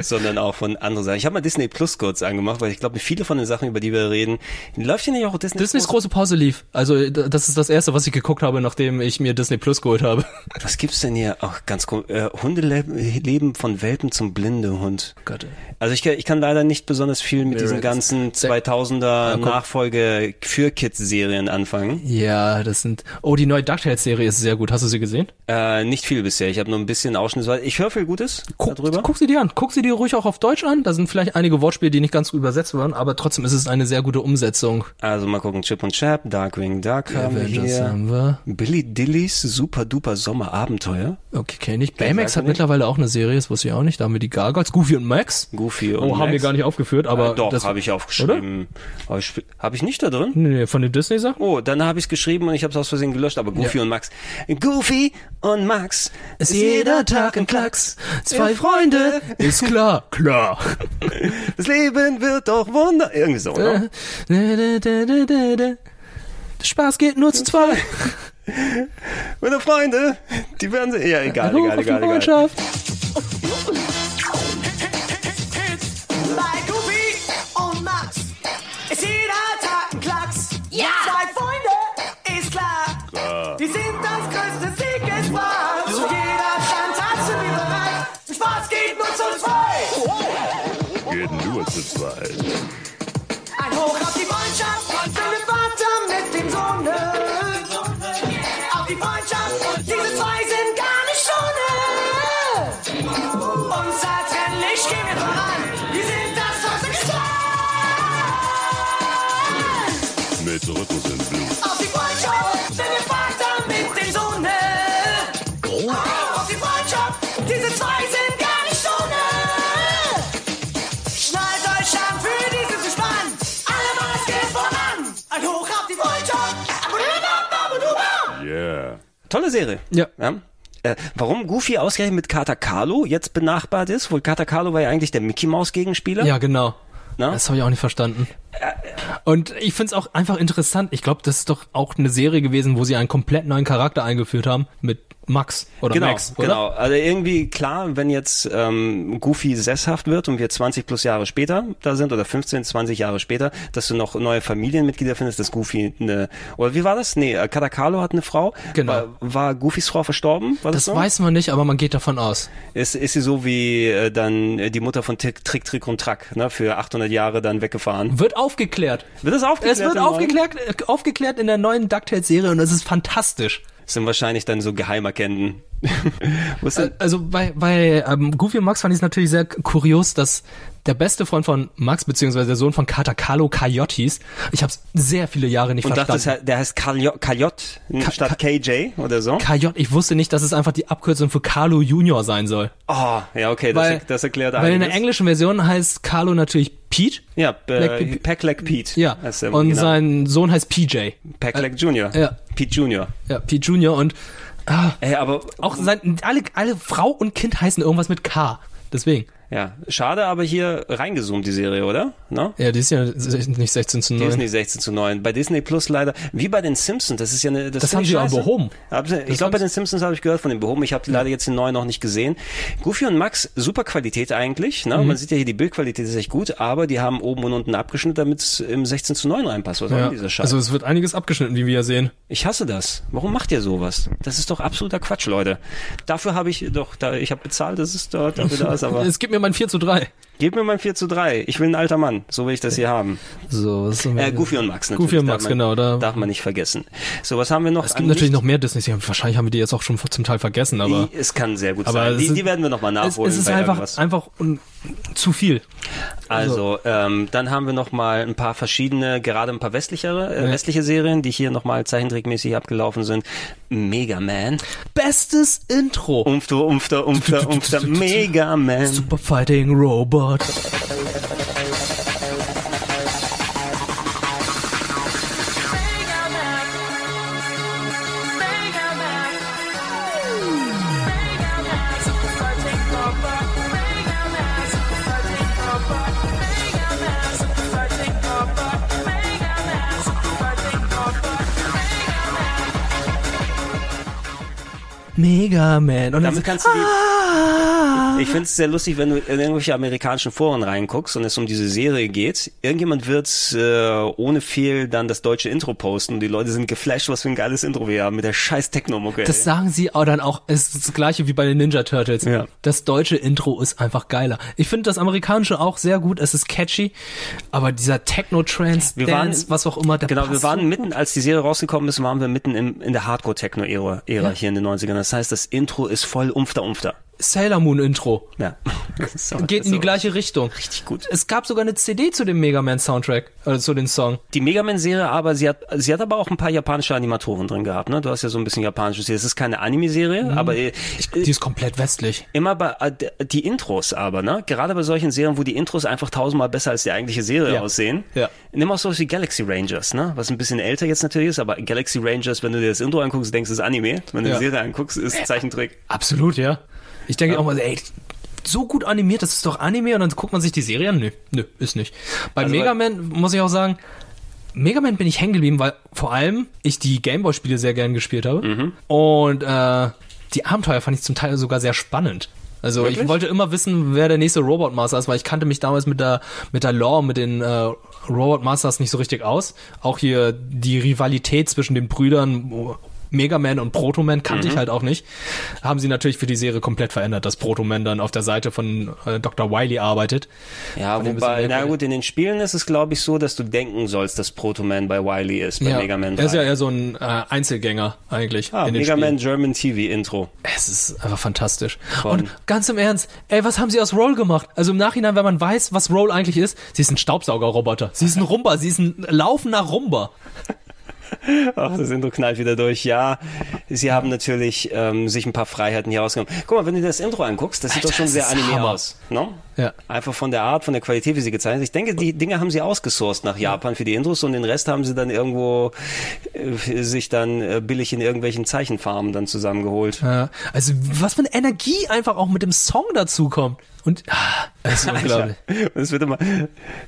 Speaker 1: sondern auch von anderen Sachen. Ich habe mal Disney Plus kurz angemacht, weil ich glaube, viele von den Sachen, über die wir reden, läuft hier nicht auch Disney
Speaker 2: Disneys große Pause lief. Also d- das ist das erste, was ich geguckt habe, nachdem ich mir Disney Plus geholt habe.
Speaker 1: Was gibt's denn hier? Ach, ganz cool. Äh, Hundeleben von Welpen zum Blindehund.
Speaker 2: Gott.
Speaker 1: Also ich, kann- ich kann leider nicht besonders viel mit
Speaker 2: Nee,
Speaker 1: diesen
Speaker 2: das-
Speaker 1: ganzen 2000er
Speaker 2: komm.
Speaker 1: Nachfolge für Kids Serien anfangen.
Speaker 2: Ja, das sind. Oh, die neue DuckTales-Serie ist sehr gut. Hast du sie gesehen?
Speaker 1: Äh, nicht viel bisher. Ich habe nur ein bisschen Ausschnitte. Ich höre viel Gutes darüber.
Speaker 2: Guck sie dir an. Guck sie dir ruhig auch auf Deutsch an. Da sind vielleicht einige Wortspiele, die nicht ganz gut übersetzt waren, aber trotzdem ist es eine sehr gute Umsetzung.
Speaker 1: Also mal gucken. Chip und Chap, Darkwing Duck
Speaker 2: Ja,
Speaker 1: haben wir
Speaker 2: Avengers
Speaker 1: hier.
Speaker 2: haben wir.
Speaker 1: Billy Dillys Super Duper Sommerabenteuer.
Speaker 2: Okay, kenne ich. Baymax
Speaker 1: sag
Speaker 2: hat
Speaker 1: mir nicht.
Speaker 2: mittlerweile auch eine Serie, das wusste ich auch nicht. Da haben wir die Gargoyles, Goofy und Max.
Speaker 1: Goofy und
Speaker 2: Oh, haben
Speaker 1: Max.
Speaker 2: wir gar nicht aufgeführt, aber
Speaker 1: äh, doch,
Speaker 2: das-
Speaker 1: habe ich aufgeschrieben. Habe ich, hab ich nicht da drin?
Speaker 2: Nee, von den Disney-Sachen?
Speaker 1: Oh, dann habe ich es geschrieben und ich habe es aus Versehen gelöscht, aber Goofy
Speaker 2: Ja.
Speaker 1: und Max. Goofy und Max.
Speaker 2: Ist jeder Tag ein Klacks. Zwei Freunde. Ist klar. Klar.
Speaker 1: Das Leben wird doch wunder... Irgendwie so,
Speaker 2: Äh.
Speaker 1: oder?
Speaker 2: Der Spaß geht nur zu
Speaker 1: Hm?
Speaker 2: zweit.
Speaker 1: Meine Freunde, die werden... se- Ja, egal,
Speaker 2: Hoch
Speaker 1: egal,
Speaker 2: auf die
Speaker 1: egal, egal.
Speaker 2: Freundschaft.
Speaker 3: Bei Goofy und Max ist jeder Tag ein Klacks.
Speaker 4: Ja.
Speaker 3: Zwei Freunde, ist klar.
Speaker 4: Klar.
Speaker 3: Die sind das größte Siegespaar. Zu jeder Stand hast du die bereit. Spaß geht nur zu zweit.
Speaker 13: Geht nur zu zweit.
Speaker 3: Ein Hoch auf die Freundschaft von dem Vater mit dem Sohn. Auf die Freundschaft und diese zwei sind gar nicht ohne. Unzertrennlich gehen wir voran. Wir sind das größte Geschlecht.
Speaker 13: Mit Rhythmus und Blues.
Speaker 3: Auf die Freundschaft, denn wir weiter mit dem Sohn. Auf die Freundschaft, diese zwei sind gar nicht ohne. Schnallt euch an für dieses Gespann. Alle mal, es geht voran. Ein Halt Hoch auf die Freundschaft. Abudubababudubab.
Speaker 13: Yeah.
Speaker 1: Tolle Serie.
Speaker 2: Ja.
Speaker 1: Äh, warum Goofy ausgerechnet mit Kater Carlo jetzt benachbart ist? Wohl Kater Carlo war ja eigentlich der Mickey-Maus-Gegenspieler.
Speaker 2: Ja, genau. Das habe ich auch nicht verstanden. Und ich finde es auch einfach interessant. Ich glaube, das ist doch auch eine Serie gewesen, wo sie einen komplett neuen Charakter eingeführt haben mit Max oder
Speaker 1: genau,
Speaker 2: Max. Oder?
Speaker 1: genau. Also irgendwie klar, wenn jetzt ähm, Goofy sesshaft wird und wir 20 plus Jahre später da sind oder 15, 20 Jahre später, dass du noch neue Familienmitglieder findest, dass Goofy eine oder wie war das? Nee, äh, Katakalo hat eine Frau.
Speaker 2: Genau.
Speaker 1: War, war Goofys Frau verstorben? War das
Speaker 2: Das
Speaker 1: so?
Speaker 2: weiß man nicht, aber man geht davon aus.
Speaker 1: Ist, ist sie so wie äh, dann äh, die Mutter von Tick, Trick, Trick und Track, ne? Für 800 Jahre dann weggefahren.
Speaker 2: Wird aufgeklärt.
Speaker 1: Wird das aufgeklärt?
Speaker 2: Es wird
Speaker 1: im neuen?
Speaker 2: aufgeklärt, äh, aufgeklärt in der neuen DuckTales-Serie und es ist fantastisch.
Speaker 1: Sind wahrscheinlich dann so Geheimerkennen. Wo ist denn-
Speaker 2: Also bei, bei ähm, Goofy und Max fand ich es natürlich sehr k- kurios, dass der beste Freund von Max, beziehungsweise der Sohn von Kater Carlo Coyote hieß. Ich habe es sehr viele Jahre nicht
Speaker 1: und halt
Speaker 2: verstanden.
Speaker 1: dachte, der heißt Kajot statt KJ oder so.
Speaker 2: KJ, ich wusste nicht, dass es einfach die Abkürzung für Carlo Junior sein soll.
Speaker 1: Oh, ja, okay, das,
Speaker 2: Weil-
Speaker 1: er- das erklärt
Speaker 2: Weil in der
Speaker 1: einiges.
Speaker 2: englischen Version heißt Carlo natürlich Pete.
Speaker 1: Ja,
Speaker 2: Black-
Speaker 1: äh, Pack Leg Pete.
Speaker 2: Ja.
Speaker 1: heißt er im
Speaker 2: Und
Speaker 1: Original.
Speaker 2: sein Sohn heißt PJ.
Speaker 1: Pack Leg genau. Junior.
Speaker 2: Ja.
Speaker 1: Pete Junior.
Speaker 2: Ja, Pete Junior und ah,
Speaker 1: Ey, aber
Speaker 2: auch sein, alle, alle Frau und Kind heißen irgendwas mit K. Deswegen.
Speaker 1: ja, schade, aber hier reingezoomt die Serie, oder? Ne?
Speaker 2: Ja, die ist ja nicht 16 zu 9.
Speaker 1: Die ist nicht 16 zu 9. Bei Disney Plus leider, wie bei den Simpsons, das ist ja eine. Das,
Speaker 2: Das
Speaker 1: finde
Speaker 2: haben
Speaker 1: ich
Speaker 2: sie ja
Speaker 1: scheiße.
Speaker 2: behoben.
Speaker 1: Hab- Ich glaube, bei den Simpsons habe ich gehört von den behoben. Ich habe leider jetzt den neuen noch nicht gesehen. Goofy und Max, super Qualität eigentlich. Ne?
Speaker 2: Mhm.
Speaker 1: Man sieht ja hier, die Bildqualität ist echt gut, aber die haben oben und unten abgeschnitten, damit es im 16 zu 9 reinpasst. Was soll
Speaker 2: Ja.
Speaker 1: denn dieser Scheiß?
Speaker 2: Also es wird einiges abgeschnitten, wie wir ja sehen.
Speaker 1: Ich hasse das. Warum macht ihr sowas? Das ist doch absoluter Quatsch, Leute. Dafür habe ich doch, da, ich habe bezahlt, das ist dort, dafür da ist, aber.
Speaker 2: es gibt mir mein 4 zu 3.
Speaker 1: Gib mir mein 4 zu 3. Ich will ein alter Mann. So will ich das hier haben.
Speaker 2: So, was
Speaker 1: Äh, Goofy und Max natürlich.
Speaker 2: Goofy und
Speaker 1: Darf
Speaker 2: Max,
Speaker 1: man-
Speaker 2: genau. Da.
Speaker 1: Darf man nicht vergessen. So, was haben wir noch?
Speaker 2: Es gibt natürlich noch mehr Disney-Serien. Wahrscheinlich haben wir die jetzt auch schon zum Teil vergessen, aber...
Speaker 1: Es kann sehr gut
Speaker 2: Aber
Speaker 1: sein.
Speaker 2: es
Speaker 1: Die,
Speaker 2: sind-
Speaker 1: die werden wir nochmal
Speaker 2: Es,
Speaker 1: nachholen.
Speaker 2: es ist
Speaker 1: bei
Speaker 2: einfach,
Speaker 1: irgendwas.
Speaker 2: einfach un, zu viel.
Speaker 1: Also, ähm, dann haben wir nochmal ein paar verschiedene, gerade ein paar westlichere, äh,
Speaker 2: Ja.
Speaker 1: westliche Serien, die hier nochmal zeichentrickmäßig abgelaufen sind. Mega Man.
Speaker 2: Bestes Intro.
Speaker 1: Umfter, umfter, umfter, umfter. Mega Man.
Speaker 2: Super Fighting Robot. Mega Man. Und
Speaker 1: Damit
Speaker 2: dann Ah!
Speaker 1: kannst du die. Ich finde es sehr lustig, wenn du in irgendwelche amerikanischen Foren reinguckst und es um diese Serie geht. Irgendjemand wird äh, ohne Fehl dann das deutsche Intro posten und die Leute sind geflasht, was für ein geiles Intro wir haben mit der scheiß Techno-Mucke.
Speaker 2: Das
Speaker 1: ey.
Speaker 2: sagen sie auch dann auch, es ist das gleiche wie bei den Ninja Turtles.
Speaker 1: Ja.
Speaker 2: Das deutsche Intro ist einfach geiler. Ich finde das amerikanische auch sehr gut, es ist catchy, aber dieser Techno-Trance,
Speaker 1: Wir waren-
Speaker 2: Dance, was auch immer, der
Speaker 1: Genau,
Speaker 2: passt
Speaker 1: wir waren
Speaker 2: so
Speaker 1: mitten, als die Serie rausgekommen ist, waren wir mitten im, in der Hardcore-Techno-Ära Ära
Speaker 2: Ja.
Speaker 1: hier in den 90ern. Das heißt, das Intro ist voll umfter umfter.
Speaker 2: Sailor Moon Intro.
Speaker 1: Ja. So,
Speaker 2: Geht in
Speaker 1: so.
Speaker 2: die gleiche Richtung. Richtig
Speaker 1: Also gut.
Speaker 2: Es gab sogar eine CD zu dem Mega Man Soundtrack, also zu dem Song.
Speaker 1: Die Mega Man-Serie, aber sie hat, sie hat aber auch ein paar japanische Animatoren drin gehabt, ne? Du hast ja so ein bisschen japanisches. Es ist keine Anime-Serie, aber äh,
Speaker 2: Mhm. Die ist komplett westlich.
Speaker 1: immer bei äh, d- die Intros aber, ne? Gerade bei solchen Serien, wo die Intros einfach tausendmal besser als die eigentliche Serie
Speaker 2: Ja.
Speaker 1: aussehen.
Speaker 2: Ja.
Speaker 1: Nimm auch sowas wie Galaxy Rangers, ne? Was ein bisschen älter jetzt natürlich ist, aber Galaxy Rangers, wenn du dir das Intro anguckst, denkst du, es ist Anime. Wenn du
Speaker 2: Ja.
Speaker 1: die Serie anguckst, ist Zeichentrick.
Speaker 2: Absolut, ja. Ich denke auch mal, ey, so gut animiert, das ist doch Anime und dann guckt man sich die Serie an. Nö, nö, ist nicht. Bei
Speaker 1: Also
Speaker 2: Mega
Speaker 1: bei-
Speaker 2: Man muss ich auch sagen, Mega Man bin ich hängen geblieben, weil vor allem ich die Gameboy-Spiele sehr gern gespielt habe. Und äh, die Abenteuer fand ich zum Teil sogar sehr spannend. Also ich
Speaker 1: Wirklich?
Speaker 2: wollte immer wissen, wer der nächste Robot Master ist, weil ich kannte mich damals mit der mit der Lore, mit den äh, Robot Masters nicht so richtig aus. Auch hier die Rivalität zwischen den Brüdern oh, Mega Man und Proto Man kannte
Speaker 1: Mhm.
Speaker 2: ich halt auch nicht. Haben sie natürlich für die Serie komplett verändert, dass Proto Man dann auf der Seite von äh, Dr. Wily arbeitet.
Speaker 1: Ja,
Speaker 2: Von dem
Speaker 1: wobei,
Speaker 2: bisschen
Speaker 1: na
Speaker 2: merkwürdig.
Speaker 1: gut, in den Spielen ist es, glaube ich, so, dass du denken sollst, dass Proto-Man bei Wily ist, bei
Speaker 2: ja,
Speaker 1: Mega Man 3.
Speaker 2: er ist ja eher so ein äh, Einzelgänger eigentlich.
Speaker 1: ah,
Speaker 2: in den
Speaker 1: Mega
Speaker 2: Spielen.
Speaker 1: Man German TV Intro.
Speaker 2: Es ist einfach fantastisch. Und ganz im Ernst, ey, was haben sie aus Roll gemacht? Also im Nachhinein, wenn man weiß, was Roll eigentlich ist, sie ist ein Staubsaugerroboter. Sie ist ein Rumba, sie ist ein laufender Rumba.
Speaker 1: Ach, das Intro knallt wieder durch. Ja, sie haben natürlich ähm, sich ein paar Freiheiten hier rausgenommen. Guck mal, wenn du dir das Intro anguckst, das sieht
Speaker 2: Alter,
Speaker 1: doch schon
Speaker 2: das
Speaker 1: sehr
Speaker 2: ist
Speaker 1: anime
Speaker 2: Hammer.
Speaker 1: aus. Ne?
Speaker 2: Ja.
Speaker 1: Einfach von der Art, von der Qualität, wie sie gezeichnet sind. Ich denke, die Dinge haben sie ausgesourced nach Japan für die Intros und den Rest haben sie dann irgendwo äh, sich dann äh, billig in irgendwelchen Zeichenfarmen dann zusammengeholt.
Speaker 2: Ja, also was für eine Energie einfach auch mit dem Song dazu kommt. Und ah, das ist unglaublich.
Speaker 1: Alter, Das, wird immer,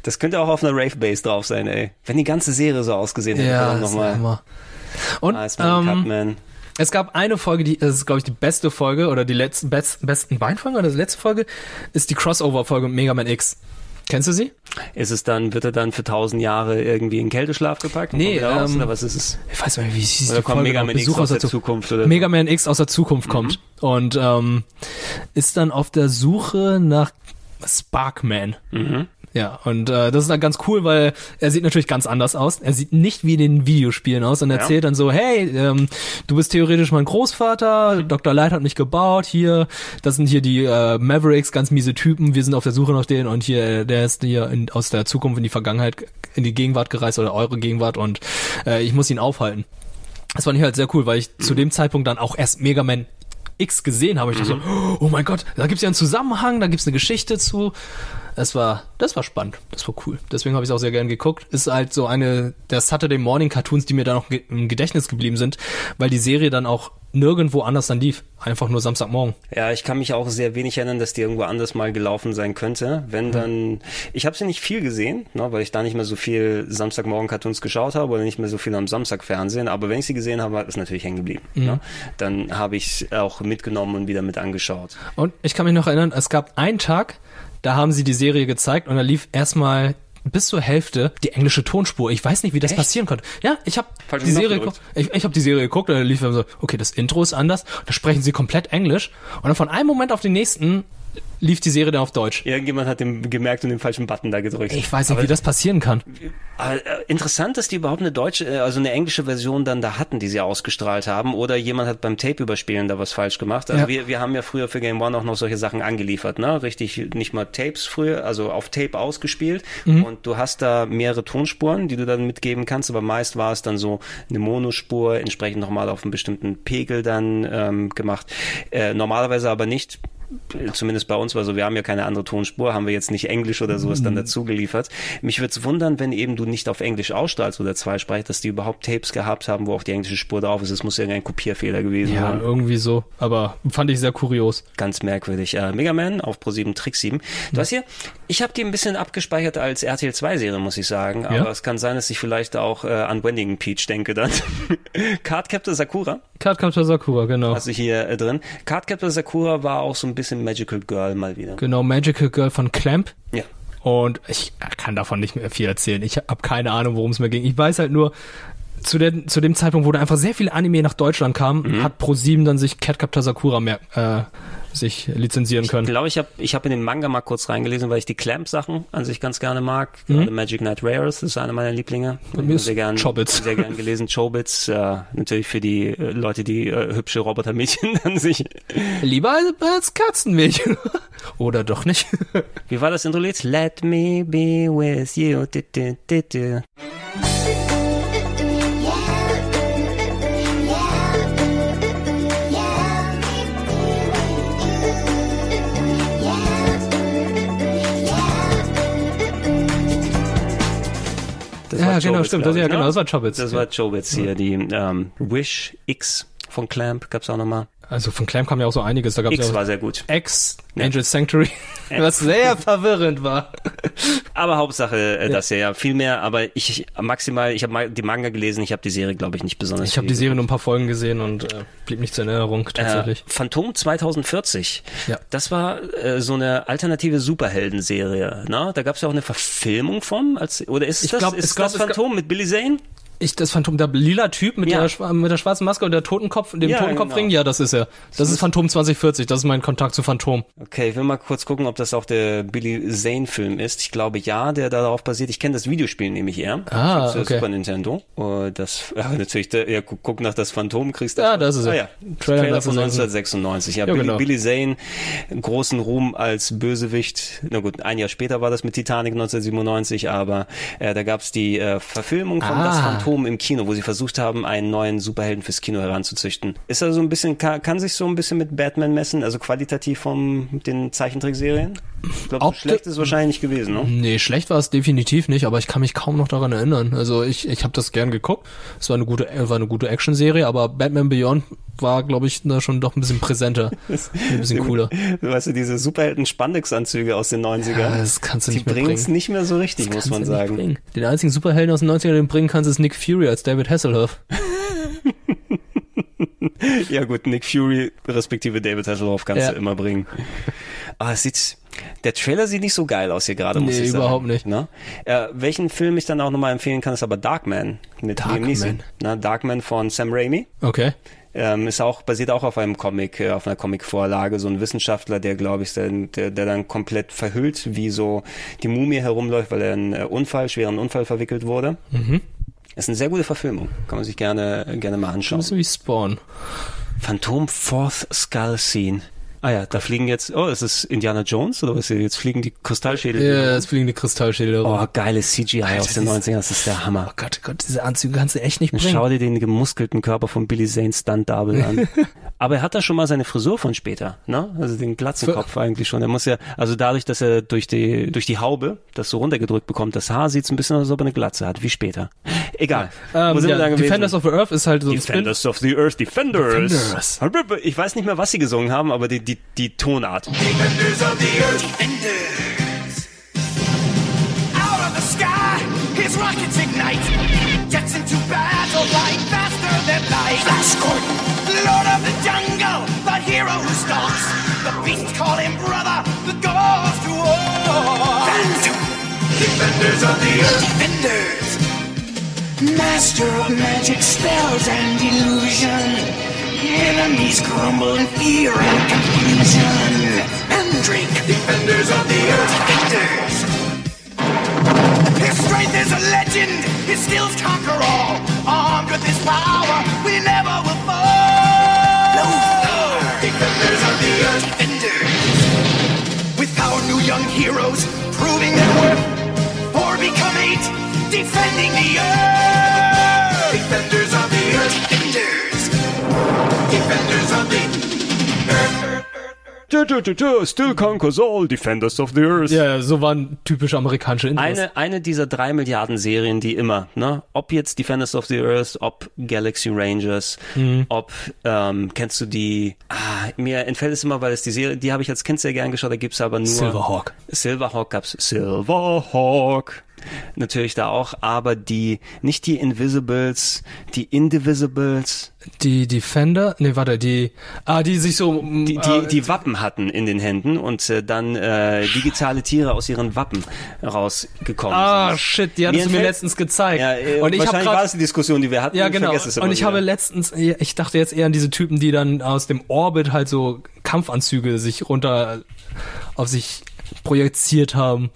Speaker 1: das könnte auch auf einer Rave-Base drauf sein, ey. Wenn die ganze Serie so ausgesehen hätte,
Speaker 2: Ja,
Speaker 1: verdammt
Speaker 2: das ist
Speaker 1: nochmal. Ah,
Speaker 2: Hammer. Und
Speaker 1: Iceman,
Speaker 2: ähm,
Speaker 1: Cutman.
Speaker 2: es gab eine Folge, die das ist, glaube ich, die beste Folge oder die letzten best, besten beiden Folgen oder die letzte Folge ist die Crossover-Folge mit Mega Man X. Kennst du sie?
Speaker 1: Ist es dann, wird er dann für tausend Jahre irgendwie in Kälteschlaf gepackt? und
Speaker 2: Nee,
Speaker 1: kommt wieder raus,
Speaker 2: ähm,
Speaker 1: oder was ist es?
Speaker 2: Ich weiß nicht, wie sie
Speaker 1: Oder kommt Mega Man X aus der
Speaker 2: Zukunft.
Speaker 1: Zukunft? Oder? Mhm.
Speaker 2: Mega Man X aus der Zukunft kommt und ähm, ist dann auf der Suche nach Sparkman.
Speaker 1: Mhm.
Speaker 2: Ja, und äh, das ist dann ganz cool, weil er sieht natürlich ganz anders aus. Er sieht nicht wie in den Videospielen aus und
Speaker 1: Ja.
Speaker 2: erzählt dann so, hey, ähm, du bist theoretisch mein Großvater, Dr. Light hat mich gebaut, hier, das sind hier die äh, Mavericks, ganz miese Typen, wir sind auf der Suche nach denen und hier, äh, der ist hier in, aus der Zukunft in die Vergangenheit, in die Gegenwart gereist oder eure Gegenwart und äh, ich muss ihn aufhalten. Das fand ich halt sehr cool, weil ich zu dem Zeitpunkt dann auch erst Mega Man X gesehen habe. Ich dachte so, oh mein Gott, da gibt's ja einen Zusammenhang, da gibt's eine Geschichte zu. Das war, das war spannend, das war cool. Deswegen habe ich auch sehr gern geguckt. Ist halt so eine der Saturday Morning Cartoons, die mir dann auch ge- im Gedächtnis geblieben sind, weil die Serie dann auch nirgendwo anders dann lief. Einfach nur Samstagmorgen.
Speaker 1: Ja, ich kann mich auch sehr wenig erinnern, dass die irgendwo anders mal gelaufen sein könnte.
Speaker 2: Mhm.
Speaker 1: Wenn dann, ich habe sie nicht viel gesehen, ne, weil ich da nicht mehr so viel Samstagmorgen-Cartoons geschaut habe oder nicht mehr so viel am Samstag Fernsehen. Aber wenn ich sie gesehen habe, ist natürlich hängen geblieben.
Speaker 2: Mhm.
Speaker 1: Ne? Dann habe ich auch mitgenommen und wieder mit angeschaut.
Speaker 2: Und ich kann mich noch erinnern, es gab einen Tag, da haben sie die Serie gezeigt und da lief erstmal bis zur Hälfte die englische Tonspur. Ich weiß nicht, wie das passieren konnte. Ja, ich habe
Speaker 1: Falsch
Speaker 2: die Serie
Speaker 1: gedrückt.
Speaker 2: geguckt. Ich, ich habe die Serie geguckt und da lief dann so, okay, das Intro ist anders, da sprechen sie komplett Englisch und dann von einem Moment auf den nächsten lief die Serie dann auf Deutsch.
Speaker 1: Irgendjemand hat den gemerkt und den falschen Button da gedrückt.
Speaker 2: Ich weiß nicht,
Speaker 1: Aber
Speaker 2: wie das passieren kann.
Speaker 1: Aber, äh, interessant, dass die überhaupt eine deutsche, äh, also eine englische Version dann da hatten, die sie ausgestrahlt haben. Oder jemand hat beim Tape überspielen da was falsch gemacht. Also
Speaker 2: Ja.
Speaker 1: wir, wir haben ja früher für Game One auch noch solche Sachen angeliefert, ne? Richtig, nicht mal Tapes früher, also auf Tape ausgespielt.
Speaker 2: Mhm.
Speaker 1: Und du hast da mehrere Tonspuren, die du dann mitgeben kannst. Aber meist war es dann so eine Monospur, entsprechend nochmal auf einen bestimmten Pegel dann ähm, gemacht. Äh, normalerweise aber nicht. zumindest bei uns war so, wir haben ja keine andere Tonspur, haben wir jetzt nicht Englisch oder sowas
Speaker 2: Mhm.
Speaker 1: dann dazu geliefert. Mich würde es wundern, wenn eben du nicht auf Englisch ausstrahlst oder zweisprachig, dass die überhaupt Tapes gehabt haben, wo auch die englische Spur drauf ist. Es muss irgendein Kopierfehler gewesen
Speaker 2: ja,
Speaker 1: sein.
Speaker 2: irgendwie so. Aber fand ich sehr kurios.
Speaker 1: Ganz merkwürdig. Äh, Mega Man auf Pro7 Trick 7. Du hast hier, ich habe die ein bisschen abgespeichert als RTL 2 Serie, muss ich sagen. Aber
Speaker 2: Ja?
Speaker 1: es kann sein, dass ich vielleicht auch äh, an Wending Peach denke dann. Cardcaptor Sakura.
Speaker 2: Cardcaptor Sakura, genau.
Speaker 1: Hast du hier äh, drin. Cardcaptor Sakura war auch so ein bisschen Magical Girl mal wieder.
Speaker 2: Genau, Magical Girl von Clamp.
Speaker 1: Ja.
Speaker 2: Und ich kann davon nicht mehr viel erzählen. Ich habe keine Ahnung, worum es mir ging. Ich weiß halt nur, zu, der, zu dem Zeitpunkt, wo da einfach sehr viel Anime nach Deutschland kam, hat ProSieben dann sich Catcaptor Sakura mehr, äh, sich lizenzieren können.
Speaker 1: Ich glaube, ich habe ich hab in den Manga mal kurz reingelesen, weil ich die Clamp-Sachen an sich ganz gerne mag. Gerade Magic Knight Rares ist einer meiner Lieblinge.
Speaker 2: Mhm. Bei mir ist
Speaker 1: sehr gern,
Speaker 2: Chobits.
Speaker 1: Sehr gern gelesen. Chobits, äh, natürlich für die äh, Leute, die äh, hübsche Robotermädchen an sich.
Speaker 2: Lieber als Katzenmädchen. Oder doch nicht.
Speaker 1: Wie war das Intro-Lied? Let me be with you. Du, du, du, du. Das
Speaker 2: Ja,
Speaker 1: war
Speaker 2: genau,
Speaker 1: Chobits,
Speaker 2: stimmt.
Speaker 1: glaub
Speaker 2: Das- ja,
Speaker 1: ich, ne?
Speaker 2: genau, das war Chobits.
Speaker 1: Das war Chobits hier, die ähm, Wish X von Clamp gab's auch nochmal.
Speaker 2: Also von Clamp kam ja auch so einiges. Da gab's
Speaker 1: X
Speaker 2: ja auch
Speaker 1: war sehr gut.
Speaker 2: X, Angel Sanctuary.
Speaker 1: Ja.
Speaker 2: Was sehr verwirrend war.
Speaker 1: Aber Hauptsache, äh, das ja, ja, viel mehr. Aber ich maximal, ich habe die Manga gelesen, ich habe die Serie, glaube ich, nicht besonders.
Speaker 2: Ich habe die Serie nur ein paar Folgen gesehen und äh, blieb nichts in Erinnerung tatsächlich.
Speaker 1: Äh, Phantom 2040.
Speaker 2: Ja.
Speaker 1: Das war äh, so eine alternative Superhelden-Serie. Ne? Da gab es ja auch eine Verfilmung von. Als, oder ist
Speaker 2: Ich
Speaker 1: das,
Speaker 2: glaub-
Speaker 1: ist
Speaker 2: ich glaub,
Speaker 1: das
Speaker 2: es gab-
Speaker 1: Phantom mit Billy Zane?
Speaker 2: Ich, das Phantom, der lila Typ mit,
Speaker 1: Ja.
Speaker 2: der, schwa- mit der schwarzen Maske und der Totenkopf, dem
Speaker 1: Ja,
Speaker 2: Totenkopfring,
Speaker 1: genau.
Speaker 2: ja, das ist er. Das ist Phantom 2040, das ist mein Kontakt zu Phantom.
Speaker 1: Okay, ich will mal kurz gucken, ob das auch der Billy Zane-Film ist. Ich glaube ja, der darauf basiert. Ich kenne das Videospiel nämlich eher.
Speaker 2: Ah,
Speaker 1: Für
Speaker 2: okay.
Speaker 1: Super Nintendo. Äh, Das, ja, natürlich, der, ja, guck, guck nach das Phantom, kriegst du.
Speaker 2: Ah, das ist
Speaker 1: ah,
Speaker 2: er.
Speaker 1: ja. Trailer,
Speaker 2: Trailer
Speaker 1: von 1996. Ja,
Speaker 2: Ja,
Speaker 1: Billy,
Speaker 2: genau.
Speaker 1: Billy Zane, großen Ruhm als Bösewicht. Na gut, ein Jahr später war das mit Titanic 1997, aber äh, da gab's die äh, Verfilmung von
Speaker 2: Ah.
Speaker 1: Das Phantom im Kino, wo sie versucht haben, einen neuen Superhelden fürs Kino heranzuzüchten. Ist er so ein bisschen, kann, kann sich so ein bisschen mit Batman messen, also qualitativ von den Zeichentrickserien? Ich glaube, so
Speaker 2: Opti-
Speaker 1: schlecht ist es wahrscheinlich nicht gewesen, ne?
Speaker 2: Nee, schlecht war es definitiv nicht, aber ich kann mich kaum noch daran erinnern. Also ich, ich habe das gern geguckt. Es war eine gute, äh, war eine gute Actionserie, aber Batman Beyond war, glaube ich, da schon doch ein bisschen präsenter, ein bisschen cooler.
Speaker 1: Weißt du, diese Superhelden-Spandex-Anzüge aus den 90ern,
Speaker 2: Ja, das kannst du
Speaker 1: die
Speaker 2: nicht mehr
Speaker 1: bringen's
Speaker 2: bringen.
Speaker 1: nicht mehr so richtig,
Speaker 2: Das
Speaker 1: muss
Speaker 2: kannst
Speaker 1: man
Speaker 2: du nicht
Speaker 1: sagen.
Speaker 2: bringen. Den einzigen Superhelden aus den 90ern, den du bringen kannst, ist Nick Fury als David Hasselhoff.
Speaker 1: Ja gut, Nick Fury respektive David Hasselhoff kannst
Speaker 2: Ja.
Speaker 1: du immer bringen. Aber es sieht, der Trailer sieht nicht so geil aus hier gerade, muss
Speaker 2: Nee,
Speaker 1: ich sagen.
Speaker 2: überhaupt nicht.
Speaker 1: Ne? Äh, welchen Film ich dann auch nochmal empfehlen kann, ist aber Darkman mit Liam
Speaker 2: Darkman.
Speaker 1: Neeson. Ne? Darkman von Sam Raimi.
Speaker 2: Okay.
Speaker 1: Ähm, ist auch basiert auch auf einem Comic, äh, auf einer Comic-Vorlage. So ein Wissenschaftler, der glaube ich, dann- der, der dann komplett verhüllt, wie so die Mumie herumläuft, weil er in äh, Unfall, schweren Unfall verwickelt wurde.
Speaker 2: Mhm.
Speaker 1: Ist eine sehr gute Verfilmung, kann man sich gerne äh, gerne mal
Speaker 2: Ein
Speaker 1: anschauen.
Speaker 2: bisschen wie Spawn.
Speaker 1: Phantom Fourth Skull Scene. Ah ja, da fliegen jetzt, oh, ist es Indiana Jones oder was? Jetzt fliegen die Kristallschädel.
Speaker 2: Ja, yeah, es fliegen die Kristallschädel rum.
Speaker 1: Oh, geiles CGI aus den 90ern, das ist der Hammer.
Speaker 2: Oh Gott, Gott, diese Anzüge kannst du echt nicht
Speaker 1: Dann
Speaker 2: bringen.
Speaker 1: schau dir den gemuskelten Körper von Billy Zane Stunt Double an. Aber er hat da schon mal seine Frisur von später, ne? Also den Glatzenkopf eigentlich schon. Er muss ja, also dadurch, dass er durch die, durch die Haube das so runtergedrückt bekommt, das Haar sieht's ein bisschen aus, als ob er eine Glatze hat, wie später. Egal.
Speaker 2: ähm, ja, Defenders of the Earth ist halt so ein Spin.
Speaker 1: Defenders of the Earth, Defenders.
Speaker 2: Defenders.
Speaker 1: Ich weiß nicht mehr, was sie gesungen haben, aber die, die, die Tonart.
Speaker 9: Defenders of the Earth. Defenders. Out of the sky, his rockets ignite. Jets into battle, flying faster than light. Flash Gordon, Lord of the Jungle, the hero who stalks. The beasts call him brother, that goes to war. Phantom. Defenders of the Earth. Defenders. Master of magic spells and illusion. Enemies crumble in fear and confusion. Mandrake, defenders of the earth, defenders. His strength is a legend. His skills conquer all. Armed with his power, we never will fall. Lothar, defenders of the earth, defenders. With our new young heroes, proving their worth. Four become eight, defending the earth. Defenders of the earth, defenders. Defenders of the earth.
Speaker 1: Du, Still conquers all, defenders of the earth.
Speaker 2: Ja, so waren typisch amerikanische Intros.
Speaker 1: Eine, eine dieser drei Milliarden Serien, die immer, ne? Ob jetzt Defenders of the Earth, ob Galaxy Rangers,
Speaker 2: Mhm.
Speaker 1: ob, ähm, kennst du die, ah, mir entfällt es immer, weil es die Serie, die habe ich als Kind sehr gern geschaut, da gibt's aber nur.
Speaker 2: Silverhawk.
Speaker 1: Silverhawk gab's Silverhawk. Natürlich da auch, aber die, nicht die Invisibles, die Indivisibles,
Speaker 2: Die Defender, nee, warte, die, ah, die sich so, äh,
Speaker 1: die, die, die Wappen hatten in den Händen und äh, dann äh, digitale Tiere aus ihren Wappen rausgekommen
Speaker 2: ah,
Speaker 1: sind.
Speaker 2: shit, die hattest du mir
Speaker 1: entfällt-
Speaker 2: letztens gezeigt.
Speaker 1: Ja, äh,
Speaker 2: und ich
Speaker 1: wahrscheinlich
Speaker 2: habe
Speaker 1: war das
Speaker 2: gerade
Speaker 1: die Diskussion, die wir hatten.
Speaker 2: ja,
Speaker 1: Ich
Speaker 2: genau.
Speaker 1: vergesse es immer
Speaker 2: Und ich
Speaker 1: wieder.
Speaker 2: habe letztens, ich dachte jetzt eher an diese Typen, die dann aus dem Orbit halt so Kampfanzüge sich runter auf sich projiziert haben.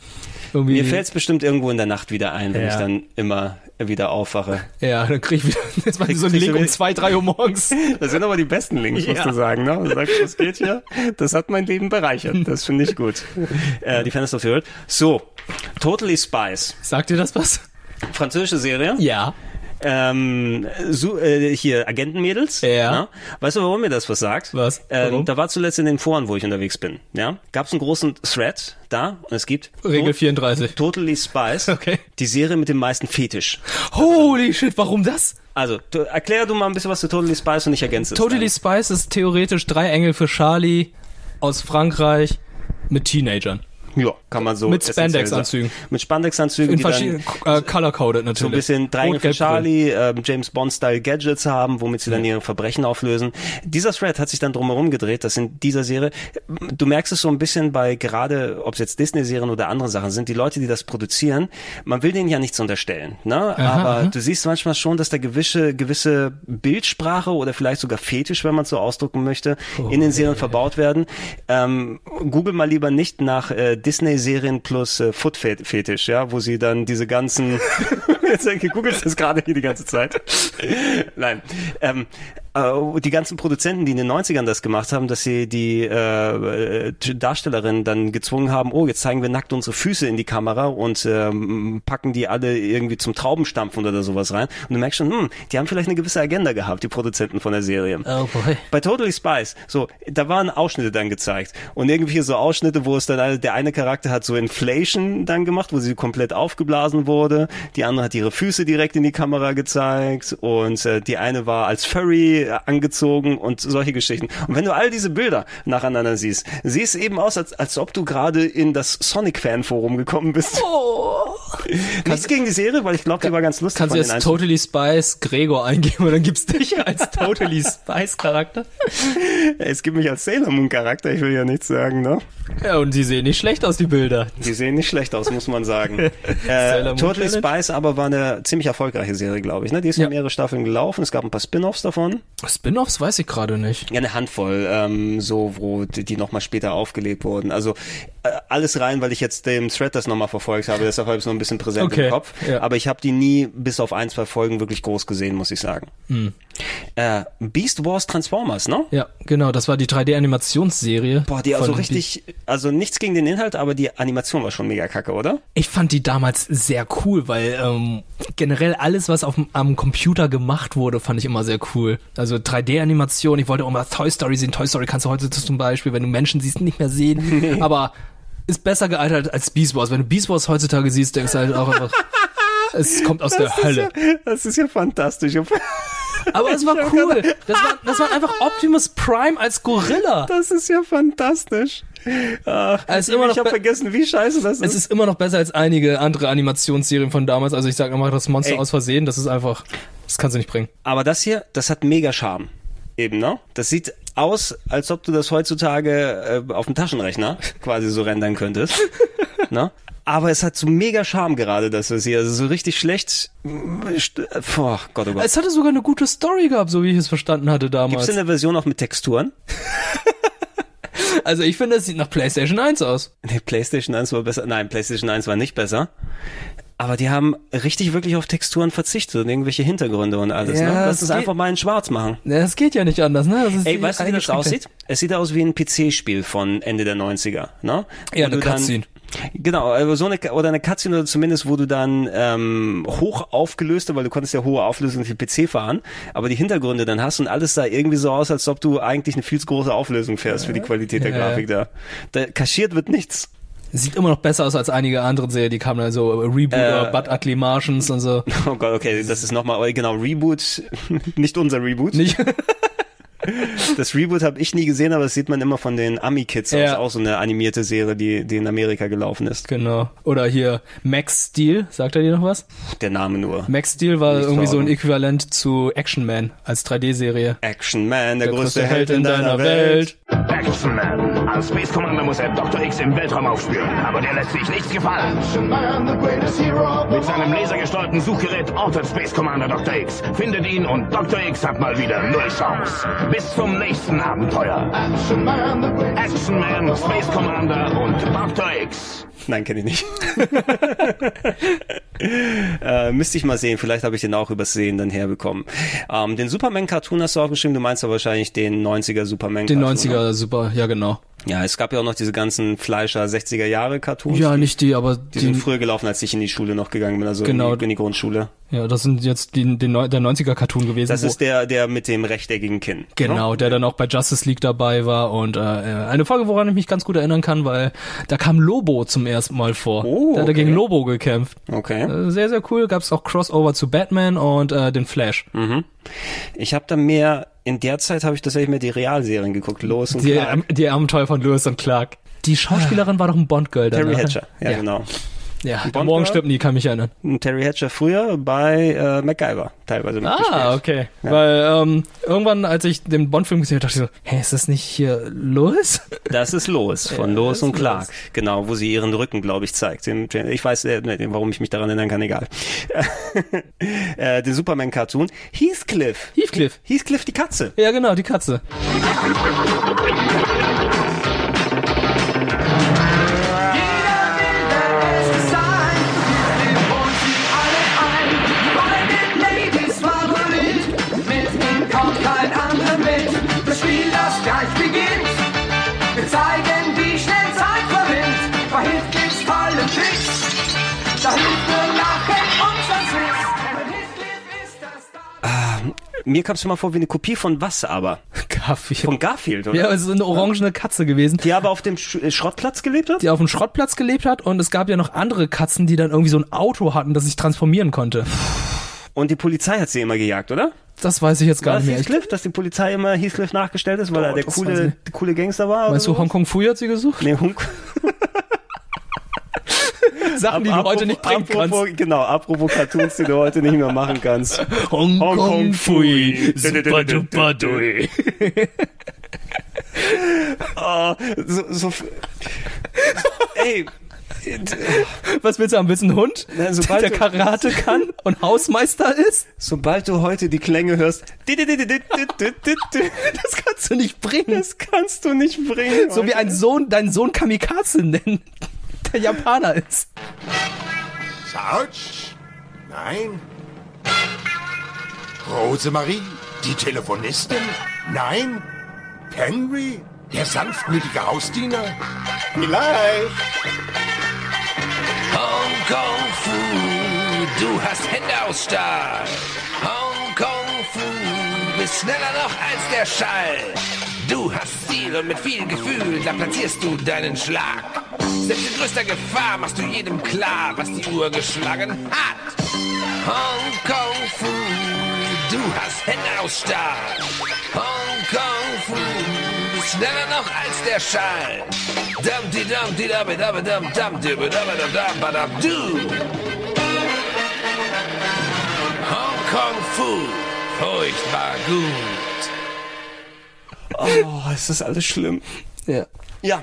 Speaker 2: Irgendwie.
Speaker 1: Mir fällt es bestimmt irgendwo in der Nacht wieder ein, wenn
Speaker 2: Mhm. Ja.
Speaker 1: ich dann immer wieder aufwache.
Speaker 2: Ja, dann krieg ich wieder jetzt mal so
Speaker 1: kriegst
Speaker 2: einen Link
Speaker 1: du
Speaker 2: um
Speaker 1: wieder-
Speaker 2: 2, 3 Uhr morgens.
Speaker 1: Das sind aber die besten Links, musst
Speaker 2: Ja.
Speaker 1: du sagen. Ne? Du sagst, was geht hier? Das hat mein Leben bereichert. Das finde ich gut. äh, die Fans of the Earth. So, Totally Spies.
Speaker 2: Sagt dir das was?
Speaker 1: Französische Serie.
Speaker 2: Ja.
Speaker 1: Ähm, so, äh, hier Agentenmädels. Ja. Weißt du, warum mir das was sagt? Was? Ähm,
Speaker 2: Warum?
Speaker 1: da war zuletzt in den Foren, wo ich unterwegs bin. Ja. Gab es einen großen Thread da und es gibt
Speaker 2: Regel 34.
Speaker 1: Totally Spies.
Speaker 2: Okay.
Speaker 1: Die Serie mit dem meisten Fetisch.
Speaker 2: Holy shit, warum das?
Speaker 1: Also, du, erklär du mal ein bisschen was zu Totally Spies und ich ergänze es.
Speaker 2: Totally Spice ist theoretisch drei Engel für Charlie aus Frankreich mit Teenagern.
Speaker 1: Ja, kann man so.
Speaker 2: Mit
Speaker 1: essentiell
Speaker 2: Spandex-Anzügen.
Speaker 1: sagen. Mit Spandex-Anzügen,
Speaker 2: In
Speaker 1: die dann
Speaker 2: verschiedenen, äh, color-coded natürlich.
Speaker 1: so ein bisschen Drei für
Speaker 2: gelb, grün.
Speaker 1: Charlie, ähm, James Bond-Style Gadgets haben, womit sie dann ihre Verbrechen auflösen. Dieser Thread hat sich dann drumherum gedreht, dass in dieser Serie, du merkst es so ein bisschen bei gerade, ob es jetzt Disney-Serien oder andere Sachen sind, die Leute, die das produzieren, man will denen ja nichts unterstellen, ne?
Speaker 2: Aha,
Speaker 1: Aber
Speaker 2: aha.
Speaker 1: du siehst manchmal schon, dass da gewisse, gewisse Bildsprache oder vielleicht sogar Fetisch, wenn man es so ausdrücken möchte,
Speaker 2: Oh,
Speaker 1: in den Serien verbaut werden. Ähm, Google mal lieber nicht nach äh, Disney-Serien plus äh, Foot-Fetisch, ja, wo sie dann diese ganzen Jetzt gegoogelt das gerade hier die ganze Zeit. Nein. Ähm, äh, die ganzen Produzenten, die in den 90ern das gemacht haben, dass sie die äh, äh, Darstellerin dann gezwungen haben, oh, jetzt zeigen wir nackt unsere Füße in die Kamera und ähm, packen die alle irgendwie zum Traubenstampfen oder sowas rein. Und du merkst schon, hm, die haben vielleicht eine gewisse Agenda gehabt, die Produzenten von der Serie.
Speaker 2: Oh boy.
Speaker 1: Bei Totally Spies, so, da waren Ausschnitte dann gezeigt. Und irgendwie so Ausschnitte, wo es dann, alle- der eine Charakter hat so Inflation dann gemacht, wo sie komplett aufgeblasen wurde. Die andere hat ihre Füße direkt in die Kamera gezeigt. Und äh, die eine war als Furry äh, angezogen und solche Geschichten. Und wenn du all diese Bilder nacheinander siehst, sieh es eben aus, als, als ob du gerade in das Sonic-Fan-Forum gekommen bist. Nichts gegen die Serie, weil ich glaube, die war ganz lustig.
Speaker 2: Kannst du
Speaker 1: von den
Speaker 2: jetzt Totally Spice Gregor eingeben und dann gibt's dich als Totally Spice Charakter?
Speaker 1: Einzelnen- Es gibt mich als Sailor Moon-Charakter, ich will ja nichts sagen, ne?
Speaker 2: Ja, und die sehen nicht schlecht aus, die Bilder.
Speaker 1: Die sehen nicht schlecht aus, muss man sagen.
Speaker 2: Sailor
Speaker 1: äh,
Speaker 2: Moon
Speaker 1: Totally
Speaker 2: Challenge?
Speaker 1: Spice aber war eine ziemlich erfolgreiche Serie, glaube ich. Ne? Die ist ja. mehrere Staffeln gelaufen. Es gab ein paar Spin-offs davon.
Speaker 2: Spin-offs weiß ich gerade nicht.
Speaker 1: Ja, eine Handvoll, ähm, so wo die, die nochmal später aufgelebt wurden. Also äh, alles rein, weil ich jetzt dem Thread das nochmal verfolgt habe. Deshalb habe ich es noch ein bisschen präsent
Speaker 2: Okay,
Speaker 1: im Kopf.
Speaker 2: ja.
Speaker 1: Aber ich habe die nie bis auf ein, zwei Folgen wirklich groß gesehen, muss ich sagen. Äh, Beast Wars Transformers, ne?
Speaker 2: Hm. Ja, genau, das war die 3D-Animationsserie.
Speaker 1: Boah, die also
Speaker 2: von-
Speaker 1: richtig, also nichts gegen den Inhalt, aber die Animation war schon mega kacke, oder?
Speaker 2: Ich fand die damals sehr cool, weil ähm, generell alles, was auf, am Computer gemacht wurde, fand ich immer sehr cool. Also 3D-Animation, ich wollte auch mal Toy Story sehen. Toy Story kannst du heute zum Beispiel, wenn du Menschen siehst, nicht mehr sehen. Aber ist besser gealtert als Beast Wars. Wenn du Beast Wars heutzutage siehst, denkst du halt auch einfach, es kommt aus der
Speaker 1: Das ist
Speaker 2: Hölle.
Speaker 1: Ja, das ist ja fantastisch.
Speaker 2: Aber es war cool. Das war, das war einfach Optimus Prime als Gorilla.
Speaker 1: Das ist ja fantastisch. Ach,
Speaker 2: Es ist immer noch
Speaker 1: ich habe
Speaker 2: be-
Speaker 1: vergessen, wie scheiße das
Speaker 2: Es
Speaker 1: ist.
Speaker 2: ist immer noch besser als einige andere Animationsserien von damals. Also ich sag nochmal, das Monster
Speaker 1: Ey.
Speaker 2: aus Versehen, das ist einfach, das kannst du nicht bringen.
Speaker 1: Aber das hier, das hat mega Charme. Eben, ne? Das sieht aus, als ob du das heutzutage äh, auf dem Taschenrechner quasi so rendern könntest. ne? Aber es hat so mega Charme gerade, dass wir es hier also so richtig schlecht. st- Boah, Gott, oh Gott.
Speaker 2: Es hatte sogar eine gute Story gehabt, so wie ich es verstanden hatte
Speaker 1: Gibt
Speaker 2: damals.
Speaker 1: es in der Version auch mit Texturen?
Speaker 2: Also ich finde, es sieht nach PlayStation 1 aus.
Speaker 1: Nee, PlayStation 1 war besser. Nein, PlayStation 1 war nicht besser. Aber die haben richtig wirklich auf Texturen verzichtet und irgendwelche Hintergründe und alles.
Speaker 2: Ja,
Speaker 1: ne? Lass
Speaker 2: es
Speaker 1: es
Speaker 2: geht-
Speaker 1: einfach mal in schwarz machen.
Speaker 2: Na, Das geht ja nicht anders, ne? Das ist
Speaker 1: Ey,
Speaker 2: die
Speaker 1: weißt du, wie das
Speaker 2: eingeschränkte-
Speaker 1: aussieht? Es sieht aus wie ein PC-Spiel von Ende der 90er, ne?
Speaker 2: Ja,
Speaker 1: Wo
Speaker 2: eine
Speaker 1: du dann-
Speaker 2: Cutscene.
Speaker 1: Genau, also so eine oder eine Cutscene oder zumindest, wo du dann ähm, hoch aufgelöste, weil du konntest ja hohe Auflösung für PC fahren, aber die Hintergründe dann hast und alles sah irgendwie so aus, als ob du eigentlich eine viel zu große Auflösung fährst für die Qualität der
Speaker 2: Ja, ja.
Speaker 1: Grafik da. da. Kaschiert wird nichts.
Speaker 2: Sieht immer noch besser aus als einige andere Serien, die kamen also Reboot oder
Speaker 1: Äh.
Speaker 2: Bud Ugly Martians und so.
Speaker 1: Oh Gott, okay, das ist nochmal, genau, Reboot, nicht unser Reboot.
Speaker 2: Nicht.
Speaker 1: Das Reboot habe ich nie gesehen, aber das sieht man immer von den Ami-Kids aus,
Speaker 2: Ja.
Speaker 1: auch so eine animierte Serie, die, die in Amerika gelaufen ist.
Speaker 2: Genau. Oder hier Max Steel, sagt er dir noch was?
Speaker 1: Der Name nur.
Speaker 2: Max Steel war
Speaker 1: Nicht
Speaker 2: irgendwie so ein
Speaker 1: sagen.
Speaker 2: Äquivalent zu Action Man als 3D-Serie.
Speaker 1: Action Man, der, größte, Held in deiner Welt.
Speaker 14: Action Man. Als Space Commander muss er Dr. X im Weltraum aufspüren, aber der lässt sich nichts gefallen. Mit seinem lasergesteuerten Suchgerät ortet Space Commander Dr. X, findet ihn und Dr. X hat mal wieder null Chance. Bis zum nächsten Abenteuer. Action Man, Space Commander und Dr. X.
Speaker 1: Nein, kenne ich nicht. äh, müsste ich mal sehen, vielleicht habe ich den auch übers Sehen dann herbekommen. Ähm, den Superman-Cartoon hast du aufgeschrieben, du meinst ja wahrscheinlich den 90er Superman-Cartoon. ne?
Speaker 2: Den 90er, super, ja genau.
Speaker 1: Ja, es gab ja auch noch diese ganzen Fleischer 60er Jahre Cartoons.
Speaker 2: Ja, nicht die, aber
Speaker 1: Die sind
Speaker 2: die,
Speaker 1: früher gelaufen, als ich in die Schule noch gegangen bin, also
Speaker 2: Genau.
Speaker 1: in, die, in die Grundschule.
Speaker 2: ja, das sind jetzt die, die, Neu- der 90er-Cartoon gewesen.
Speaker 1: Das
Speaker 2: wo-
Speaker 1: ist der, der mit dem rechteckigen Kinn.
Speaker 2: Genau, der dann auch bei Justice League dabei war und äh, eine Folge, woran ich mich ganz gut erinnern kann, weil da kam Lobo zum ersten Mal vor. Oh, da hat er gegen Lobo gekämpft.
Speaker 1: Okay.
Speaker 2: Äh, Sehr, sehr cool. Gab es auch Crossover zu Batman und äh, den Flash.
Speaker 1: Mhm. Ich habe dann mehr, in der Zeit habe ich tatsächlich mehr die Realserien geguckt, Los und
Speaker 2: Die,
Speaker 1: Clark.
Speaker 2: Am- die Abenteuer von Lewis und Clark. Die Schauspielerin war doch ein Bond-Girl.
Speaker 1: Terry
Speaker 2: danach.
Speaker 1: Hatcher, ja, genau.
Speaker 2: Ja,
Speaker 1: Bond-Girl?
Speaker 2: morgen stimmt nie, kann mich erinnern.
Speaker 1: Terry Hatcher früher bei äh, MacGyver teilweise mitgespielt.
Speaker 2: Ah, okay. Weil ähm, irgendwann, als ich den Bond-Film gesehen habe, dachte ich so, hä, ist das nicht hier Lewis?
Speaker 1: Das ist Los von Los und Clark. Genau, wo sie ihren Rücken, glaube ich, zeigt. Im- Ich weiß, äh, nee, warum ich mich daran erinnern kann, egal. äh, den Superman-Cartoon. Heathcliff.
Speaker 2: Heathcliff.
Speaker 1: Heathcliff, die Katze.
Speaker 2: Ja, genau, die Katze.
Speaker 1: Mir kam es immer vor wie eine Kopie von was aber?
Speaker 2: Garfield.
Speaker 1: Von Garfield, oder?
Speaker 2: Ja, es ist eine orangene Katze gewesen.
Speaker 1: Die aber auf dem Sch äh, Schrottplatz gelebt hat?
Speaker 2: Die auf dem Schrottplatz gelebt hat und es gab ja noch andere Katzen, die dann irgendwie so ein Auto hatten, das sich transformieren konnte.
Speaker 1: Und die Polizei hat sie immer gejagt, oder?
Speaker 2: Das weiß ich jetzt
Speaker 1: War
Speaker 2: gar
Speaker 1: das
Speaker 2: nicht mehr. Ich,
Speaker 1: Heathcliff, dass die Polizei immer Heathcliff nachgestellt ist, weil er der
Speaker 2: das weiß ich
Speaker 1: coole,
Speaker 2: nicht.
Speaker 1: der coole Gangster war?
Speaker 2: meinst
Speaker 1: oder
Speaker 2: du, Hong Kong Fui hat sie gesucht?
Speaker 1: Nee, Hong
Speaker 2: Sachen, die du heute nicht bringen
Speaker 1: apropos,
Speaker 2: kannst.
Speaker 1: Genau, apropos Cartoons, die du heute nicht mehr machen kannst.
Speaker 2: Hong,
Speaker 1: Kong Fui.
Speaker 2: Super duper dui.
Speaker 1: oh, so, so, ey,
Speaker 2: Was willst du am besten Hund,
Speaker 1: Na, sobald
Speaker 2: der
Speaker 1: du-
Speaker 2: Karate kann und Hausmeister ist?
Speaker 1: sobald du heute die Klänge hörst, das
Speaker 2: kannst du nicht bringen.
Speaker 1: Das kannst du nicht bringen.
Speaker 2: So wie ein Sohn, deinen Sohn Kamikaze nennen, der Japaner ist.
Speaker 15: Sarge? Nein. Rosemarie? Die Telefonistin? Nein. Henry? Der sanftmütige Hausdiener? Vielleicht.
Speaker 16: Hong Kong Fu, du hast Hände aus Stahl. Hong Kong Fu, bist schneller noch als der Schall. Du hast Stil und mit viel Gefühl, da platzierst du deinen Schlag. Selbst in größter Gefahr machst du jedem klar, was die Uhr geschlagen hat. Hong Kong Fu, du hast Hände aus Stahl. Hong Kong Fu, bist schneller noch als der Schall. Dum di dum di dum dum dum dum di dum dum dum ba dum du. Hong Kong Fu, furchtbar gut.
Speaker 1: Oh, es ist alles schlimm.
Speaker 2: Ja.
Speaker 1: Ja.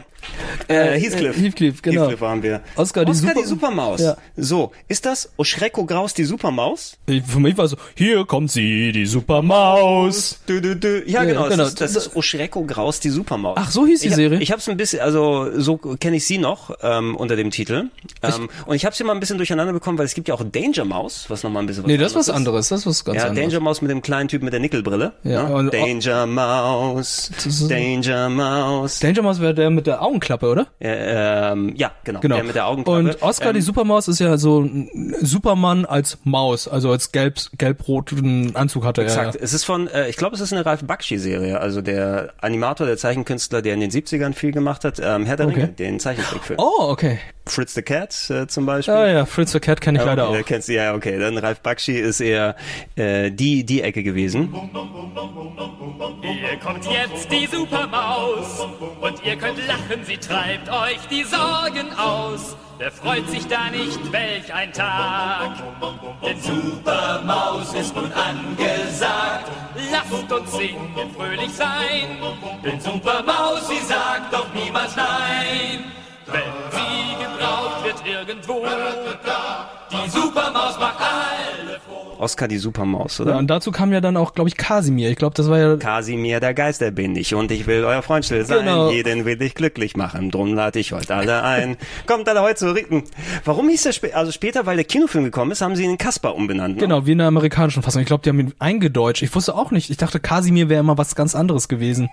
Speaker 1: Äh,
Speaker 2: Äh,
Speaker 1: Heathcliff.
Speaker 2: äh, Heathcliff, genau.
Speaker 1: Heathcliff waren wir.
Speaker 2: Oscar die Super-
Speaker 1: Supermaus.
Speaker 2: Ja.
Speaker 1: So, ist das Oschrecko Graus die Supermaus?
Speaker 2: Ich- Für mich war es so, hier kommt sie, die Supermaus.
Speaker 1: Dü, dü, dü. Ja,
Speaker 2: Ja,
Speaker 1: genau.
Speaker 2: genau.
Speaker 1: Das, ist, das ist Oschrecko Graus die Supermaus.
Speaker 2: Ach, so hieß die
Speaker 1: ich, hab-
Speaker 2: Serie?
Speaker 1: Ich habe es ein bisschen, also so kenne ich sie noch ähm, unter dem Titel. Ähm, und ich habe sie mal ein bisschen durcheinander bekommen, weil es gibt ja auch Danger Mouse, was nochmal ein bisschen was
Speaker 2: Nee, das ist
Speaker 1: anderes
Speaker 2: was anderes, das ist was ganz
Speaker 1: ja,
Speaker 2: anderes.
Speaker 1: Danger Mouse mit dem kleinen Typ mit der Nickelbrille.
Speaker 2: Ja,
Speaker 1: ne?
Speaker 2: und-
Speaker 1: Danger Mouse, Danger Mouse.
Speaker 2: Danger Mouse wäre der mit der Augenklappe, oder?
Speaker 1: Äh, ähm, ja, genau. Der mit der Augenklappe.
Speaker 2: Und Oscar,
Speaker 1: Ähm,
Speaker 2: die Supermaus, ist ja so ein Superman als Maus, also als gelb, gelb-roten Anzug hatte er.
Speaker 1: Exakt.
Speaker 2: Ja.
Speaker 1: Es ist von, äh, ich glaube, es ist eine Ralf Bakshi-Serie, also der Animator, der Zeichenkünstler, der in den 70ern viel gemacht hat, ähm, Herr der
Speaker 2: Okay.
Speaker 1: Ringe, den Zeichentrickfilm.
Speaker 2: Oh, okay.
Speaker 1: Fritz the Cat äh, zum Beispiel.
Speaker 2: Ja, ja, Fritz the Cat kenne ich
Speaker 1: Ja,
Speaker 2: leider
Speaker 1: okay,
Speaker 2: auch.
Speaker 1: da Kennst du, ja, okay. Dann Ralf Bakshi ist eher äh, die, die Ecke gewesen.
Speaker 17: Hier kommt jetzt die Supermaus und ihr könnt lachen, sie treibt euch die Sorgen aus. Wer freut sich da nicht, welch ein Tag? Denn Supermaus ist nun angesagt. Lasst uns singen, fröhlich sein. Denn Supermaus, sie sagt doch niemals nein. Wenn sie gebraucht wird irgendwo, die Supermaus macht alle froh.
Speaker 1: Oscar die Supermaus,
Speaker 2: Ja,
Speaker 1: oder?
Speaker 2: und dazu kam ja dann auch, glaube ich, Kasimir. Ich glaube, das war ja.
Speaker 1: Kasimir der Geister bin ich und ich will euer Freund still sein.
Speaker 2: Genau.
Speaker 1: Jeden will ich glücklich machen. Drum lade ich heute alle ein. Kommt alle heute zu Riten. Warum hieß der später? Also später, weil der Kinofilm gekommen ist, haben sie ihn in Kasper umbenannt. Ne?
Speaker 2: Genau, wie in der amerikanischen Fassung. Ich glaube, die haben ihn eingedeutscht. Ich wusste auch nicht. Ich dachte, Kasimir wäre immer was ganz anderes gewesen.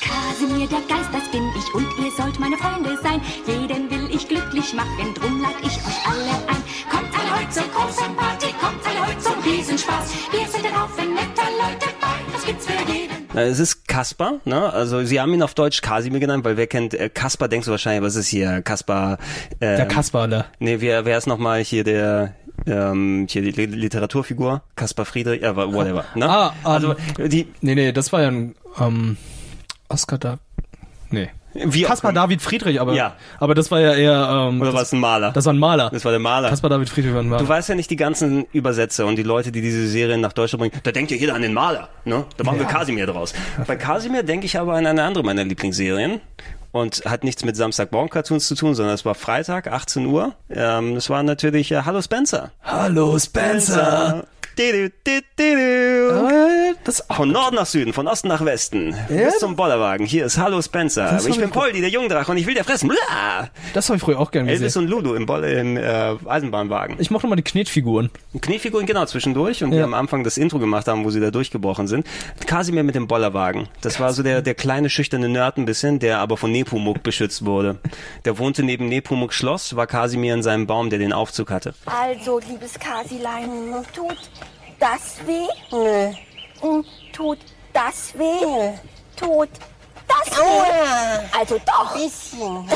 Speaker 18: Kasimir, der Geist, das bin ich und ihr sollt meine Freunde sein. Jeden will ich glücklich machen, drum lad ich euch alle ein. Kommt alle heute zur großen Party, kommt alle heute zum Riesenspaß. Wir sind ein Haufen netter Leute bei, das gibt's für jeden.
Speaker 1: Na, Es ist Kasper, ne? Also sie haben ihn auf Deutsch Kasimir genannt, weil wer kennt äh, Kasper, denkst du wahrscheinlich, was ist hier Kasper? Ähm,
Speaker 2: Der Kasper, ne?
Speaker 1: Nee, wer, wer ist nochmal hier der ähm, hier die Li- Literaturfigur? Kasper Friedrich, äh, whatever. Ne?
Speaker 2: Ah,
Speaker 1: also die.
Speaker 2: Nee, nee, das war ja ein ähm, Oscar da. Nee.
Speaker 1: Wie auch
Speaker 2: Kaspar David Friedrich, aber,
Speaker 1: Ja.
Speaker 2: aber das war ja eher. Ähm,
Speaker 1: Oder war es ein Maler?
Speaker 2: Das war ein Maler.
Speaker 1: Das war der Maler.
Speaker 2: Kaspar David Friedrich war ein Maler.
Speaker 1: Du weißt ja nicht die ganzen Übersetzer und die Leute, die diese Serien nach Deutschland bringen. Da denkt ja jeder an den Maler, ne? Da machen wir
Speaker 2: Ja.
Speaker 1: Kasimir draus. Bei Kasimir denke ich aber an eine andere meiner Lieblingsserien. Und hat nichts mit Samstagmorgen-Cartoons zu tun, sondern es war Freitag, 18 Uhr. Ähm, das war natürlich äh, Hallo Spencer.
Speaker 2: Hallo Spencer. Äh,
Speaker 1: Didu, didu, didu.
Speaker 2: Das
Speaker 1: von Norden nach Süden, von Osten nach Westen.
Speaker 2: Ja.
Speaker 1: Bis zum Bollerwagen. Hier ist Hallo Spencer.
Speaker 2: Das
Speaker 1: ich
Speaker 2: hab
Speaker 1: bin
Speaker 2: ich-
Speaker 1: Poldi, der Jungdrache, und ich will der fressen. Blah!
Speaker 2: Das habe ich früher auch gerne
Speaker 1: Elvis
Speaker 2: gesehen.
Speaker 1: und Ludo im, Boll im äh, Eisenbahnwagen.
Speaker 2: Ich mochte mal die Knetfiguren.
Speaker 1: Kniefiguren, genau, zwischendurch und die
Speaker 2: Ja.
Speaker 1: am Anfang das Intro gemacht haben, wo sie da durchgebrochen sind. Kasimir mit dem Bollerwagen. Das war so der, der kleine, schüchterne Nerd ein bisschen, der aber von Nepomuk beschützt wurde. Der wohnte neben Nepomuk Schloss, war Kasimir in seinem Baum, der den Aufzug hatte.
Speaker 19: Also, liebes Kasilein, tut das weh? Nö. Tut das weh? Nö. Tut das weh? Also doch. Bisschen.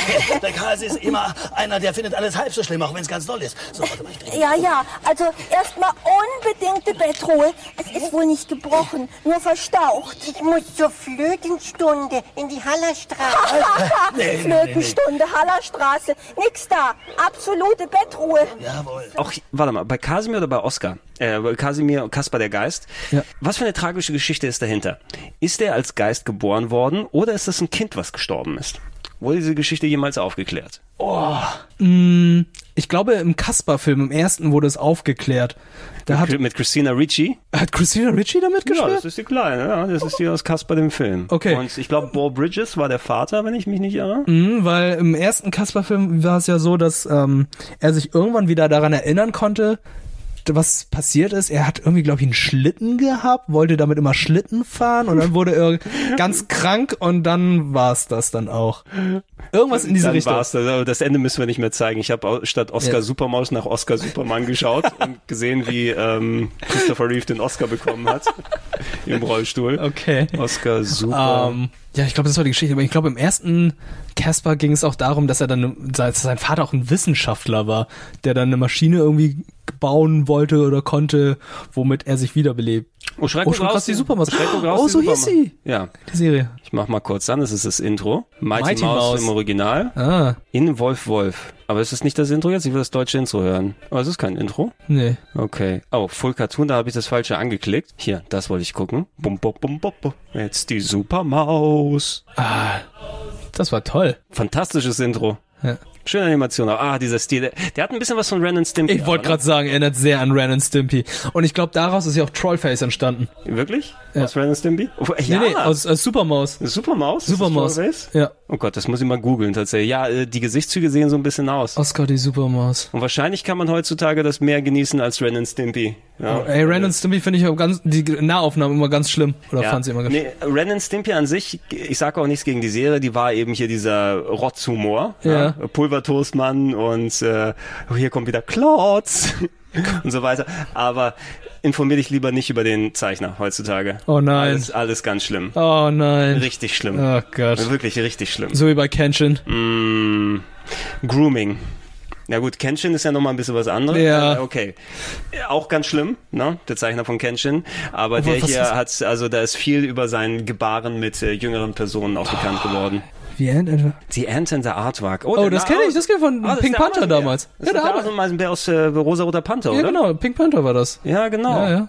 Speaker 20: Der Kasi ist immer einer, der findet alles halb so schlimm, auch wenn es ganz doll ist. So, warte mal, ich dreh-
Speaker 19: Ja, ja, also erstmal unbedingte Bettruhe. Es ist wohl nicht gebrochen, nur verstaucht. Ich muss zur Flötenstunde in die Hallerstraße.
Speaker 20: Nee, nee, nee, nee.
Speaker 19: Flötenstunde, Hallerstraße, nix da. Absolute Bettruhe.
Speaker 1: Auch, warte mal, bei Kasimir oder bei Oscar? Äh, bei Kasimir, Kaspar der Geist. Was für eine tragische Geschichte ist dahinter? Ist er als Geist geboren worden oder ist das ein Kind, was gestorben ist? Wurde diese Geschichte jemals aufgeklärt?
Speaker 2: Oh. Mm, ich glaube, im Kasper-Film, im ersten, wurde es aufgeklärt. Da hat,
Speaker 1: mit Christina Ricci.
Speaker 2: hat Christina Ricci damit gespielt?
Speaker 1: Ja, Genau, das ist die Kleine, ja. Das ist die aus Kasper dem Film.
Speaker 2: Okay.
Speaker 1: Und ich glaube, Bo Bridges war der Vater, wenn ich mich nicht irre.
Speaker 2: Mhm, weil im ersten Kasper-Film war es ja so, dass ähm, er sich irgendwann wieder daran erinnern konnte, d- was passiert ist. Er hat irgendwie, glaube ich, einen Schlitten gehabt, wollte damit immer Schlitten fahren und dann wurde er ganz krank und dann war es das dann auch. Irgendwas in diese
Speaker 1: Dann
Speaker 2: Richtung.
Speaker 1: war's das. Aber Das Ende müssen wir nicht mehr zeigen. Ich habe statt Oscar
Speaker 2: Ja.
Speaker 1: Supermaus nach Oscar Superman geschaut und gesehen, wie ähm, Christopher Reeve den Oscar bekommen hat im Rollstuhl.
Speaker 2: Okay.
Speaker 1: Oscar Super.
Speaker 2: Ähm, ja, ich glaube, das war die Geschichte. Aber ich glaube, im ersten Casper ging es auch darum, dass er dann, dass sein Vater auch ein Wissenschaftler war, der dann eine Maschine irgendwie bauen wollte oder konnte, womit er sich wiederbelebt.
Speaker 1: Oh, Schreck
Speaker 2: schon krass, die Supermaus.
Speaker 1: Schreck und Graus,
Speaker 2: Oh,
Speaker 1: die
Speaker 2: so hieß
Speaker 1: Supermaus.
Speaker 2: sie.
Speaker 1: Ja.
Speaker 2: Die Serie.
Speaker 1: Ich mach mal kurz an, das ist das Intro. Mighty,
Speaker 2: Mighty
Speaker 1: Mouse,
Speaker 2: Mouse.
Speaker 1: im Original.
Speaker 2: Ah.
Speaker 1: In Wolf Wolf. Aber ist das nicht das Intro jetzt? Ich will das deutsche Intro hören. Aber es ist kein Intro.
Speaker 2: Nee.
Speaker 1: Okay. Oh, Full Cartoon, da habe ich das Falsche angeklickt. Hier, das wollte ich gucken. Bum, bum, bum, bum, bum. Jetzt die Supermaus.
Speaker 2: Ah, das war toll.
Speaker 1: Fantastisches Intro.
Speaker 2: Ja.
Speaker 1: Schöne Animation. auch. Ah, dieser Stil. Der, der hat ein bisschen was von Ren and Stimpy.
Speaker 2: Ich wollte gerade sagen, erinnert sehr an Ren und Stimpy. Und ich glaube, daraus ist ja auch Trollface entstanden.
Speaker 1: Wirklich? Aus Ren and Stimpy? Oh,
Speaker 2: Nee, nee, aus, aus Supermaus.
Speaker 1: Supermaus?
Speaker 2: Supermaus.
Speaker 1: Ist das
Speaker 2: Ja.
Speaker 1: Oh Gott, das muss ich mal googeln tatsächlich. Ja, äh, die Gesichtszüge sehen so ein bisschen aus.
Speaker 2: Oscar die Supermaus.
Speaker 1: Und wahrscheinlich kann man heutzutage das mehr genießen als Ren and Stimpy. Ja.
Speaker 2: Ey, Ren und Stimpy finde ich auch ganz, die Nahaufnahmen immer ganz schlimm. Oder
Speaker 1: Ja.
Speaker 2: fand sie immer ganz schlimm.
Speaker 1: nee, Ren and Stimpy an sich, ich sage auch nichts gegen die Serie, die war eben hier dieser Rotzhumor. ne?
Speaker 2: Ja.
Speaker 1: Pulvertoastmann und äh, oh, hier kommt wieder Klotz und so weiter. Aber informier dich lieber nicht über den Zeichner heutzutage.
Speaker 2: Oh nein.
Speaker 1: Alles, alles ganz schlimm.
Speaker 2: Oh nein.
Speaker 1: Richtig schlimm.
Speaker 2: Oh Gott.
Speaker 1: Wirklich richtig schlimm.
Speaker 2: So wie bei Kenshin.
Speaker 1: Mm, Grooming. Na gut, Kenshin ist ja nochmal ein bisschen was anderes.
Speaker 2: Ja.
Speaker 1: Äh, Okay. Äh, Auch ganz schlimm, ne? Der Zeichner von Kenshin. Aber
Speaker 2: Obwohl,
Speaker 1: der
Speaker 2: was
Speaker 1: hier
Speaker 2: ist-
Speaker 1: hat, also da ist viel über sein Gebaren mit äh, jüngeren Personen auch bekannt geworden.
Speaker 2: Wie Ant etwa?
Speaker 1: Die Ant in the Artwork.
Speaker 2: Ah. Oh,
Speaker 1: der
Speaker 2: das
Speaker 1: Na-
Speaker 2: kenne ich, das kenne ich von
Speaker 1: Ah, das ist
Speaker 2: Pink
Speaker 1: der
Speaker 2: Panther
Speaker 1: Ameisenbär.
Speaker 2: damals.
Speaker 1: Das ist der Ameisenbär aus äh, Rosa-Roter Panther,
Speaker 2: Ja,
Speaker 1: oder?
Speaker 2: genau, Pink Panther war das.
Speaker 1: Ja, genau.
Speaker 2: Ja, ja.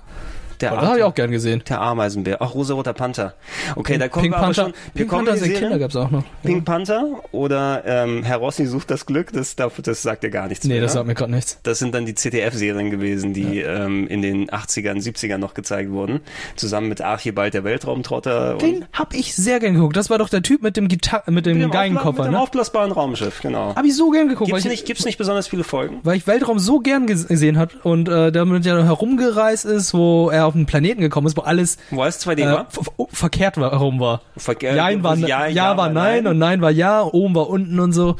Speaker 1: Der
Speaker 2: Oh, das hab ich auch gern gesehen.
Speaker 1: Der Ameisenbär. Ach, rosa-roter Panther. Okay, da kommen
Speaker 2: Pink
Speaker 1: wir aber
Speaker 2: Panther,
Speaker 1: schon. wir
Speaker 2: Pink
Speaker 1: kommen
Speaker 2: Panther
Speaker 1: in die
Speaker 2: sind
Speaker 1: Serien.
Speaker 2: Kinder gab's auch noch.
Speaker 1: Pink Panther oder ähm, Herr Rossi sucht das Glück, das, darf- das sagt ja gar nichts
Speaker 2: Nee,
Speaker 1: mehr.
Speaker 2: das sagt
Speaker 1: ne?
Speaker 2: mir gerade nichts.
Speaker 1: Das sind dann die CTF-Serien gewesen, die ähm, in den 80ern, 70ern noch gezeigt wurden. Zusammen mit Archibald der Weltraumtrotter und
Speaker 2: Den hab ich sehr gern geguckt. Das war doch der Typ mit dem Gitar mit dem,
Speaker 1: dem Aufbla-
Speaker 2: Geigenkoffer,
Speaker 1: mit dem
Speaker 2: ne? Ah,
Speaker 1: aufblasbaren Raumschiff, genau.
Speaker 2: Hab ich so gern geguckt, weil
Speaker 1: Gibt's
Speaker 2: ich,
Speaker 1: nicht, gibt's nicht besonders viele Folgen?
Speaker 2: weil ich Weltraum so gern ges- gesehen hab und äh, damit ja herumgereist ist, wo er auf einen Planeten gekommen ist, wo alles
Speaker 1: Wo es 2D
Speaker 2: äh,
Speaker 1: war?
Speaker 2: ver ver- verkehrt war, herum war.
Speaker 1: Verkehr-
Speaker 2: Jein war,
Speaker 1: Ja,
Speaker 2: ja,
Speaker 1: Ja
Speaker 2: war
Speaker 1: war
Speaker 2: nein,
Speaker 1: Nein.
Speaker 2: und nein war ja, oben war unten und so.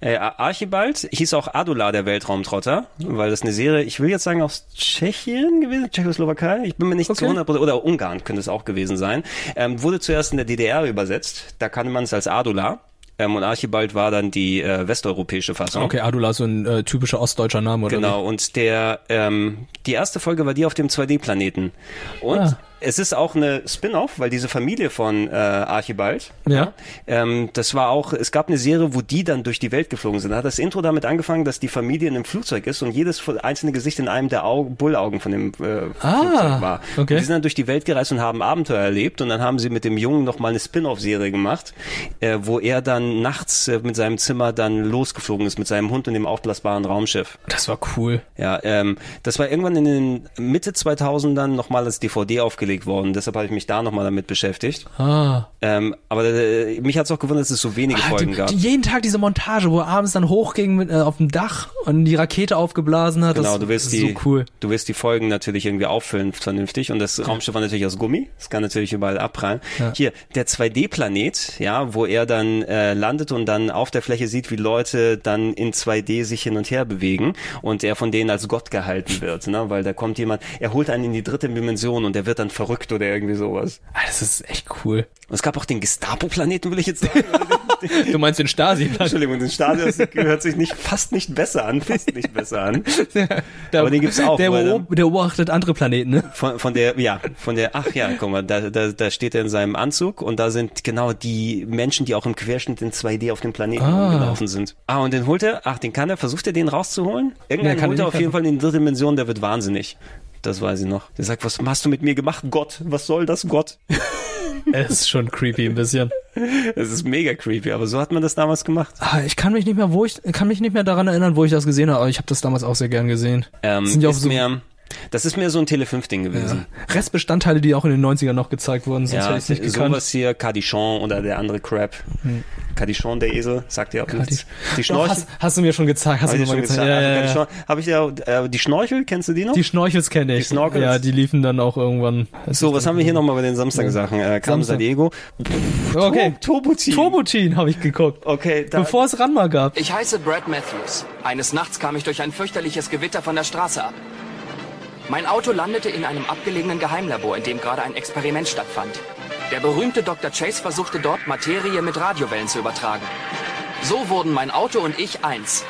Speaker 1: Äh, Archibald hieß auch Adula, der Weltraumtrotter, weil das eine Serie, ich will jetzt sagen, aus Tschechien gewesen, Tschechoslowakei, ich bin mir nicht zu 100 oder Ungarn könnte es auch gewesen sein, ähm, wurde zuerst in der DDR übersetzt, da kannte man es als Adula. Ähm, und Archibald war dann die äh, westeuropäische Fassung.
Speaker 2: Okay, Adula ist so ein äh, typischer ostdeutscher Name, oder?
Speaker 1: Genau, und der, ähm, die erste Folge war die auf dem 2D-Planeten. Und
Speaker 2: Ah.
Speaker 1: es ist auch eine Spin-off, weil diese Familie von äh, Archibald,
Speaker 2: wie? Ja.
Speaker 1: ähm, das war auch, es gab eine Serie, wo die dann durch die Welt geflogen sind. Da hat das Intro damit angefangen, dass die Familie in einem Flugzeug ist und jedes einzelne Gesicht in einem der Augen, Bullaugen von dem äh,
Speaker 2: Ah,
Speaker 1: Flugzeug war.
Speaker 2: okay.
Speaker 1: Und die sind dann durch die Welt gereist und haben Abenteuer erlebt und dann haben sie mit dem Jungen nochmal eine Spin-off-Serie gemacht, äh, wo er dann nachts äh, mit seinem Zimmer dann losgeflogen ist mit seinem Hund und dem aufblasbaren Raumschiff.
Speaker 2: Das war cool.
Speaker 1: Ja, ähm, das war irgendwann in den Mitte 2000ern nochmal als DVD aufgelegt worden. Deshalb habe ich mich da nochmal damit beschäftigt.
Speaker 2: Ah.
Speaker 1: Ähm, aber äh, mich hat es auch gewundert, dass es so wenige
Speaker 2: Ah,
Speaker 1: Folgen
Speaker 2: die,
Speaker 1: gab.
Speaker 2: Die, jeden Tag diese Montage, wo er abends dann hochging mit, äh, auf dem Dach und die Rakete aufgeblasen hat.
Speaker 1: genau,
Speaker 2: das
Speaker 1: du willst
Speaker 2: ist
Speaker 1: die,
Speaker 2: so cool.
Speaker 1: du willst die Folgen natürlich irgendwie auffüllen vernünftig und das Raumschiff war natürlich aus Gummi, das kann natürlich überall abprallen.
Speaker 2: Ja.
Speaker 1: Hier der 2D-Planet, ja, wo er dann äh, landet und dann auf der Fläche sieht, wie Leute dann in 2D sich hin und her bewegen und er von denen als Gott gehalten wird, ne, weil da kommt jemand, er holt einen in die dritte Dimension und er wird dann verrückt oder irgendwie sowas.
Speaker 2: Ah, das ist echt cool.
Speaker 1: Und es gab auch den Gestapo-Planeten, will ich jetzt sagen.
Speaker 2: Du meinst den Stasi?
Speaker 1: Entschuldigung, den Stadion das hört sich nicht, fast nicht besser an, fast nicht besser an. Aber den gibt's auch.
Speaker 2: Der,
Speaker 1: weil
Speaker 2: beo-
Speaker 1: dann-
Speaker 2: der beobachtet andere Planeten, ne?
Speaker 1: von, von der, ja, von der, ach ja, guck mal, da, da, da steht er in seinem Anzug und da sind genau die Menschen, die auch im Querschnitt in 2D auf dem Planeten
Speaker 2: Ah.
Speaker 1: rumgelaufen sind. Ah, und den holt er, ach, den kann er, versucht er den rauszuholen? Irgendeinen
Speaker 2: Ja, kann
Speaker 1: holt
Speaker 2: er
Speaker 1: er
Speaker 2: nicht
Speaker 1: auf jeden
Speaker 2: einfach.
Speaker 1: Fall in die dritte Dimension, der wird wahnsinnig. Das weiß ich noch. Der sagt, was hast du mit mir gemacht, Gott? Was soll das, Gott?
Speaker 2: Es ist schon creepy ein bisschen.
Speaker 1: Es ist mega creepy, aber so hat man das damals gemacht.
Speaker 2: Ah, ich kann mich nicht mehr, wo ich, kann mich nicht mehr daran erinnern, wo ich das gesehen habe, aber ich habe das damals auch sehr gern gesehen.
Speaker 1: Ähm,
Speaker 2: Das sind ja auch
Speaker 1: ist
Speaker 2: so
Speaker 1: mehr, das ist mehr so ein Tele5-Ding gewesen.
Speaker 2: Restbestandteile, die auch in den 90ern noch gezeigt wurden, sonst
Speaker 1: Ja,
Speaker 2: hätte ich es nicht gekannt.
Speaker 1: sowas hier, Cardichon oder der andere Crap.
Speaker 2: Hm.
Speaker 1: Cardichon, der Esel, sagt ihr auch nichts. Die
Speaker 2: Doch,
Speaker 1: Schnorchel.
Speaker 2: hast, hast du mir schon gezeigt, hast
Speaker 1: Hab
Speaker 2: du mir
Speaker 1: ich
Speaker 2: mal
Speaker 1: dir
Speaker 2: gezeigt.
Speaker 1: schon Also
Speaker 2: Ja, ja, ja.
Speaker 1: gesagt. Hab ich dir auch- äh, die Schnorchel, kennst du die noch?
Speaker 2: Die Schnorchels kenne ich.
Speaker 1: Die Snorkels.
Speaker 2: Ja, die liefen dann auch irgendwann.
Speaker 1: so, was haben wir hier nochmal bei den Samstagsachen? Äh, Kam
Speaker 2: Samstag.
Speaker 1: San Diego.
Speaker 2: Okay.
Speaker 1: Turbotin.
Speaker 2: Turbotin habe ich geguckt.
Speaker 1: Okay, Oh, da,
Speaker 2: Bevor es Ranma gab.
Speaker 8: Ich heiße Brad Matthews. Eines Nachts kam ich durch ein fürchterliches Gewitter von der Straße ab. Mein Auto landete in einem abgelegenen Geheimlabor, in dem gerade ein Experiment stattfand. Der berühmte Dr. Chase versuchte dort, Materie mit Radiowellen zu übertragen. So wurden mein Auto und ich eins.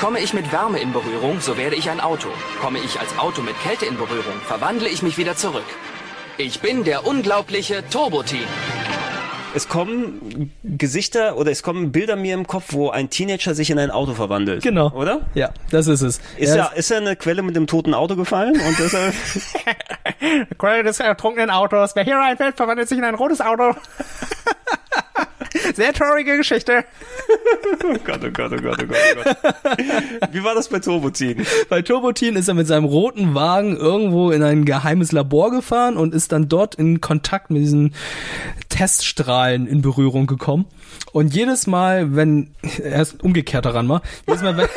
Speaker 8: Komme ich mit Wärme in Berührung, so werde ich ein Auto. Komme ich als Auto mit Kälte in Berührung, verwandle ich mich wieder zurück. Ich bin der unglaubliche Turbotin.
Speaker 1: es kommen Gesichter oder es kommen Bilder mir im Kopf, wo ein Teenager sich in ein Auto verwandelt.
Speaker 2: Genau.
Speaker 1: Oder?
Speaker 2: Ja, das ist es.
Speaker 1: Ist
Speaker 2: ja,
Speaker 1: er, ist er eine Quelle mit dem toten Auto gefallen? Und deshalb,
Speaker 2: Quelle des ertrunkenen Autos. Wer hier reinfällt, verwandelt sich in ein rotes Auto.
Speaker 21: Sehr traurige Geschichte.
Speaker 1: Oh Gott, oh Gott, oh Gott, oh Gott, oh Gott. Wie war das bei Turbotin?
Speaker 2: Bei Turbotin ist er mit seinem roten Wagen irgendwo in ein geheimes Labor gefahren und ist dann dort in Kontakt mit diesen Teststrahlen in Berührung gekommen. Und jedes Mal, wenn er ist umgekehrt daran war, jedes Mal, wenn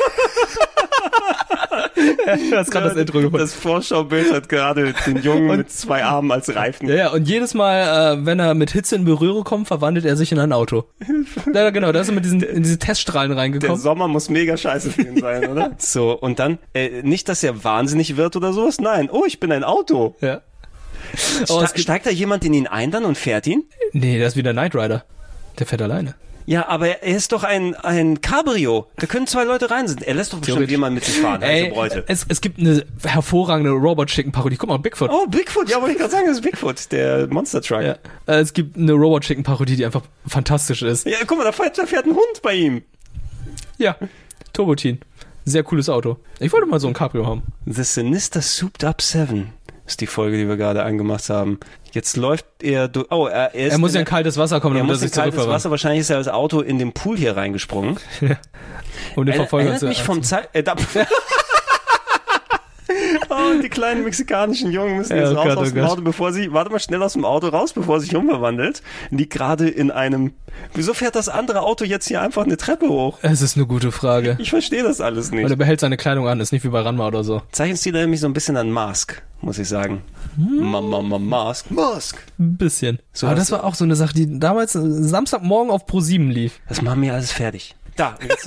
Speaker 2: Du hast gerade das Intro gefunden.
Speaker 1: Das Vorschaubild hat gerade den Jungen mit zwei Armen als Reifen.
Speaker 2: Ja, ja, und jedes Mal, äh, wenn er mit Hitze in Berührung kommt, verwandelt er sich in ein Auto. ja, genau, da ist er mit diesen, in diese Teststrahlen
Speaker 1: Der
Speaker 2: reingekommen.
Speaker 1: Sommer muss mega scheiße für ihn sein, oder? So, und dann, äh, nicht, dass er wahnsinnig wird oder sowas, nein. Oh, ich bin ein Auto. Oh,
Speaker 2: Ja. Oh,
Speaker 1: Ste steigt da jemand in ihn ein dann und fährt ihn?
Speaker 2: Nee, das ist wieder Knight Rider. Der fährt alleine.
Speaker 1: Ja, aber er ist doch ein, ein Cabrio. Da können zwei Leute rein sind. Er lässt doch bestimmt jemanden mit sich fahren,
Speaker 2: Ey,
Speaker 1: also Bräute.
Speaker 2: Es, es gibt eine hervorragende Robot Chicken Parodie. Guck mal, Bigfoot.
Speaker 1: Oh, Bigfoot, ja, wollte ich gerade sagen, das ist Bigfoot, der Monster Truck. Ja.
Speaker 2: Äh, Es gibt eine Robot Chicken Parodie, die einfach fantastisch ist.
Speaker 1: ja, guck mal, da fährt, da fährt ein Hund bei ihm.
Speaker 2: Ja, Turbotin. Sehr cooles Auto. Ich wollte mal so ein Cabrio haben.
Speaker 1: The Sinister Souped Up 7 ist die Folge, die wir gerade angemacht haben. Jetzt läuft er durch. Oh, er, er ist.
Speaker 2: Er muss ja in kaltes Wasser kommen,
Speaker 1: er
Speaker 2: damit er
Speaker 1: muss in
Speaker 2: sich
Speaker 1: kaltes
Speaker 2: zurückverwandt.
Speaker 1: Wasser. Wahrscheinlich ist er als Auto in dem Pool hier reingesprungen.
Speaker 2: Um den
Speaker 1: Er-
Speaker 2: Verfolger
Speaker 1: erinnert
Speaker 2: zu
Speaker 1: mich vom Zeit. Äh, da- oh, die kleinen mexikanischen Jungen müssen
Speaker 2: Ja,
Speaker 1: jetzt
Speaker 2: oh
Speaker 1: raus
Speaker 2: Gott,
Speaker 1: aus
Speaker 2: oh
Speaker 1: dem
Speaker 2: Gott.
Speaker 1: Auto, bevor sie. Warte mal schnell aus dem Auto raus, bevor sie sich umverwandelt. Liegt gerade in einem. Wieso fährt das andere Auto jetzt hier einfach eine Treppe hoch?
Speaker 2: Es ist eine gute Frage.
Speaker 1: Ich verstehe das alles
Speaker 2: Weil er
Speaker 1: nicht.
Speaker 2: behält seine Kleidung an, ist nicht wie bei Ranma oder so.
Speaker 1: Zeichenstil erinnert mich so ein bisschen an Mask, muss ich sagen.
Speaker 2: Hm.
Speaker 1: Mama, Mama, Mask. Mask.
Speaker 2: Ein bisschen.
Speaker 1: So
Speaker 2: Aber
Speaker 1: was-
Speaker 2: das war auch so eine Sache, die damals äh, Samstagmorgen auf Pro7 lief.
Speaker 1: Das machen wir alles fertig. Da.
Speaker 2: ist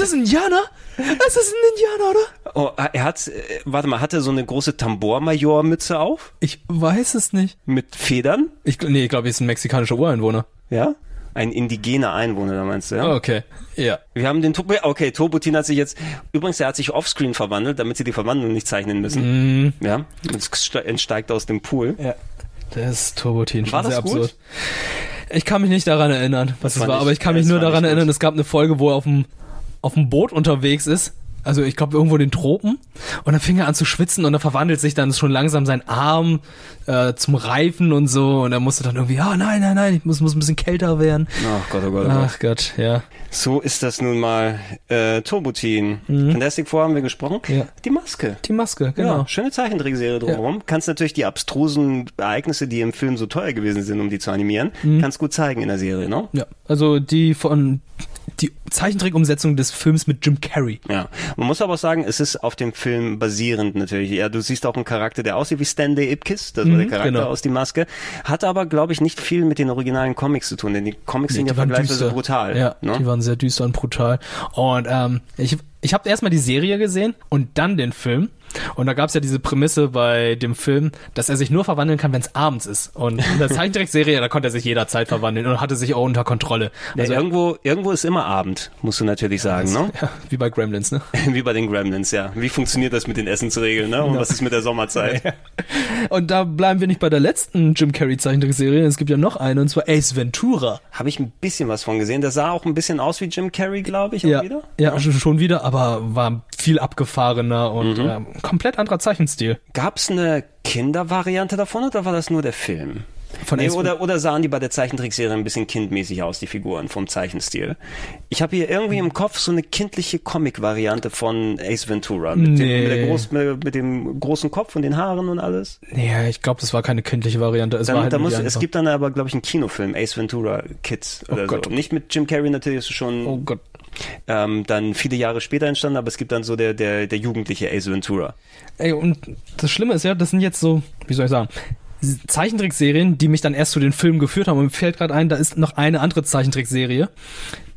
Speaker 2: das ein Indianer? Ist das ein Indianer, oder?
Speaker 1: Oh, er hat, äh, warte mal, hat er so eine große Tambour-Major-Mütze auf?
Speaker 2: Ich weiß es nicht.
Speaker 1: Mit Federn?
Speaker 2: Ich, gl- nee, ich glaube, er ist ein mexikanischer Ureinwohner.
Speaker 1: Ja? Oh. Ein indigener Einwohner, da meinst du, ja?
Speaker 2: Okay, ja.
Speaker 1: Wir haben den Turbo, okay, Turbotin hat sich jetzt, übrigens, er hat sich offscreen verwandelt, damit sie die Verwandlung nicht zeichnen müssen. Ja? Und es ste- entsteigt aus dem Pool.
Speaker 2: Ja. Das ist Turbotin schon
Speaker 1: War
Speaker 2: sehr
Speaker 1: das gut?
Speaker 2: absurd. Ich kann mich nicht daran erinnern, was es
Speaker 1: fand
Speaker 2: war,
Speaker 1: ich-
Speaker 2: aber ich kann
Speaker 1: ja,
Speaker 2: mich
Speaker 1: das
Speaker 2: nur
Speaker 1: fand
Speaker 2: daran
Speaker 1: ich gut.
Speaker 2: erinnern, es gab eine Folge, wo er auf dem, auf dem Boot unterwegs ist. Also ich glaube irgendwo in den Tropen. Und dann fing er an zu schwitzen und dann verwandelt sich dann schon langsam sein Arm äh, zum Reifen und so. Und er musste dann irgendwie, ah nein, nein, nein, ich muss, muss ein bisschen kälter werden.
Speaker 1: Ach Gott, oh Gott, oh Gott.
Speaker 2: Ach Gott, ja.
Speaker 1: So ist das nun mal. Äh, Turbotin. Fantastic Four haben wir gesprochen. Die Maske.
Speaker 2: Die Maske, genau.
Speaker 1: Ja, schöne Zeichentrickserie drumherum. Kannst natürlich die abstrusen Ereignisse, die im Film so teuer gewesen sind, um die zu animieren, kannst gut zeigen in der Serie, ne?
Speaker 2: Ja, also die von die Zeichentrickumsetzung des Films mit Jim Carrey.
Speaker 1: Ja, man muss aber auch sagen, es ist auf dem Film basierend natürlich. Ja, du siehst auch einen Charakter, der aussieht wie Stanley Ipkiss, das war
Speaker 2: Mhm,
Speaker 1: der Charakter
Speaker 2: genau.
Speaker 1: aus Die Maske, hat aber, glaube ich, nicht viel mit den originalen Comics zu tun, denn die Comics sind ja
Speaker 2: die waren
Speaker 1: vergleichsweise
Speaker 2: düster.
Speaker 1: brutal.
Speaker 2: Ja,
Speaker 1: ne?
Speaker 2: die waren sehr düster und brutal. Und ähm, ich, ich habe erstmal die Serie gesehen und dann den Film. Und da gab es ja diese Prämisse bei dem Film, dass er sich nur verwandeln kann, wenn es abends ist. Und in der Zeichentrickserie, da konnte er sich jederzeit verwandeln und hatte sich auch unter Kontrolle. Also,
Speaker 1: Ja, irgendwo, irgendwo ist immer Abend, musst du natürlich sagen, ne?
Speaker 2: Ja, wie bei Gremlins, ne?
Speaker 1: Wie bei den Gremlins, ja. Wie funktioniert das mit den Essensregeln, ne?
Speaker 2: Genau.
Speaker 1: Und was ist mit der Sommerzeit?
Speaker 2: Und da bleiben wir nicht bei der letzten Jim Carrey Zeichentrickserie, es gibt ja noch eine, und zwar Ace Ventura.
Speaker 1: Habe ich ein bisschen was von gesehen. Das sah auch ein bisschen aus wie Jim Carrey, glaube ich, auch
Speaker 2: Ja,
Speaker 1: wieder.
Speaker 2: ja, sch- schon wieder, aber war viel abgefahrener und
Speaker 1: Mhm.
Speaker 2: ähm, komplett anderer Zeichenstil.
Speaker 1: Gab's eine Kindervariante davon oder war das nur der Film?
Speaker 2: Von
Speaker 1: nee,
Speaker 2: Ace-
Speaker 1: oder, oder sahen die bei der Zeichentrickserie ein bisschen kindmäßig aus, die Figuren vom Zeichenstil? Ich habe hier irgendwie im Kopf so eine kindliche Comic-Variante von Ace Ventura. Mit, dem,
Speaker 2: Nee.
Speaker 1: mit, der groß, mit, mit dem großen Kopf und den Haaren und alles.
Speaker 2: Ja, ich glaube, das war keine kindliche Variante. Es,
Speaker 1: Dann,
Speaker 2: war halt
Speaker 1: da
Speaker 2: nur
Speaker 1: muss,
Speaker 2: die
Speaker 1: es
Speaker 2: einfach- Oh
Speaker 1: gibt dann aber, glaube ich, einen Kinofilm, Ace Ventura Kids oder
Speaker 2: Gott.
Speaker 1: so. Nicht mit Jim Carrey natürlich, ist schon
Speaker 2: Oh Gott.
Speaker 1: Ähm, dann viele Jahre später entstanden, aber es gibt dann so der, der, der jugendliche Ace Ventura.
Speaker 2: Ey, und das Schlimme ist ja, das sind jetzt so, wie soll ich sagen, Zeichentrickserien, die mich dann erst zu den Filmen geführt haben. Und mir fällt gerade ein, da ist noch eine andere Zeichentrickserie,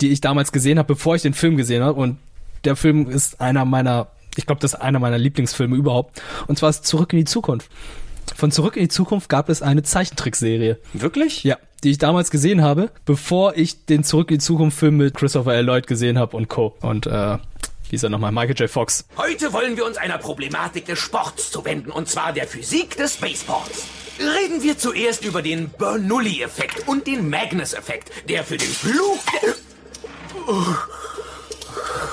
Speaker 2: die ich damals gesehen habe, bevor ich den Film gesehen habe. Und der Film ist einer meiner, ich glaube, das ist einer meiner Lieblingsfilme überhaupt. Und zwar ist Zurück in die Zukunft. Von Zurück in die Zukunft gab es eine Zeichentrickserie.
Speaker 1: Wirklich?
Speaker 2: Ja, die ich damals gesehen habe, bevor ich den Zurück in die Zukunft Film mit Christopher L. Lloyd gesehen habe und Co. Und äh, wie ist er nochmal? Michael J. Fox.
Speaker 22: Heute wollen wir uns einer Problematik des Sports zuwenden, und zwar der Physik des Spaceports. Reden wir zuerst über den Bernoulli-Effekt und den Magnus-Effekt, der für den Fluch der... Oh.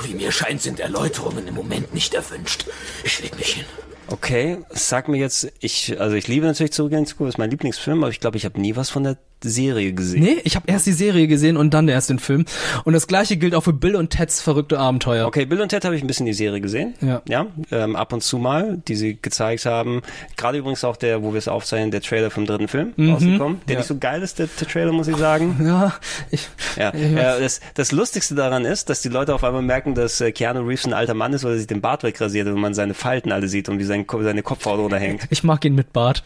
Speaker 22: Wie mir scheint, sind Erläuterungen im Moment nicht erwünscht. Ich leg mich hin.
Speaker 1: Okay, sag mir jetzt, ich, also ich liebe natürlich Zurück in die Zukunft, ist mein Lieblingsfilm, aber ich glaube, ich habe nie was von der Serie gesehen?
Speaker 2: Nee, ich habe erst die Serie gesehen und dann erst den Film. Und das gleiche gilt auch für Bill und Teds verrückte Abenteuer.
Speaker 1: Okay, Bill und Ted habe ich ein bisschen die Serie gesehen.
Speaker 2: Ja.
Speaker 1: Ja, ähm, ab und zu mal, die sie gezeigt haben. Gerade übrigens auch der, wo wir es aufzeichnen, der Trailer vom dritten Film
Speaker 2: Mhm.
Speaker 1: rausgekommen. Der
Speaker 2: Ja.
Speaker 1: nicht so geil ist, der, der Trailer, muss ich sagen.
Speaker 2: Ja, ich,
Speaker 1: Ja,
Speaker 2: Ich weiß-
Speaker 1: äh, das, das Lustigste daran ist, dass die Leute auf einmal merken, dass äh, Keanu Reeves ein alter Mann ist, weil er sich den Bart wegrasiert und man seine Falten alle sieht und wie sein, Ko- seine Kopfhaut runterhängt.
Speaker 2: ich mag ihn mit Bart.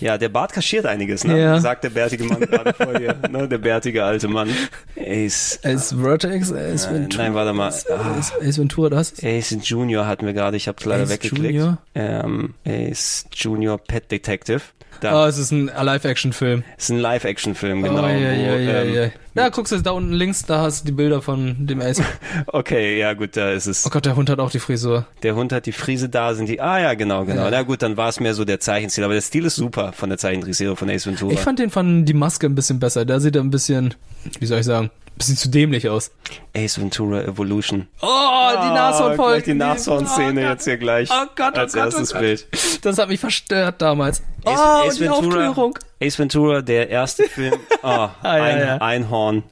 Speaker 1: Ja, der Bart kaschiert einiges, ne?
Speaker 2: Ja.
Speaker 1: Sagt der bärtige Mann gerade vor dir, ne? Der bärtige alte Mann. Ace.
Speaker 2: Ace Vertex, Ace
Speaker 1: Nein,
Speaker 2: Ventura.
Speaker 1: nein, warte mal. Ah.
Speaker 2: Ace, Ace Ventura, das?
Speaker 1: Ace Junior hatten wir gerade, ich hab's leider
Speaker 2: Ace
Speaker 1: weggeklickt.
Speaker 2: Junior?
Speaker 1: Ähm, Ace Junior Pet Detective.
Speaker 2: Ah,
Speaker 1: Da
Speaker 2: es ist ein Live-Action-Film.
Speaker 1: ist ein Live-Action-Film, genau.
Speaker 2: Oh, ja, ja,
Speaker 1: wo,
Speaker 2: ja,
Speaker 1: ähm,
Speaker 2: ja. ja, guckst du da unten links, da hast du die Bilder von dem Ace.
Speaker 1: Okay, ja gut, da ist es.
Speaker 2: Oh Gott, der Hund hat auch die Frisur.
Speaker 1: Der Hund hat die Frise da, sind die. Ah ja, genau, genau.
Speaker 2: Ja.
Speaker 1: Na gut, dann war es mehr so der Zeichenstil, aber der Stil ist super von der Zeichentrickserie von Ace Ventura.
Speaker 2: Ich fand den von die Maske ein bisschen besser. Da sieht er ein bisschen, wie soll ich sagen, ein bisschen zu dämlich aus.
Speaker 1: Ace Ventura Evolution.
Speaker 2: Oh, die Nashorn
Speaker 1: Ah, gleich
Speaker 2: folgt.
Speaker 1: Die Nashorn-Szene jetzt hier gleich.
Speaker 2: Oh Gott, oh
Speaker 1: als
Speaker 2: Gott, oh
Speaker 1: erstes
Speaker 2: Gott.
Speaker 1: Bild.
Speaker 2: Das hat mich verstört damals. Oh, und die Aufklärung. Ah,
Speaker 1: Ace Ventura, der erste Film. Oh, ein,
Speaker 2: ja.
Speaker 1: Einhorn.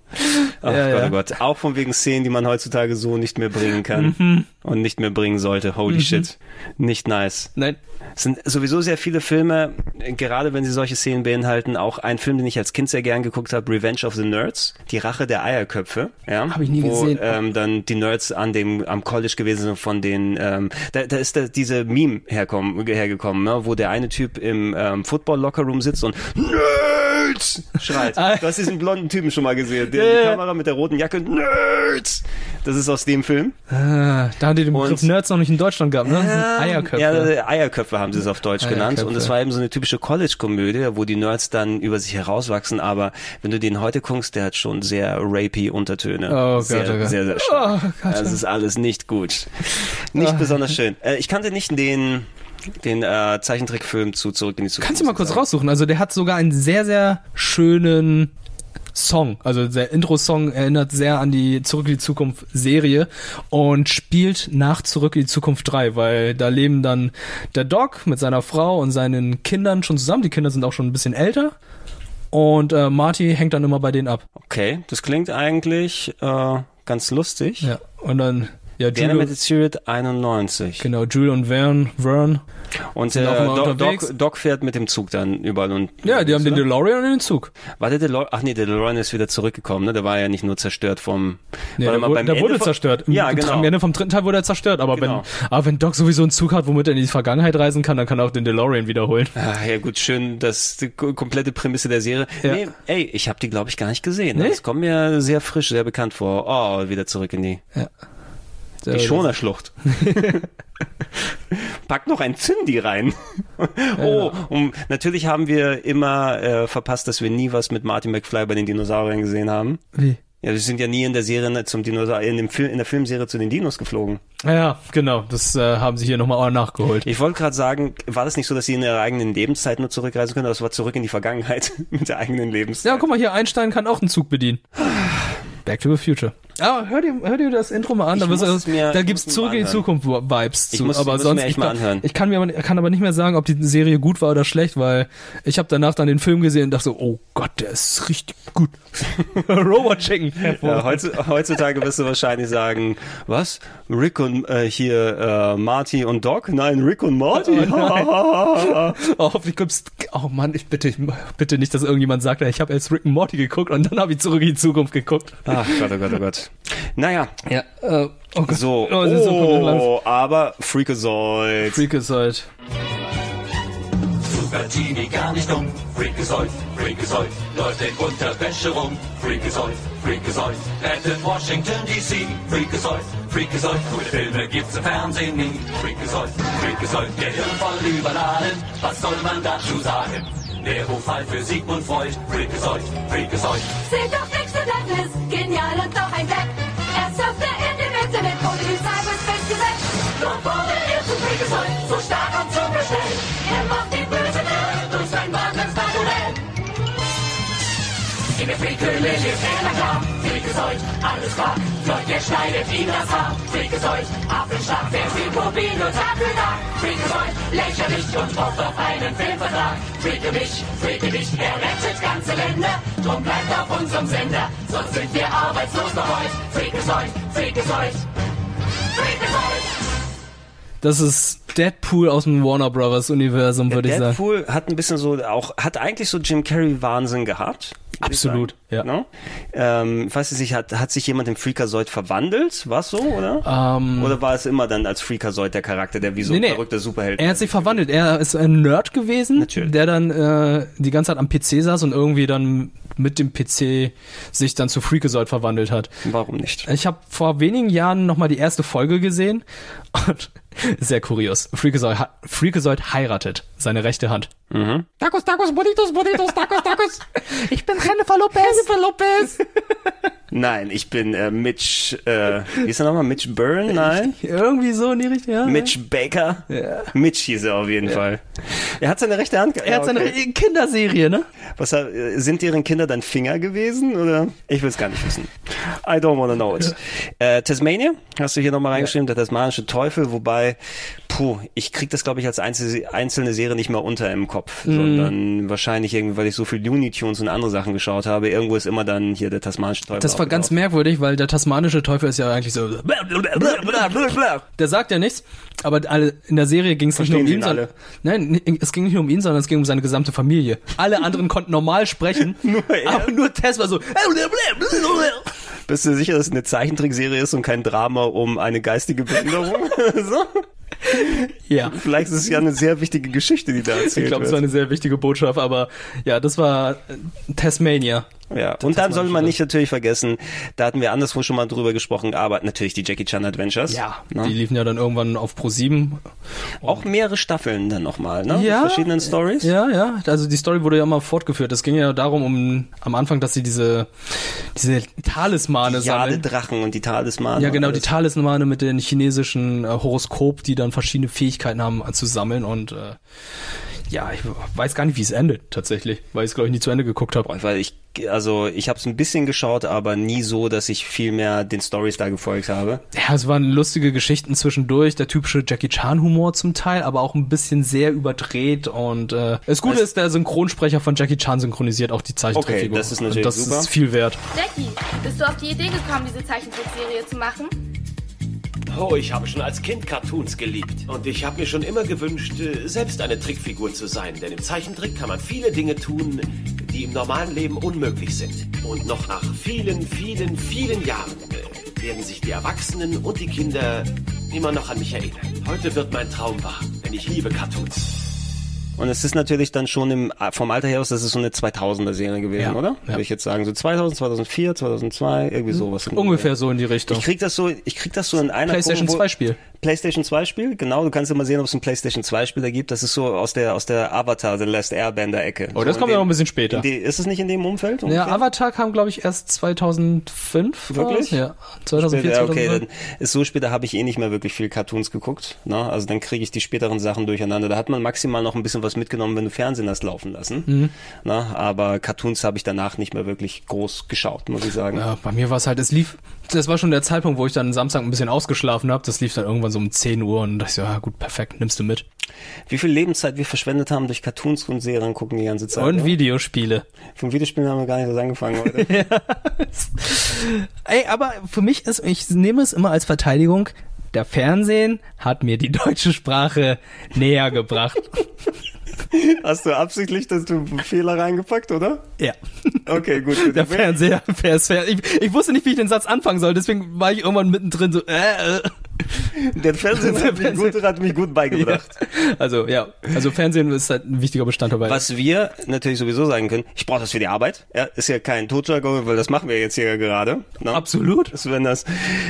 Speaker 1: Oh
Speaker 2: Ja,
Speaker 1: Gott,
Speaker 2: ja.
Speaker 1: oh Gott. Auch von wegen Szenen, die man heutzutage so nicht mehr bringen kann.
Speaker 2: Mhm.
Speaker 1: Und nicht mehr bringen sollte. Holy
Speaker 2: Mhm.
Speaker 1: shit. Nicht nice.
Speaker 2: Nein.
Speaker 1: Es sind sowieso sehr viele Filme, äh, gerade wenn sie solche Szenen beinhalten, auch ein Film, den ich als Kind sehr gern geguckt habe, Revenge of the Nerds, die Rache der Eierköpfe. Ja,
Speaker 2: Hab ich nie
Speaker 1: wo,
Speaker 2: gesehen.
Speaker 1: Ähm, dann die Nerds an dem, am College gewesen sind von den, ähm, da, da ist da diese Meme herkommen, hergekommen, ne, wo der eine Typ im ähm, Football-Lockerroom sitzt und Nerds schreit. Du hast diesen blonden Typen schon mal gesehen, der
Speaker 2: Ah. Ja,
Speaker 1: die
Speaker 2: ja.
Speaker 1: Kamera mit der roten Jacke, Nerds! Das ist aus dem Film.
Speaker 2: Ah, da haben die den Begriff Nerds noch nicht in Deutschland gehabt, ne? Das sind Eierköpfe.
Speaker 1: Ähm, Ja, Eierköpfe haben sie es auf Deutsch genannt.
Speaker 2: Eierköpfe.
Speaker 1: Und es war eben so eine typische College-Komödie, wo die Nerds dann über sich herauswachsen. Aber wenn du den heute guckst, der hat schon sehr rapey Untertöne.
Speaker 2: Oh Gott,
Speaker 1: sehr,
Speaker 2: oh Gott.
Speaker 1: sehr, sehr stark.
Speaker 2: Oh Gott,
Speaker 1: das
Speaker 2: oh
Speaker 1: ist alles nicht gut. Nicht
Speaker 2: Ah.
Speaker 1: besonders schön. Äh, ich kannte nicht den, den äh, Zeichentrickfilm zu Zurück in die Zukunft.
Speaker 2: Kannst du mal kurz raussuchen? Also der hat sogar einen sehr, sehr schönen Song. Also der Intro-Song erinnert sehr an die Zurück in die Zukunft Serie und spielt nach Zurück in die Zukunft 3, weil da leben dann der Doc mit seiner Frau und seinen Kindern schon zusammen. Die Kinder sind auch schon ein bisschen älter. Und äh, Marty hängt dann immer bei denen ab.
Speaker 1: Okay, das klingt eigentlich äh, ganz lustig.
Speaker 2: Ja. Und dann, ja,
Speaker 1: Werner
Speaker 2: Julio,
Speaker 1: mit Spirit 91.
Speaker 2: genau, Julio und Vern, Vern.
Speaker 1: Und
Speaker 2: Sind auch
Speaker 1: äh,
Speaker 2: immer
Speaker 1: Doc,
Speaker 2: unterwegs.
Speaker 1: Doc, Doc fährt mit dem Zug dann überall und.
Speaker 2: Ja, die haben den
Speaker 1: oder?
Speaker 2: DeLorean in den Zug.
Speaker 1: War der DeLorean? Ach nee, der DeLorean ist wieder zurückgekommen, ne? Der war ja nicht nur zerstört vom.
Speaker 2: Nee,
Speaker 1: Warte
Speaker 2: der,
Speaker 1: mal,
Speaker 2: wurde,
Speaker 1: beim
Speaker 2: der
Speaker 1: Ende
Speaker 2: wurde
Speaker 1: von-
Speaker 2: zerstört. Im-
Speaker 1: Ja,
Speaker 2: im-
Speaker 1: genau.
Speaker 2: Am Ende vom dritten Teil wurde er zerstört. Aber,
Speaker 1: Genau.
Speaker 2: wenn, aber wenn Doc sowieso einen Zug hat, womit er in die Vergangenheit reisen kann, dann kann er auch den DeLorean wiederholen.
Speaker 1: Ah, ja gut, schön, das die ko- komplette Prämisse der Serie.
Speaker 2: Ja.
Speaker 1: Nee, ey, ich habe die glaube ich gar nicht gesehen. ne? Das kommt mir sehr frisch, sehr bekannt vor. Oh, wieder zurück in die.
Speaker 2: Ja.
Speaker 1: Die Schonerschlucht. Pack noch ein Zindi rein. oh,
Speaker 2: genau.
Speaker 1: und natürlich haben wir immer äh, verpasst, dass wir nie was mit Martin McFly bei den Dinosauriern gesehen haben.
Speaker 2: Wie?
Speaker 1: Ja, wir sind ja nie in der Serie ne, zum Dinosaurier, in, dem Film, in der Filmserie zu den Dinos geflogen.
Speaker 2: Ja, genau. Das äh, haben sie hier nochmal nachgeholt.
Speaker 1: Ich wollte gerade sagen, war das nicht so, dass sie in ihrer eigenen Lebenszeit nur zurückreisen können, aber es war zurück in die Vergangenheit mit der eigenen Lebenszeit.
Speaker 2: Ja, guck mal hier, Einstein kann auch einen Zug bedienen. Back to the Future. Ah, hör dir, hör dir das Intro mal an. Da,
Speaker 1: Ich
Speaker 2: wirst du-
Speaker 1: muss es mir-
Speaker 2: da
Speaker 1: ich
Speaker 2: gibt's
Speaker 1: muss es
Speaker 2: Zurück
Speaker 1: mir
Speaker 2: in die
Speaker 1: anhören.
Speaker 2: Zukunft Vibes
Speaker 1: Ich
Speaker 2: zu.
Speaker 1: muss- ich
Speaker 2: aber
Speaker 1: muss
Speaker 2: sonst
Speaker 1: mir echt
Speaker 2: ich
Speaker 1: mal
Speaker 2: kann,
Speaker 1: anhören.
Speaker 2: Ich kann mir aber, kann aber nicht mehr sagen, ob die Serie gut war oder schlecht, weil ich habe danach dann den Film gesehen und dachte so, oh Gott, der ist richtig gut. Robot Chicken.
Speaker 1: Ja, heutz- heutzutage wirst du wahrscheinlich sagen, was? Rick und äh, hier äh, Marty und Doc? Nein, Rick und Marty.
Speaker 2: Oh, nein. oh, hoffentlich kommst Oh Mann, ich bitte, bitte nicht, dass irgendjemand sagt, ich habe erst Rick and Morty geguckt und dann habe ich zurück in die Zukunft geguckt.
Speaker 1: Ach Gott, oh Gott, oh Gott. Naja.
Speaker 2: Ja, äh, oh Gott.
Speaker 1: So,
Speaker 2: Oh, es ist so
Speaker 1: oh, aber Freakazoid.
Speaker 2: Freakazoid.
Speaker 6: Cupertini gar nicht dumm. Freakazoid, Freakazoid, läuft in Unterwäsche rum. Freakazoid, Freakazoid, lebt in Washington D.C. Freakazoid, Freakazoid, gute Filme gibt's im Fernsehen nie. Freakazoid, Freakazoid, Gehirn voll überladen, was soll man dazu sagen? Der Fall für Sigmund Freud, Freakazoid, Freakazoid.
Speaker 4: Sind doch sechs Atlantis, genial und doch ein Depp. Er surfte in dem Internet ohne den Cyberspace gesetzt. Dort wurde er zu Freakazoid, so stark und so bestellt. Er macht den bösen Irren durch sein wahnsinns Naturell.
Speaker 6: In der Freakelille ist er da, Freakazoid.
Speaker 3: Freakazoid, alles klar. Floyd, der schneidet ihm das Haar. Freakazoid, Affenstark, wer sieht mobil und tagelang. Freakazoid, lächerlich und hofft auf einen Filmvertrag. Freake mich, freake dich, er rettet ganze Länder. Drum bleibt auf unserem Sender, sonst sind wir arbeitslos noch heute. Freakazoid, Freakazoid, Freakazoid.
Speaker 2: Das ist Deadpool aus dem Warner Brothers Universum, würde ich sagen.
Speaker 1: Deadpool hat ein bisschen so auch, hat eigentlich so Jim Carrey Wahnsinn gehabt.
Speaker 2: Absolut,
Speaker 1: ja. No? ne? Ähm, ich weiß nicht, hat, hat sich jemand im Freakazoid verwandelt? War es so, oder?
Speaker 2: Ähm,
Speaker 1: oder war es immer dann als Freakazoid der Charakter, der wie so
Speaker 2: Nee,
Speaker 1: ein
Speaker 2: nee.
Speaker 1: verrückter Superheld
Speaker 2: Er hat sich verwandelt. Er ist ein Nerd gewesen, der dann äh, die ganze Zeit am PC saß und irgendwie dann mit dem PC sich dann zu Freakazoid verwandelt hat.
Speaker 1: Warum nicht?
Speaker 2: Ich habe vor wenigen Jahren nochmal die erste Folge gesehen und sehr kurios. Freakazoid, ha- Freakazoid heiratet seine rechte Hand.
Speaker 1: Mhm.
Speaker 3: Tacos, tacos, burritos, burritos, tacos, tacos. Ich bin Jennifer Lopez. Jennifer Lopez.
Speaker 1: Nein, ich bin äh, Mitch, äh, wie ist er nochmal? Mitch Byrne? Nein.
Speaker 2: Irgendwie so in die Richtung, ja.
Speaker 1: Mitch Baker? Mitch hieß er auf jeden Fall. Er hat seine rechte Hand. ge-
Speaker 2: Er hat seine Re- Kinderserie, ne?
Speaker 1: Was hat- äh, sind deren Kinder dann Finger gewesen oder? Ich will es gar nicht wissen. I don't wanna know it. Äh, Tasmania hast du hier nochmal reingeschrieben, der tasmanische Teufel, wobei, puh, ich krieg das glaube ich als einzel einzelne Serie nicht mehr unter im Kopf,
Speaker 2: Mhm.
Speaker 1: sondern wahrscheinlich irgendwie, weil ich so viel Looney Tunes und andere Sachen geschaut habe, irgendwo ist immer dann hier der tasmanische Teufel.
Speaker 2: Das war ganz merkwürdig, weil der tasmanische Teufel ist ja eigentlich so. Der sagt ja nichts, aber alle, in der Serie ging es nicht nur um
Speaker 1: Verstehen
Speaker 2: ihn,
Speaker 1: Sie ihn
Speaker 2: sondern, nein, es ging nicht nur um ihn, sondern es ging um seine gesamte Familie. Alle anderen konnten normal sprechen, aber nur Tess war so.
Speaker 1: Bist du sicher, dass es eine Zeichentrickserie ist und kein Drama um eine geistige Behinderung? so?
Speaker 2: Ja.
Speaker 1: Vielleicht ist es ja eine sehr wichtige Geschichte, die da erzählt
Speaker 2: Ich glaube,
Speaker 1: wird.
Speaker 2: es war eine sehr wichtige Botschaft, aber ja, das war äh, Tasmania.
Speaker 1: Ja, und dann soll man nicht natürlich vergessen, da hatten wir anderswo schon mal drüber gesprochen, aber natürlich die Jackie Chan Adventures.
Speaker 2: Ja,
Speaker 1: ne?
Speaker 2: die liefen ja dann irgendwann auf Pro 7.
Speaker 1: Auch mehrere Staffeln dann nochmal, ne?
Speaker 2: Ja.
Speaker 1: Mit verschiedenen Stories.
Speaker 2: Ja, ja. Also die Story wurde ja mal fortgeführt. Es ging ja darum, um am Anfang, dass sie diese, diese Talismane
Speaker 1: Die Jade
Speaker 2: sammeln.
Speaker 1: Drachen und die Talismane.
Speaker 2: Ja, genau,
Speaker 1: und
Speaker 2: die
Speaker 1: alles.
Speaker 2: Talismane mit den chinesischen äh, Horoskop, die dann verschiedene Fähigkeiten haben äh, zu sammeln und äh, ja, ich weiß gar nicht, wie es endet tatsächlich, weil ich es glaube ich nie zu Ende geguckt habe.
Speaker 1: Weil ich, also ich habe es ein bisschen geschaut, aber nie so, dass ich viel mehr den Stories da gefolgt habe.
Speaker 2: Ja, es waren lustige Geschichten zwischendurch, der typische Jackie Chan Humor zum Teil, aber auch ein bisschen sehr überdreht und äh, das Gute ist, der Synchronsprecher von Jackie Chan synchronisiert auch die Zeichentrickfigur.
Speaker 1: Okay, das ist natürlich
Speaker 2: Und das
Speaker 1: super.
Speaker 2: ist viel wert.
Speaker 23: Jackie, bist du auf die Idee gekommen, diese Zeichentrickserie zu machen?
Speaker 5: Oh, ich habe schon als Kind Cartoons geliebt. Und ich habe mir schon immer gewünscht, äh, selbst eine Trickfigur zu sein. Denn im Zeichentrick kann man viele Dinge tun, die im normalen Leben unmöglich sind. Und noch nach vielen, vielen, vielen Jahren äh, werden sich die Erwachsenen und die Kinder immer noch an mich erinnern. Heute wird mein Traum wahr, denn ich liebe Cartoons.
Speaker 1: Und es ist natürlich dann schon im, vom Alter her aus, das ist so eine 2000er Serie gewesen,
Speaker 2: Ja, Mhm.
Speaker 1: oder? Würde ich jetzt sagen, so 2000, 2004, 2002, irgendwie sowas.
Speaker 2: Ungefähr so in die Richtung.
Speaker 1: Ich krieg das so, ich krieg das so in einer
Speaker 2: PlayStation
Speaker 1: Kurve, wo-
Speaker 2: 2 Spiel.
Speaker 1: PlayStation 2 Spiel, genau. Du kannst immer sehen, ob es ein PlayStation 2 Spiel da gibt. Das ist so aus der aus der Avatar, The Last Airbender Ecke.
Speaker 2: Oh,
Speaker 1: so
Speaker 2: das
Speaker 1: in
Speaker 2: kommt ja
Speaker 1: dem-
Speaker 2: noch ein bisschen später.
Speaker 1: in Die, ist es nicht in dem Umfeld?
Speaker 2: Ja,
Speaker 1: ungefähr?
Speaker 2: Avatar kam, glaube ich, erst 2005
Speaker 1: Wirklich?
Speaker 2: raus. Ja, 2004,
Speaker 1: Später, okay,
Speaker 2: 2005.
Speaker 1: dann ist so später habe ich eh nicht mehr wirklich viel Cartoons geguckt. Ne? Also dann kriege ich die späteren Sachen durcheinander. Da hat man maximal noch ein bisschen was mitgenommen, wenn du Fernsehen hast laufen lassen.
Speaker 2: Mhm.
Speaker 1: Ne? Aber Cartoons habe ich danach nicht mehr wirklich groß geschaut, muss ich sagen.
Speaker 2: Ja, bei mir war es halt, es lief, das war schon der Zeitpunkt, wo ich dann Samstag ein bisschen ausgeschlafen habe. Das lief dann irgendwann so um 10 Uhr und dachte ich so, ja gut, perfekt, nimmst du mit.
Speaker 1: Wie viel Lebenszeit wir verschwendet haben durch Cartoons und Serien gucken die ganze Zeit.
Speaker 2: Und
Speaker 1: ne?
Speaker 2: Videospiele.
Speaker 1: Von Videospielen haben wir gar nicht erst angefangen heute.
Speaker 2: Ey, aber für mich ist, ich nehme es immer als Verteidigung, der Fernsehen hat mir die deutsche Sprache näher gebracht.
Speaker 1: Hast du absichtlich, dass du Fehler reingepackt, oder?
Speaker 2: Ja.
Speaker 1: Okay, gut.
Speaker 2: Der Fernseher, Fers, Fers. Ich, ich wusste nicht, wie ich den Satz anfangen soll, deswegen war ich irgendwann mittendrin so, äh, äh.
Speaker 1: Der Fernsehen hat mich gut, hat mich gut beigebracht.
Speaker 2: Also, ja. Also, Fernsehen ist halt ein wichtiger Bestandteil dabei.
Speaker 1: Was wir natürlich sowieso sagen können, ich brauche das für die Arbeit. Ja, ist ja kein Totschlaggurgel, weil das machen wir jetzt hier gerade.
Speaker 2: Absolut.
Speaker 1: Das werden das,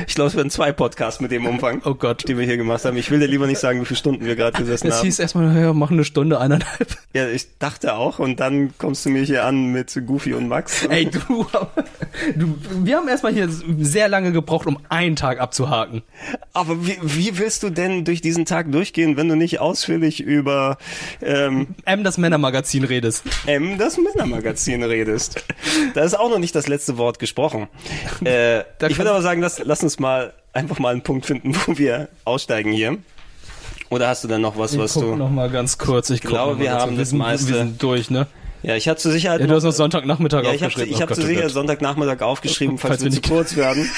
Speaker 1: ich glaube, es werden zwei Podcasts mit dem Umfang,
Speaker 2: oh Gott.
Speaker 1: die wir hier gemacht haben. Ich will dir lieber nicht sagen, wie viele Stunden wir gerade gesessen
Speaker 2: Es
Speaker 1: haben.
Speaker 2: hieß erstmal, ja, machen eine Stunde, eineinhalb.
Speaker 1: ja, ich dachte auch und dann kommst du mir hier an mit Goofy und Max.
Speaker 2: Ey, du. Du, wir haben erstmal hier sehr lange gebraucht, um einen Tag abzuhaken.
Speaker 1: Aber wie, wie willst du denn durch diesen Tag durchgehen, wenn du nicht ausführlich über ähm,
Speaker 2: M das Männermagazin redest?
Speaker 1: M das Männermagazin redest. Da ist auch noch nicht das letzte Wort gesprochen. Äh, ich würde aber sagen, lass, lass uns mal einfach mal einen Punkt finden, wo wir aussteigen hier. Oder hast du dann noch was,
Speaker 2: Ich
Speaker 1: was
Speaker 2: guck
Speaker 1: du?
Speaker 2: noch mal ganz kurz. Ich
Speaker 1: Ich glaube, wir haben das meiste.
Speaker 2: Wir sind durch, ne?
Speaker 1: Ja, ich habe zur Sicherheit.
Speaker 2: Ja, du hast noch Sonntagnachmittag
Speaker 1: ja, ich habe
Speaker 2: aufgeschrieben.
Speaker 1: ich
Speaker 2: Oh
Speaker 1: hab
Speaker 2: Gott,
Speaker 1: zur
Speaker 2: oh
Speaker 1: Sicherheit
Speaker 2: Gott.
Speaker 1: Sonntagnachmittag aufgeschrieben, falls,
Speaker 2: Falls
Speaker 1: wir zu
Speaker 2: wir nicht-
Speaker 1: kurz werden.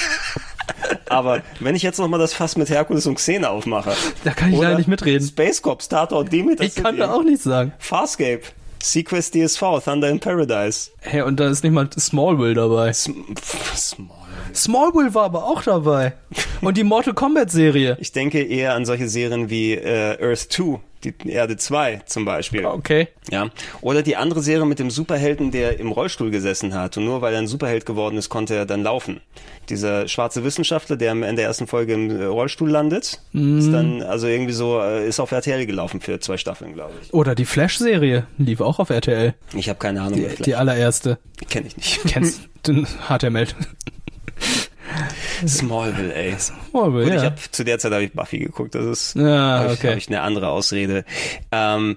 Speaker 1: Aber wenn ich jetzt nochmal das Fass mit Herkules und Xena aufmache. Da kann ich leider nicht mitreden. Space Cops, Tatort, Demeter Ich kann da auch
Speaker 2: nichts sagen.
Speaker 1: Farscape, Sequest DSV, Thunder in Paradise.
Speaker 2: Hey, und da ist nicht mal Smallville dabei. Smallville war aber auch dabei. Und die Mortal Kombat Serie.
Speaker 1: Ich denke eher an solche Serien wie äh, Earth 2, die Erde 2 zum Beispiel.
Speaker 2: Okay.
Speaker 1: Ja. Oder die andere Serie mit dem Superhelden, der im Rollstuhl gesessen hat und nur weil er ein Superheld geworden ist, konnte er dann laufen. Dieser schwarze Wissenschaftler, der am Ende der ersten Folge im äh, Rollstuhl landet,
Speaker 2: Mm.
Speaker 1: ist dann also irgendwie so, äh, ist auf RTL gelaufen für zwei Staffeln, glaube ich.
Speaker 2: Oder die Flash Serie lief auch auf RTL.
Speaker 1: Ich habe keine Ahnung. wer
Speaker 2: Die,
Speaker 1: vielleicht-
Speaker 2: die allererste.
Speaker 1: Kenn ich nicht.
Speaker 2: Kennst du? Hart ermeldet.
Speaker 1: Smallville, ey.
Speaker 2: Smallville,
Speaker 1: Gut, ich
Speaker 2: ja.
Speaker 1: hab, zu der Zeit habe ich Buffy geguckt. Das ist
Speaker 2: Ah,
Speaker 1: hab ich,
Speaker 2: okay.
Speaker 1: hab ich eine andere Ausrede. Ähm,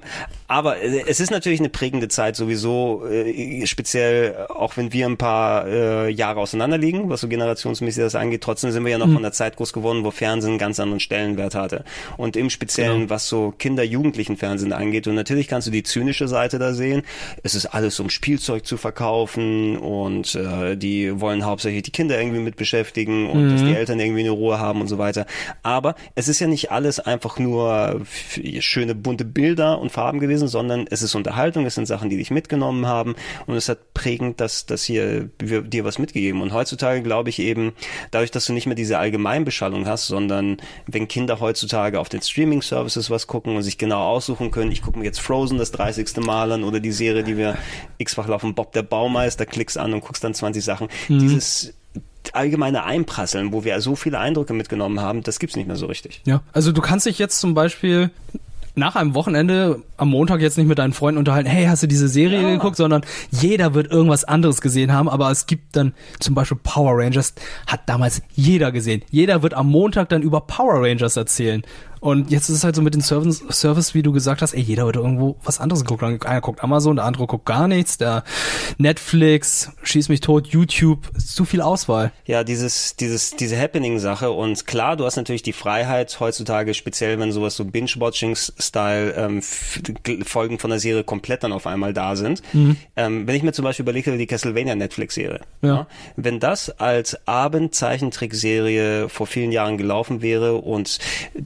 Speaker 1: aber äh, es ist natürlich eine prägende Zeit sowieso, äh, speziell äh, auch wenn wir ein paar äh, Jahre auseinanderliegen, was so generationsmäßig das angeht. Trotzdem sind wir ja noch
Speaker 24: Mhm.
Speaker 1: von der Zeit groß geworden, wo Fernsehen einen ganz anderen Stellenwert hatte. Und im Speziellen, was so Kinder-Jugendlichen-Fernsehen angeht. Und natürlich kannst du die zynische Seite da sehen. Es ist alles, um Spielzeug zu verkaufen und äh, die wollen hauptsächlich die Kinder irgendwie mit beschäftigen und dass
Speaker 24: Mhm.
Speaker 1: die Eltern irgendwie eine Ruhe haben und so weiter. Aber es ist ja nicht alles einfach nur f- schöne bunte Bilder und Farben gewesen, sondern es ist Unterhaltung, es sind Sachen, die dich mitgenommen haben und es hat prägend, dass, dass hier wir, dir was mitgegeben. Und heutzutage glaube ich eben, dadurch, dass du nicht mehr diese Allgemeinbeschallung hast, sondern wenn Kinder heutzutage auf den Streaming-Services was gucken und sich genau aussuchen können, ich gucke mir jetzt Frozen das 30. Mal an oder die Serie, die wir x-fach laufen, Bob der Baumeister, klickst an und guckst dann 20 Sachen.
Speaker 24: Mhm.
Speaker 1: Dieses allgemeine Einprasseln, wo wir so viele Eindrücke mitgenommen haben, das gibt's nicht mehr so richtig.
Speaker 2: Ja, also du kannst dich jetzt zum Beispiel nach einem Wochenende am Montag jetzt nicht mit deinen Freunden unterhalten, hey, hast du diese Serie geguckt, sondern jeder wird irgendwas anderes gesehen haben, aber es gibt dann zum Beispiel Power Rangers, hat damals jeder gesehen. Jeder wird am Montag dann über Power Rangers erzählen. Und jetzt ist es halt so mit den Service, Service wie du gesagt hast, ey, jeder wird irgendwo was anderes geguckt. Einer guckt Amazon, der andere guckt gar nichts, der Netflix, schieß mich tot, YouTube, ist zu viel Auswahl.
Speaker 1: Ja, dieses, dieses, diese Happening-Sache und klar, du hast natürlich die Freiheit heutzutage, speziell wenn sowas so Binge-Watching-Style ähm, f- g- Folgen von der Serie komplett dann auf einmal da sind.
Speaker 24: Mhm.
Speaker 1: Ähm, wenn ich mir zum Beispiel überlege, die Castlevania Netflix-Serie.
Speaker 24: Ja.
Speaker 1: Wenn das als Abendzeichentrickserie vor vielen Jahren gelaufen wäre und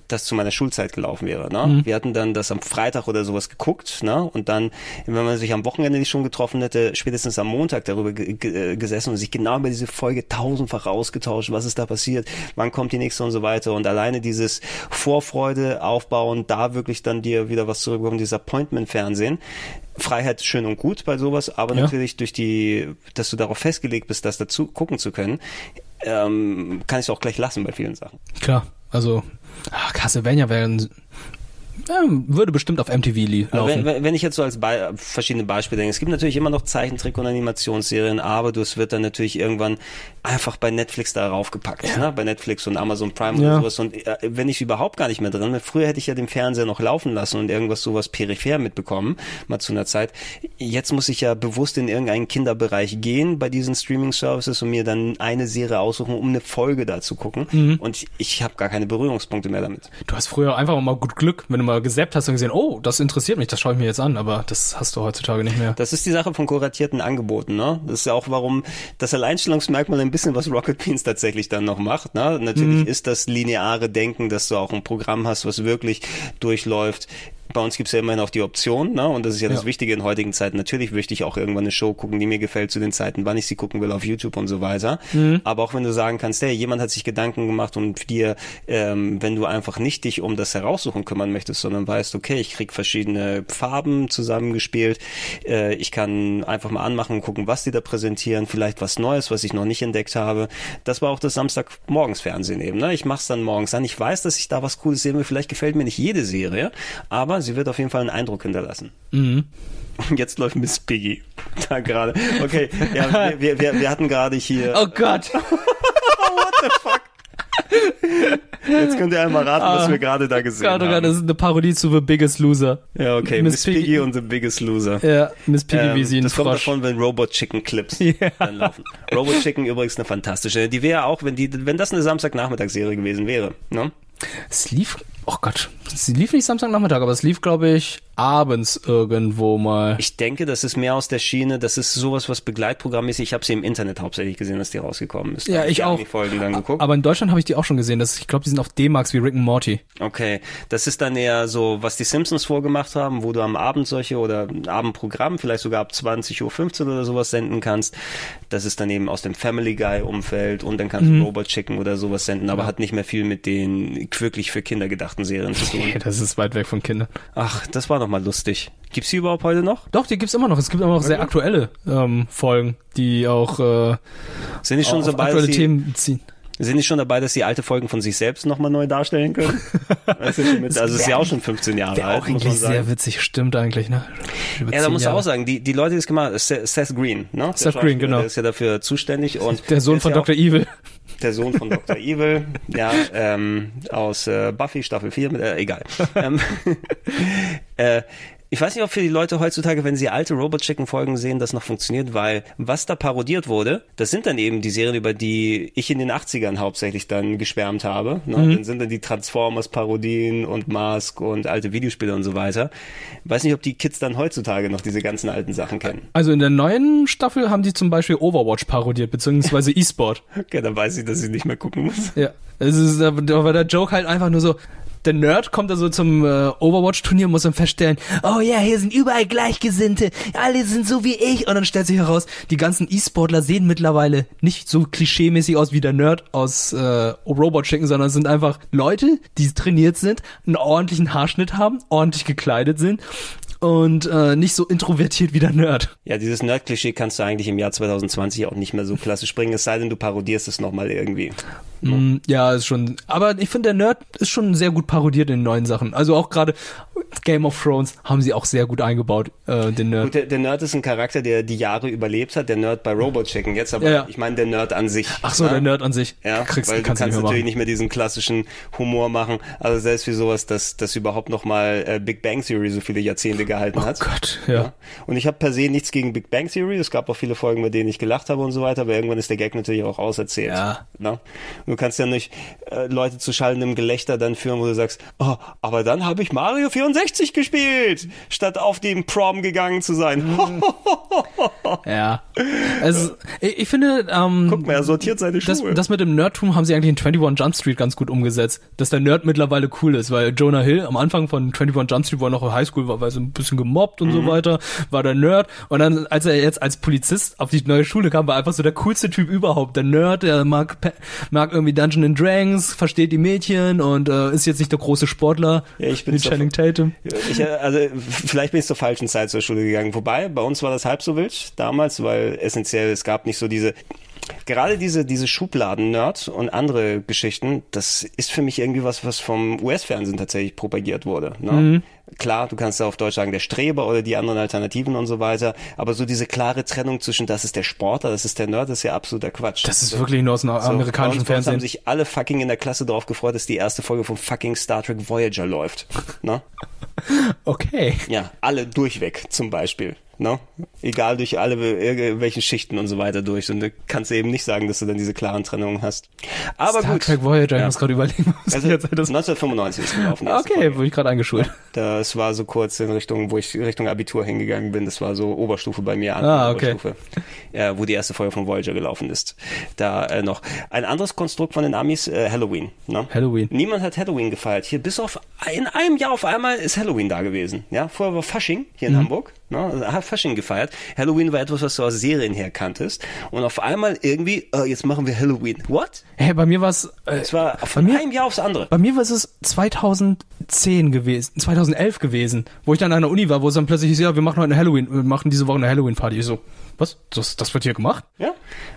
Speaker 1: das zu meiner Schulzeit gelaufen wäre. Ne?
Speaker 24: Mhm.
Speaker 1: Wir hatten dann das am Freitag oder sowas geguckt ne? und dann, wenn man sich am Wochenende nicht schon getroffen hätte, spätestens am Montag darüber ge ge gesessen und sich genau über diese Folge tausendfach ausgetauscht, was ist da passiert, wann kommt die nächste und so weiter und alleine dieses Vorfreude aufbauen, da wirklich dann dir wieder was zurückbekommen, dieses Appointment-Fernsehen, Freiheit ist schön und gut bei sowas, aber
Speaker 24: Ja.
Speaker 1: natürlich durch die, dass du darauf festgelegt bist, das dazu gucken zu können, ähm, kann ich es auch gleich lassen bei vielen Sachen.
Speaker 2: Klar, also ach, Castlevania wäre ein, ähm, würde bestimmt auf MTV li-
Speaker 1: Aber
Speaker 2: laufen.
Speaker 1: Wenn, wenn- wenn ich jetzt so als Bei verschiedene Beispiele denke, es gibt natürlich immer noch Zeichentrick- und Animationsserien, aber du, es wird dann natürlich irgendwann einfach bei Netflix darauf gepackt, ne? bei Netflix und Amazon Prime oder
Speaker 24: Ja.
Speaker 1: sowas. Und äh, wenn ich überhaupt gar nicht mehr drin bin, früher hätte ich ja den Fernseher noch laufen lassen und irgendwas sowas peripher mitbekommen, mal zu einer Zeit. Jetzt muss ich ja bewusst in irgendeinen Kinderbereich gehen bei diesen Streaming-Services und mir dann eine Serie aussuchen, um eine Folge da zu gucken.
Speaker 2: Mhm.
Speaker 1: Und ich, ich habe gar keine Berührungspunkte mehr damit.
Speaker 2: du hast früher einfach mal gut Glück, wenn du mal gesäppt hast und gesehen, oh, das interessiert mich, das schaue ich mir jetzt an, aber das hast du heutzutage nicht mehr.
Speaker 1: Das ist die Sache von kuratierten Angeboten, ne? Das ist ja auch, warum das Alleinstellungsmerkmal ein bisschen, was Rocket Beans tatsächlich dann noch macht, ne? Natürlich
Speaker 24: Mhm.
Speaker 1: ist das lineare Denken, dass du auch ein Programm hast, was wirklich durchläuft. Bei uns gibt's ja immerhin auch die Option, ne? Und das ist ja, das
Speaker 24: Ja.
Speaker 1: Wichtige in heutigen Zeiten. Natürlich möchte ich auch irgendwann eine Show gucken, die mir gefällt zu den Zeiten, wann ich sie gucken will auf YouTube und so weiter.
Speaker 24: Mhm.
Speaker 1: Aber auch wenn du sagen kannst, hey, jemand hat sich Gedanken gemacht und dir, ähm, wenn du einfach nicht dich um das Heraussuchen kümmern möchtest, sondern weißt, okay, ich krieg verschiedene Farben zusammengespielt, äh, ich kann einfach mal anmachen und gucken, was die da präsentieren, vielleicht was Neues, was ich noch nicht entdeckt habe. Das war auch das Samstagmorgensfernsehen eben. Ne? Ich mach's dann morgens an. Ich weiß, dass ich da was Cooles sehe, vielleicht gefällt mir nicht jede Serie, aber aber sie wird auf jeden Fall einen Eindruck hinterlassen.
Speaker 2: Mhm.
Speaker 1: Und jetzt läuft Miss Piggy da gerade. Okay, ja, wir, wir, wir, wir hatten gerade hier.
Speaker 2: Oh Gott.
Speaker 1: What the fuck? Jetzt könnt ihr einmal raten, was
Speaker 2: Ah.
Speaker 1: wir gerade da gesehen
Speaker 2: Gerade,
Speaker 1: haben.
Speaker 2: gerade, das ist eine Parodie zu The Biggest Loser.
Speaker 1: Ja, okay. Miss, Piggy, und The Biggest Loser. Ähm,
Speaker 2: Ja, Miss Piggy, wie sie ihn
Speaker 1: Das kommt
Speaker 2: Frosch-
Speaker 1: davon, wenn Robot Chicken Clips dann laufen. Robot Chicken übrigens eine fantastische. Die wäre auch, wenn die, wenn das eine Samstagnachmittagsserie gewesen wäre. Ne?
Speaker 2: Es lief, oh Gott, es lief nicht Samstagnachmittag, aber es lief, glaube ich, abends irgendwo mal.
Speaker 1: Ich denke, das ist mehr aus der Schiene. Das ist sowas, was Begleitprogramm ist. Ich habe sie im Internet hauptsächlich gesehen, dass die rausgekommen ist.
Speaker 2: Ja,
Speaker 1: Hab
Speaker 2: ich
Speaker 1: die
Speaker 2: auch.
Speaker 1: Folgen dann geguckt.
Speaker 2: aber in Deutschland habe ich die auch schon gesehen. Das, ich glaube, die sind auf D-Max wie Rick and Morty.
Speaker 1: Okay, das ist dann eher so, was die Simpsons vorgemacht haben, wo du am Abend solche oder ein Abendprogramm vielleicht sogar ab 20.15 Uhr oder sowas senden kannst. Das ist dann eben aus dem Family Guy-Umfeld und dann kannst
Speaker 2: Mhm.
Speaker 1: du Robot Chicken oder sowas senden, aber hat nicht mehr viel mit den wirklich für Kinder gedachten Serien zu tun.
Speaker 2: Nee, das ist weit weg von Kindern.
Speaker 1: Ach, das war doch mal lustig. Gibt's die überhaupt heute noch?
Speaker 2: Doch, die gibt's immer noch. Es gibt immer noch sehr aktuelle ähm, Folgen, die auch äh,
Speaker 1: Sind die schon
Speaker 2: auf
Speaker 1: so bald,
Speaker 2: aktuelle
Speaker 1: dass sie-
Speaker 2: Themen ziehen.
Speaker 1: Sind die schon dabei, dass sie alte Folgen von sich selbst nochmal neu darstellen können? Weißt du, schon mit, also ist ja auch schon 15 Jahre
Speaker 2: Wäre
Speaker 1: alt, muss
Speaker 2: auch
Speaker 1: man
Speaker 2: eigentlich
Speaker 1: sagen.
Speaker 2: sehr witzig, stimmt eigentlich, ne? Über
Speaker 1: Ja, da
Speaker 2: zehn
Speaker 1: musst du
Speaker 2: Jahre.
Speaker 1: auch sagen, die, die Leute, die es gemacht haben, Seth Seth Green, ne? Der
Speaker 2: Seth Green,
Speaker 1: Schauspieler,
Speaker 2: genau.
Speaker 1: Der ist ja dafür zuständig und.
Speaker 2: Der Sohn
Speaker 1: ist
Speaker 2: von
Speaker 1: ja auch-
Speaker 2: Dr. Evil.
Speaker 1: Der Sohn von Dr. Evil, ja, ähm, aus äh, Buffy Staffel 4, mit, äh, egal. ähm, äh, ich weiß nicht, ob für die Leute heutzutage, wenn sie alte Robot Chicken Folgen sehen, das noch funktioniert, weil was da parodiert wurde, das sind dann eben die Serien, über die ich in den 80ern hauptsächlich dann geschwärmt habe. Ne?
Speaker 2: Mhm.
Speaker 1: Dann sind dann die Transformers Parodien und Mask und alte Videospiele und so weiter. Weiß nicht, ob die Kids dann heutzutage noch diese ganzen alten Sachen kennen.
Speaker 2: Also in der neuen Staffel haben die zum Beispiel Overwatch parodiert, beziehungsweise E-Sport.
Speaker 1: Okay, dann weiß ich, dass ich nicht mehr gucken muss.
Speaker 2: Ja, es ist aber da war der Joke halt einfach nur so. Der Nerd kommt da so zum äh, Overwatch-Turnier und muss dann feststellen, oh ja, hier sind überall Gleichgesinnte, alle sind so wie ich. Und dann stellt sich heraus, die ganzen E-Sportler sehen mittlerweile nicht so klischeemäßig aus wie der Nerd aus äh, Robot Chicken, sondern es sind einfach Leute, die trainiert sind, einen ordentlichen Haarschnitt haben, ordentlich gekleidet sind und äh, nicht so introvertiert wie der Nerd.
Speaker 1: Ja, dieses Nerd-Klischee kannst du eigentlich im Jahr 2020 auch nicht mehr so klassisch bringen, es sei denn, du parodierst es nochmal irgendwie.
Speaker 2: Mm, Ja, ist schon. Aber ich finde, der Nerd ist schon sehr gut parodiert in den neuen Sachen. Also auch gerade Game of Thrones haben sie auch sehr gut eingebaut, äh, den Nerd.
Speaker 1: Gut, der, der Nerd ist ein Charakter, der die Jahre überlebt hat, der Nerd bei Robot Chicken jetzt, aber
Speaker 2: Ja, ja.
Speaker 1: ich meine der Nerd an sich.
Speaker 2: Ach so,
Speaker 1: ne?
Speaker 2: der Nerd an sich.
Speaker 1: Ja,
Speaker 2: Kriegst-
Speaker 1: weil
Speaker 2: kannst
Speaker 1: du kannst
Speaker 2: du nicht mehr
Speaker 1: natürlich
Speaker 2: machen.
Speaker 1: nicht mehr diesen klassischen Humor machen. Also selbst wie sowas, dass das überhaupt nochmal äh, Big Bang Theory so viele Jahrzehnte gehalten hat. Oh
Speaker 2: Gott, ja.
Speaker 1: Und ich habe per se nichts gegen Big Bang Theory. Es gab auch viele Folgen, bei denen ich gelacht habe und so weiter, aber irgendwann ist der Gag natürlich auch auserzählt. Ja. Ne? Du kannst ja nicht äh, Leute zu schallendem Gelächter dann führen, wo du sagst, oh, aber dann habe ich Mario 64 gespielt, statt auf dem Prom gegangen zu sein.
Speaker 2: Mhm. Ja. Also, ich, ich finde, ähm, Guck
Speaker 1: mal, er sortiert seine
Speaker 2: Schuhe. Das, das mit dem Nerdtum haben sie eigentlich in 21 Jump Street ganz gut umgesetzt, dass der Nerd mittlerweile cool ist, weil Jonah Hill am Anfang von 21 Jump Street, wo er noch in Highschool war, war so ein bisschen gemobbt und
Speaker 1: Mhm.
Speaker 2: so weiter, war der Nerd und dann, als er jetzt als Polizist auf die neue Schule kam, war er einfach so der coolste Typ überhaupt, der Nerd, der mag, Pe- mag irgendwie Dungeon and Dragons, versteht die Mädchen und äh, ist jetzt nicht der große Sportler
Speaker 1: Ja, ich bin
Speaker 2: mit
Speaker 1: so-
Speaker 2: Channing Tatum.
Speaker 1: Ich, äh, also f- vielleicht bin ich zur falschen Zeit zur Schule gegangen. Wobei, bei uns war das halb so wild damals, weil essentiell es gab nicht so diese. Gerade diese, diese Schubladen-Nerd und andere Geschichten, das ist für mich irgendwie was, was vom US-Fernsehen tatsächlich propagiert wurde. Ne?
Speaker 2: Mhm.
Speaker 1: Klar, du kannst da auf Deutsch sagen, der Streber oder die anderen Alternativen und so weiter, aber so diese klare Trennung zwischen das ist der Sportler, das ist der Nerd, das ist ja absoluter Quatsch.
Speaker 2: Das ist wirklich nur aus dem amerikanischen
Speaker 1: bei uns- bei uns
Speaker 2: Fernsehen.
Speaker 1: haben sich alle fucking in der Klasse darauf gefreut, dass die erste Folge von fucking Star Trek Voyager läuft. Ne?
Speaker 2: Okay.
Speaker 1: Ja, alle durchweg zum Beispiel. Ne? Egal durch alle irgendwelchen Schichten und so weiter durch. Und du kannst eben nicht sagen, dass du dann diese klaren Trennungen hast. Aber
Speaker 2: Star
Speaker 1: gut.
Speaker 2: Trek Voyager, ich muss gerade überlegen, was
Speaker 1: Also, 1995 ist gelaufen. die erste
Speaker 2: Okay, wurde ich gerade eingeschult.
Speaker 1: das war so kurz in Richtung, wo ich Richtung Abitur hingegangen bin. Das war so Oberstufe bei mir,
Speaker 2: Ah, okay.
Speaker 1: Oberstufe, äh, wo die erste Folge von Voyager gelaufen ist. Da äh, noch ein anderes Konstrukt von den Amis, äh, Halloween. Ne?
Speaker 2: Halloween.
Speaker 1: Niemand hat Halloween gefeiert. Hier bis auf in einem Jahr auf einmal ist Halloween da gewesen. Ja, vorher war Fasching hier in
Speaker 2: Mhm.
Speaker 1: Hamburg. Ne? Hat Fasching gefeiert. Halloween war etwas, was du aus Serien her kanntest. Und auf einmal irgendwie, äh, jetzt machen wir Halloween. What?
Speaker 2: Hey, bei mir war es.
Speaker 1: Äh, es war von mir, einem Jahr aufs andere.
Speaker 2: Bei mir war es 2010 gewesen, 2011 gewesen, wo ich dann an der Uni war, wo es dann plötzlich ist, ja, wir machen heute eine Halloween, wir machen diese Woche eine Halloween-Party. Ich so, was? Das, das wird hier gemacht?
Speaker 1: Ja.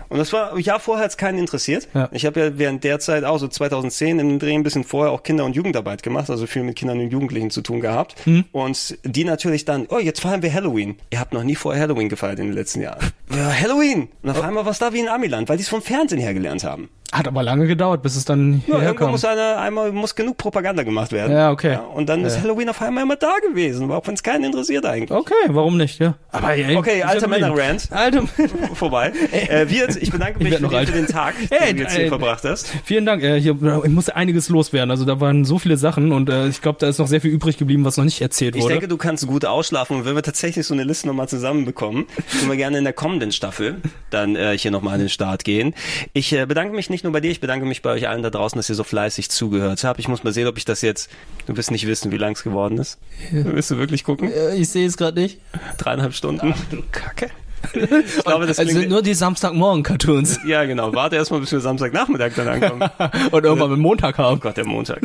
Speaker 1: Und das war, ja, vorher hat es keinen interessiert. Ja. Ich habe ja während der Zeit auch so 2010 im Dreh ein bisschen vorher auch Kinder- und Jugendarbeit gemacht, also viel mit Kindern und Jugendlichen zu tun gehabt. Mhm. Und die natürlich dann, oh, jetzt feiern wir Halloween. Ihr habt noch nie vorher Halloween gefeiert in den letzten Jahren. Ja, Halloween! Und
Speaker 2: Oh.
Speaker 1: auf einmal war es da wie in Amiland, weil die es vom Fernsehen her gelernt haben.
Speaker 2: Hat aber lange gedauert, bis es dann
Speaker 1: Ja,
Speaker 2: hierher
Speaker 1: irgendwo
Speaker 2: kam.
Speaker 1: muss einer, einmal muss genug Propaganda gemacht werden.
Speaker 2: Ja, okay.
Speaker 1: und dann ist
Speaker 2: Ja. Oh.
Speaker 1: Halloween auf einmal immer da gewesen, auch wenn es keinen interessiert eigentlich.
Speaker 2: Okay, warum nicht, ja. Aber ey,
Speaker 1: okay,
Speaker 2: ich
Speaker 1: alter
Speaker 2: hab Leben.
Speaker 1: Männer-Rant.
Speaker 2: Alter
Speaker 1: Vorbei. Äh, wir, ich bedanke mich
Speaker 2: werd
Speaker 1: für,
Speaker 2: noch
Speaker 1: die,
Speaker 2: alt.
Speaker 1: für den Tag,
Speaker 2: Ey,
Speaker 1: den du jetzt hier
Speaker 2: ey.
Speaker 1: verbracht hast.
Speaker 2: Vielen Dank. Äh, hier äh, musste einiges loswerden. Also da waren so viele Sachen und äh, ich glaube, da ist noch sehr viel übrig geblieben, was noch nicht erzählt
Speaker 1: Ich
Speaker 2: wurde.
Speaker 1: denke, du kannst gut ausschlafen und wenn wir tatsächlich so eine Liste nochmal zusammenbekommen, können wir gerne in der kommenden Staffel dann äh, hier nochmal an den Start gehen. Ich äh, bedanke mich nicht nur bei dir, ich bedanke mich bei euch allen da draußen, dass ihr so fleißig zugehört habt. Ich muss mal sehen, ob ich das jetzt, du wirst nicht wissen, wie lang es geworden ist. Willst du wirklich gucken?
Speaker 2: Äh, ich sehe es gerade nicht.
Speaker 1: Dreieinhalb Stunden.
Speaker 2: du Kacke.
Speaker 1: Ich glaube, das
Speaker 2: also
Speaker 1: klingt,
Speaker 2: nur die Samstagmorgen-Cartoons.
Speaker 1: ja genau, warte erstmal, bis wir Samstagnachmittag dann ankommen.
Speaker 2: und irgendwann mit Montag haben. Oh
Speaker 1: Gott, der Montag.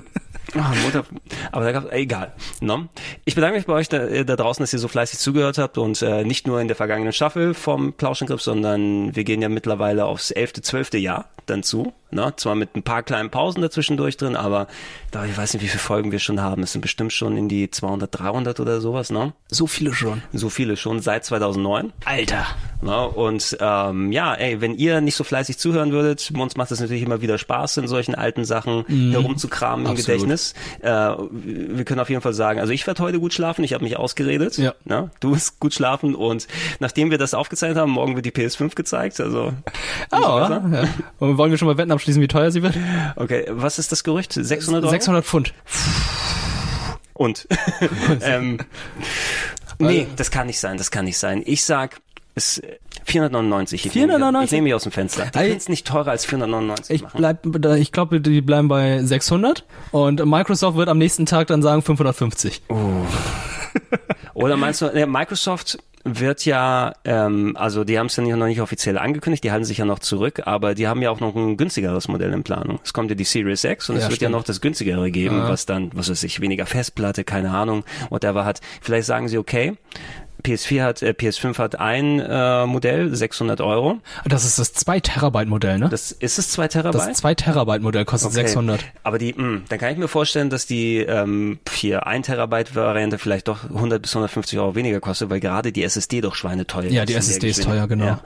Speaker 1: Ah, Montag. Aber da gab's, äh, egal. No? Ich bedanke mich bei euch da, da draußen, dass ihr so fleißig zugehört habt und äh, nicht nur in der vergangenen Staffel vom Plauschangriff, sondern wir gehen ja mittlerweile aufs 11., 12. Jahr dann zu. Ne? Zwar mit ein paar kleinen Pausen dazwischendurch drin, aber da ich weiß nicht, wie viele Folgen wir schon haben. Es sind bestimmt schon in die 200, 300 oder sowas. Ne?
Speaker 2: So viele schon.
Speaker 1: So viele schon seit 2009.
Speaker 2: Alter.
Speaker 1: Na, und ähm, ja, ey, wenn ihr nicht so fleißig zuhören würdet, uns macht es natürlich immer wieder Spaß, in solchen alten Sachen
Speaker 2: Mhm.
Speaker 1: herumzukramen im
Speaker 2: Absolut.
Speaker 1: Gedächtnis. Äh, wir können auf jeden Fall sagen, also ich werde heute gut schlafen, ich habe mich ausgeredet.
Speaker 2: Ja.
Speaker 1: Na, du wirst gut schlafen und nachdem wir das aufgezeichnet haben, morgen wird die PS5 gezeigt. Also
Speaker 2: Oh, ja. Und wollen wir schon mal Wetten abschließen, wie teuer sie wird?
Speaker 1: okay, was ist das Gerücht? 600 Euro?
Speaker 2: 600 Pfund.
Speaker 1: Und. ähm, nee, das kann nicht sein, das kann nicht sein. Ich sag, es äh, 499. Ich Nehme mich,
Speaker 2: 499?
Speaker 1: ich nehme mich aus dem Fenster. Die können es nicht teurer als 499
Speaker 2: Ich,
Speaker 1: machen.
Speaker 2: bleib, da- ich glaube, die bleiben bei 600 und Microsoft wird am nächsten Tag dann sagen 550.
Speaker 1: Oh. Oder meinst du, nee, Microsoft wird ja, ähm, also die haben es ja nicht- noch nicht offiziell angekündigt, die halten sich ja noch zurück, aber die haben ja auch noch ein günstigeres Modell in Planung. Es kommt ja die Series X und es
Speaker 2: Ja,
Speaker 1: wird ja
Speaker 2: stimmt.
Speaker 1: noch das günstigere geben,
Speaker 2: Ja.
Speaker 1: was dann, was weiß ich, weniger Festplatte, keine Ahnung, whatever hat. Vielleicht sagen sie, okay, PS4 hat, äh, PS5 hat ein äh, Modell, 600 Euro.
Speaker 2: Das ist das 2 Terabyte Modell, ne?
Speaker 1: Das ist es 2 Terabyte?
Speaker 2: Das 2 Terabyte Modell kostet
Speaker 1: Okay.
Speaker 2: 600.
Speaker 1: Aber die, mh, dann kann ich mir vorstellen, dass die ähm, hier 1 Terabyte Variante vielleicht doch 100 bis 150 Euro weniger kostet, weil gerade die SSD doch schweineteuer ist.
Speaker 2: Ja, die
Speaker 1: in der
Speaker 2: SSD ist
Speaker 1: Geschwindigkeit.
Speaker 2: teuer, genau.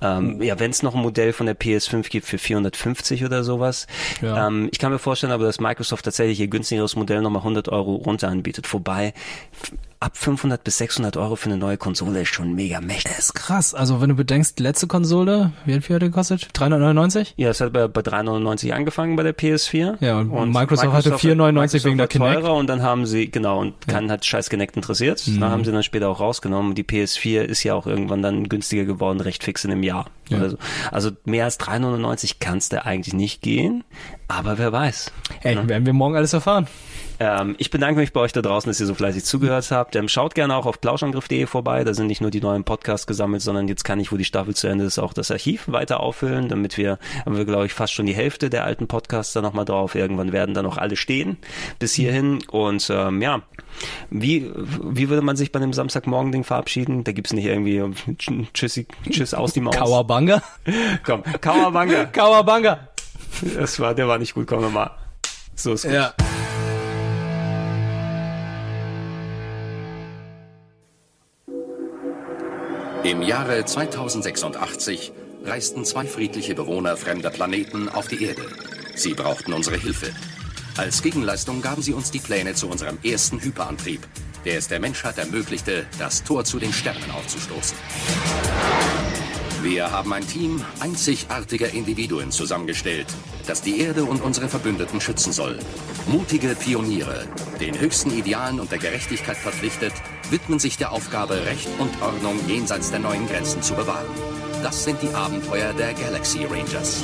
Speaker 1: Ja, ähm, ja wenn es noch ein Modell von der PS5 gibt für 450 oder sowas.
Speaker 2: Ja.
Speaker 1: Ähm, ich kann mir vorstellen, aber dass Microsoft tatsächlich ihr günstigeres Modell nochmal 100 Euro runter anbietet. Vorbei, f- ab 500 bis 600 Euro für eine neue Konsole ist schon mega mächtig.
Speaker 2: Ist krass. Also wenn du bedenkst, die letzte Konsole, wie hat die heute gekostet? 399?
Speaker 1: Ja, es hat bei, bei 3,99 angefangen bei der PS4.
Speaker 2: Ja, und Microsoft hatte 4,99 wegen der
Speaker 1: Microsoft war
Speaker 2: Kinect.
Speaker 1: Teurer und dann haben sie, genau, und keinen hat scheiß Kinect interessiert.
Speaker 2: Mhm.
Speaker 1: Da haben sie dann später auch rausgenommen. Und Die PS4 ist ja auch irgendwann dann günstiger geworden, recht fix in einem Jahr.
Speaker 2: Ja.
Speaker 1: Oder so. Also mehr als 3,99 kann's da eigentlich nicht gehen. Aber wer weiß.
Speaker 2: Ey, werden wir morgen alles erfahren.
Speaker 1: Ähm, ich bedanke mich bei euch da draußen, dass ihr so fleißig zugehört habt. Ähm, schaut gerne auch auf plauschangriff.de vorbei. Da sind nicht nur die neuen Podcasts gesammelt, sondern jetzt kann ich, wo die Staffel zu Ende ist, auch das Archiv weiter auffüllen, damit wir, haben wir, glaube ich, fast schon die Hälfte der alten Podcasts da nochmal drauf. Irgendwann werden da noch alle stehen bis hierhin. Und ähm, ja, wie, wie würde man sich bei einem Samstagmorgen-Ding verabschieden? Da gibt's nicht irgendwie ähm, tsch- Tschüssi, Tschüss aus die Maus.
Speaker 2: Kauerbanga?
Speaker 1: Komm, Kauerbanga.
Speaker 2: Kauerbanga.
Speaker 1: Das war, der war nicht gut, komm nochmal. So ist gut.
Speaker 2: Ja.
Speaker 11: Im Jahre 2086 reisten zwei friedliche Bewohner fremder Planeten auf die Erde. Sie brauchten unsere Hilfe. Als Gegenleistung gaben sie uns die Pläne zu unserem ersten Hyperantrieb, der es der Menschheit ermöglichte, das Tor zu den Sternen aufzustoßen. Wir haben ein Team einzigartiger Individuen zusammengestellt, das die Erde und unsere Verbündeten schützen soll. Mutige Pioniere, den höchsten Idealen und der Gerechtigkeit verpflichtet, widmen sich der Aufgabe, Recht und Ordnung jenseits der neuen Grenzen zu bewahren. Das sind die Abenteuer der Galaxy Rangers.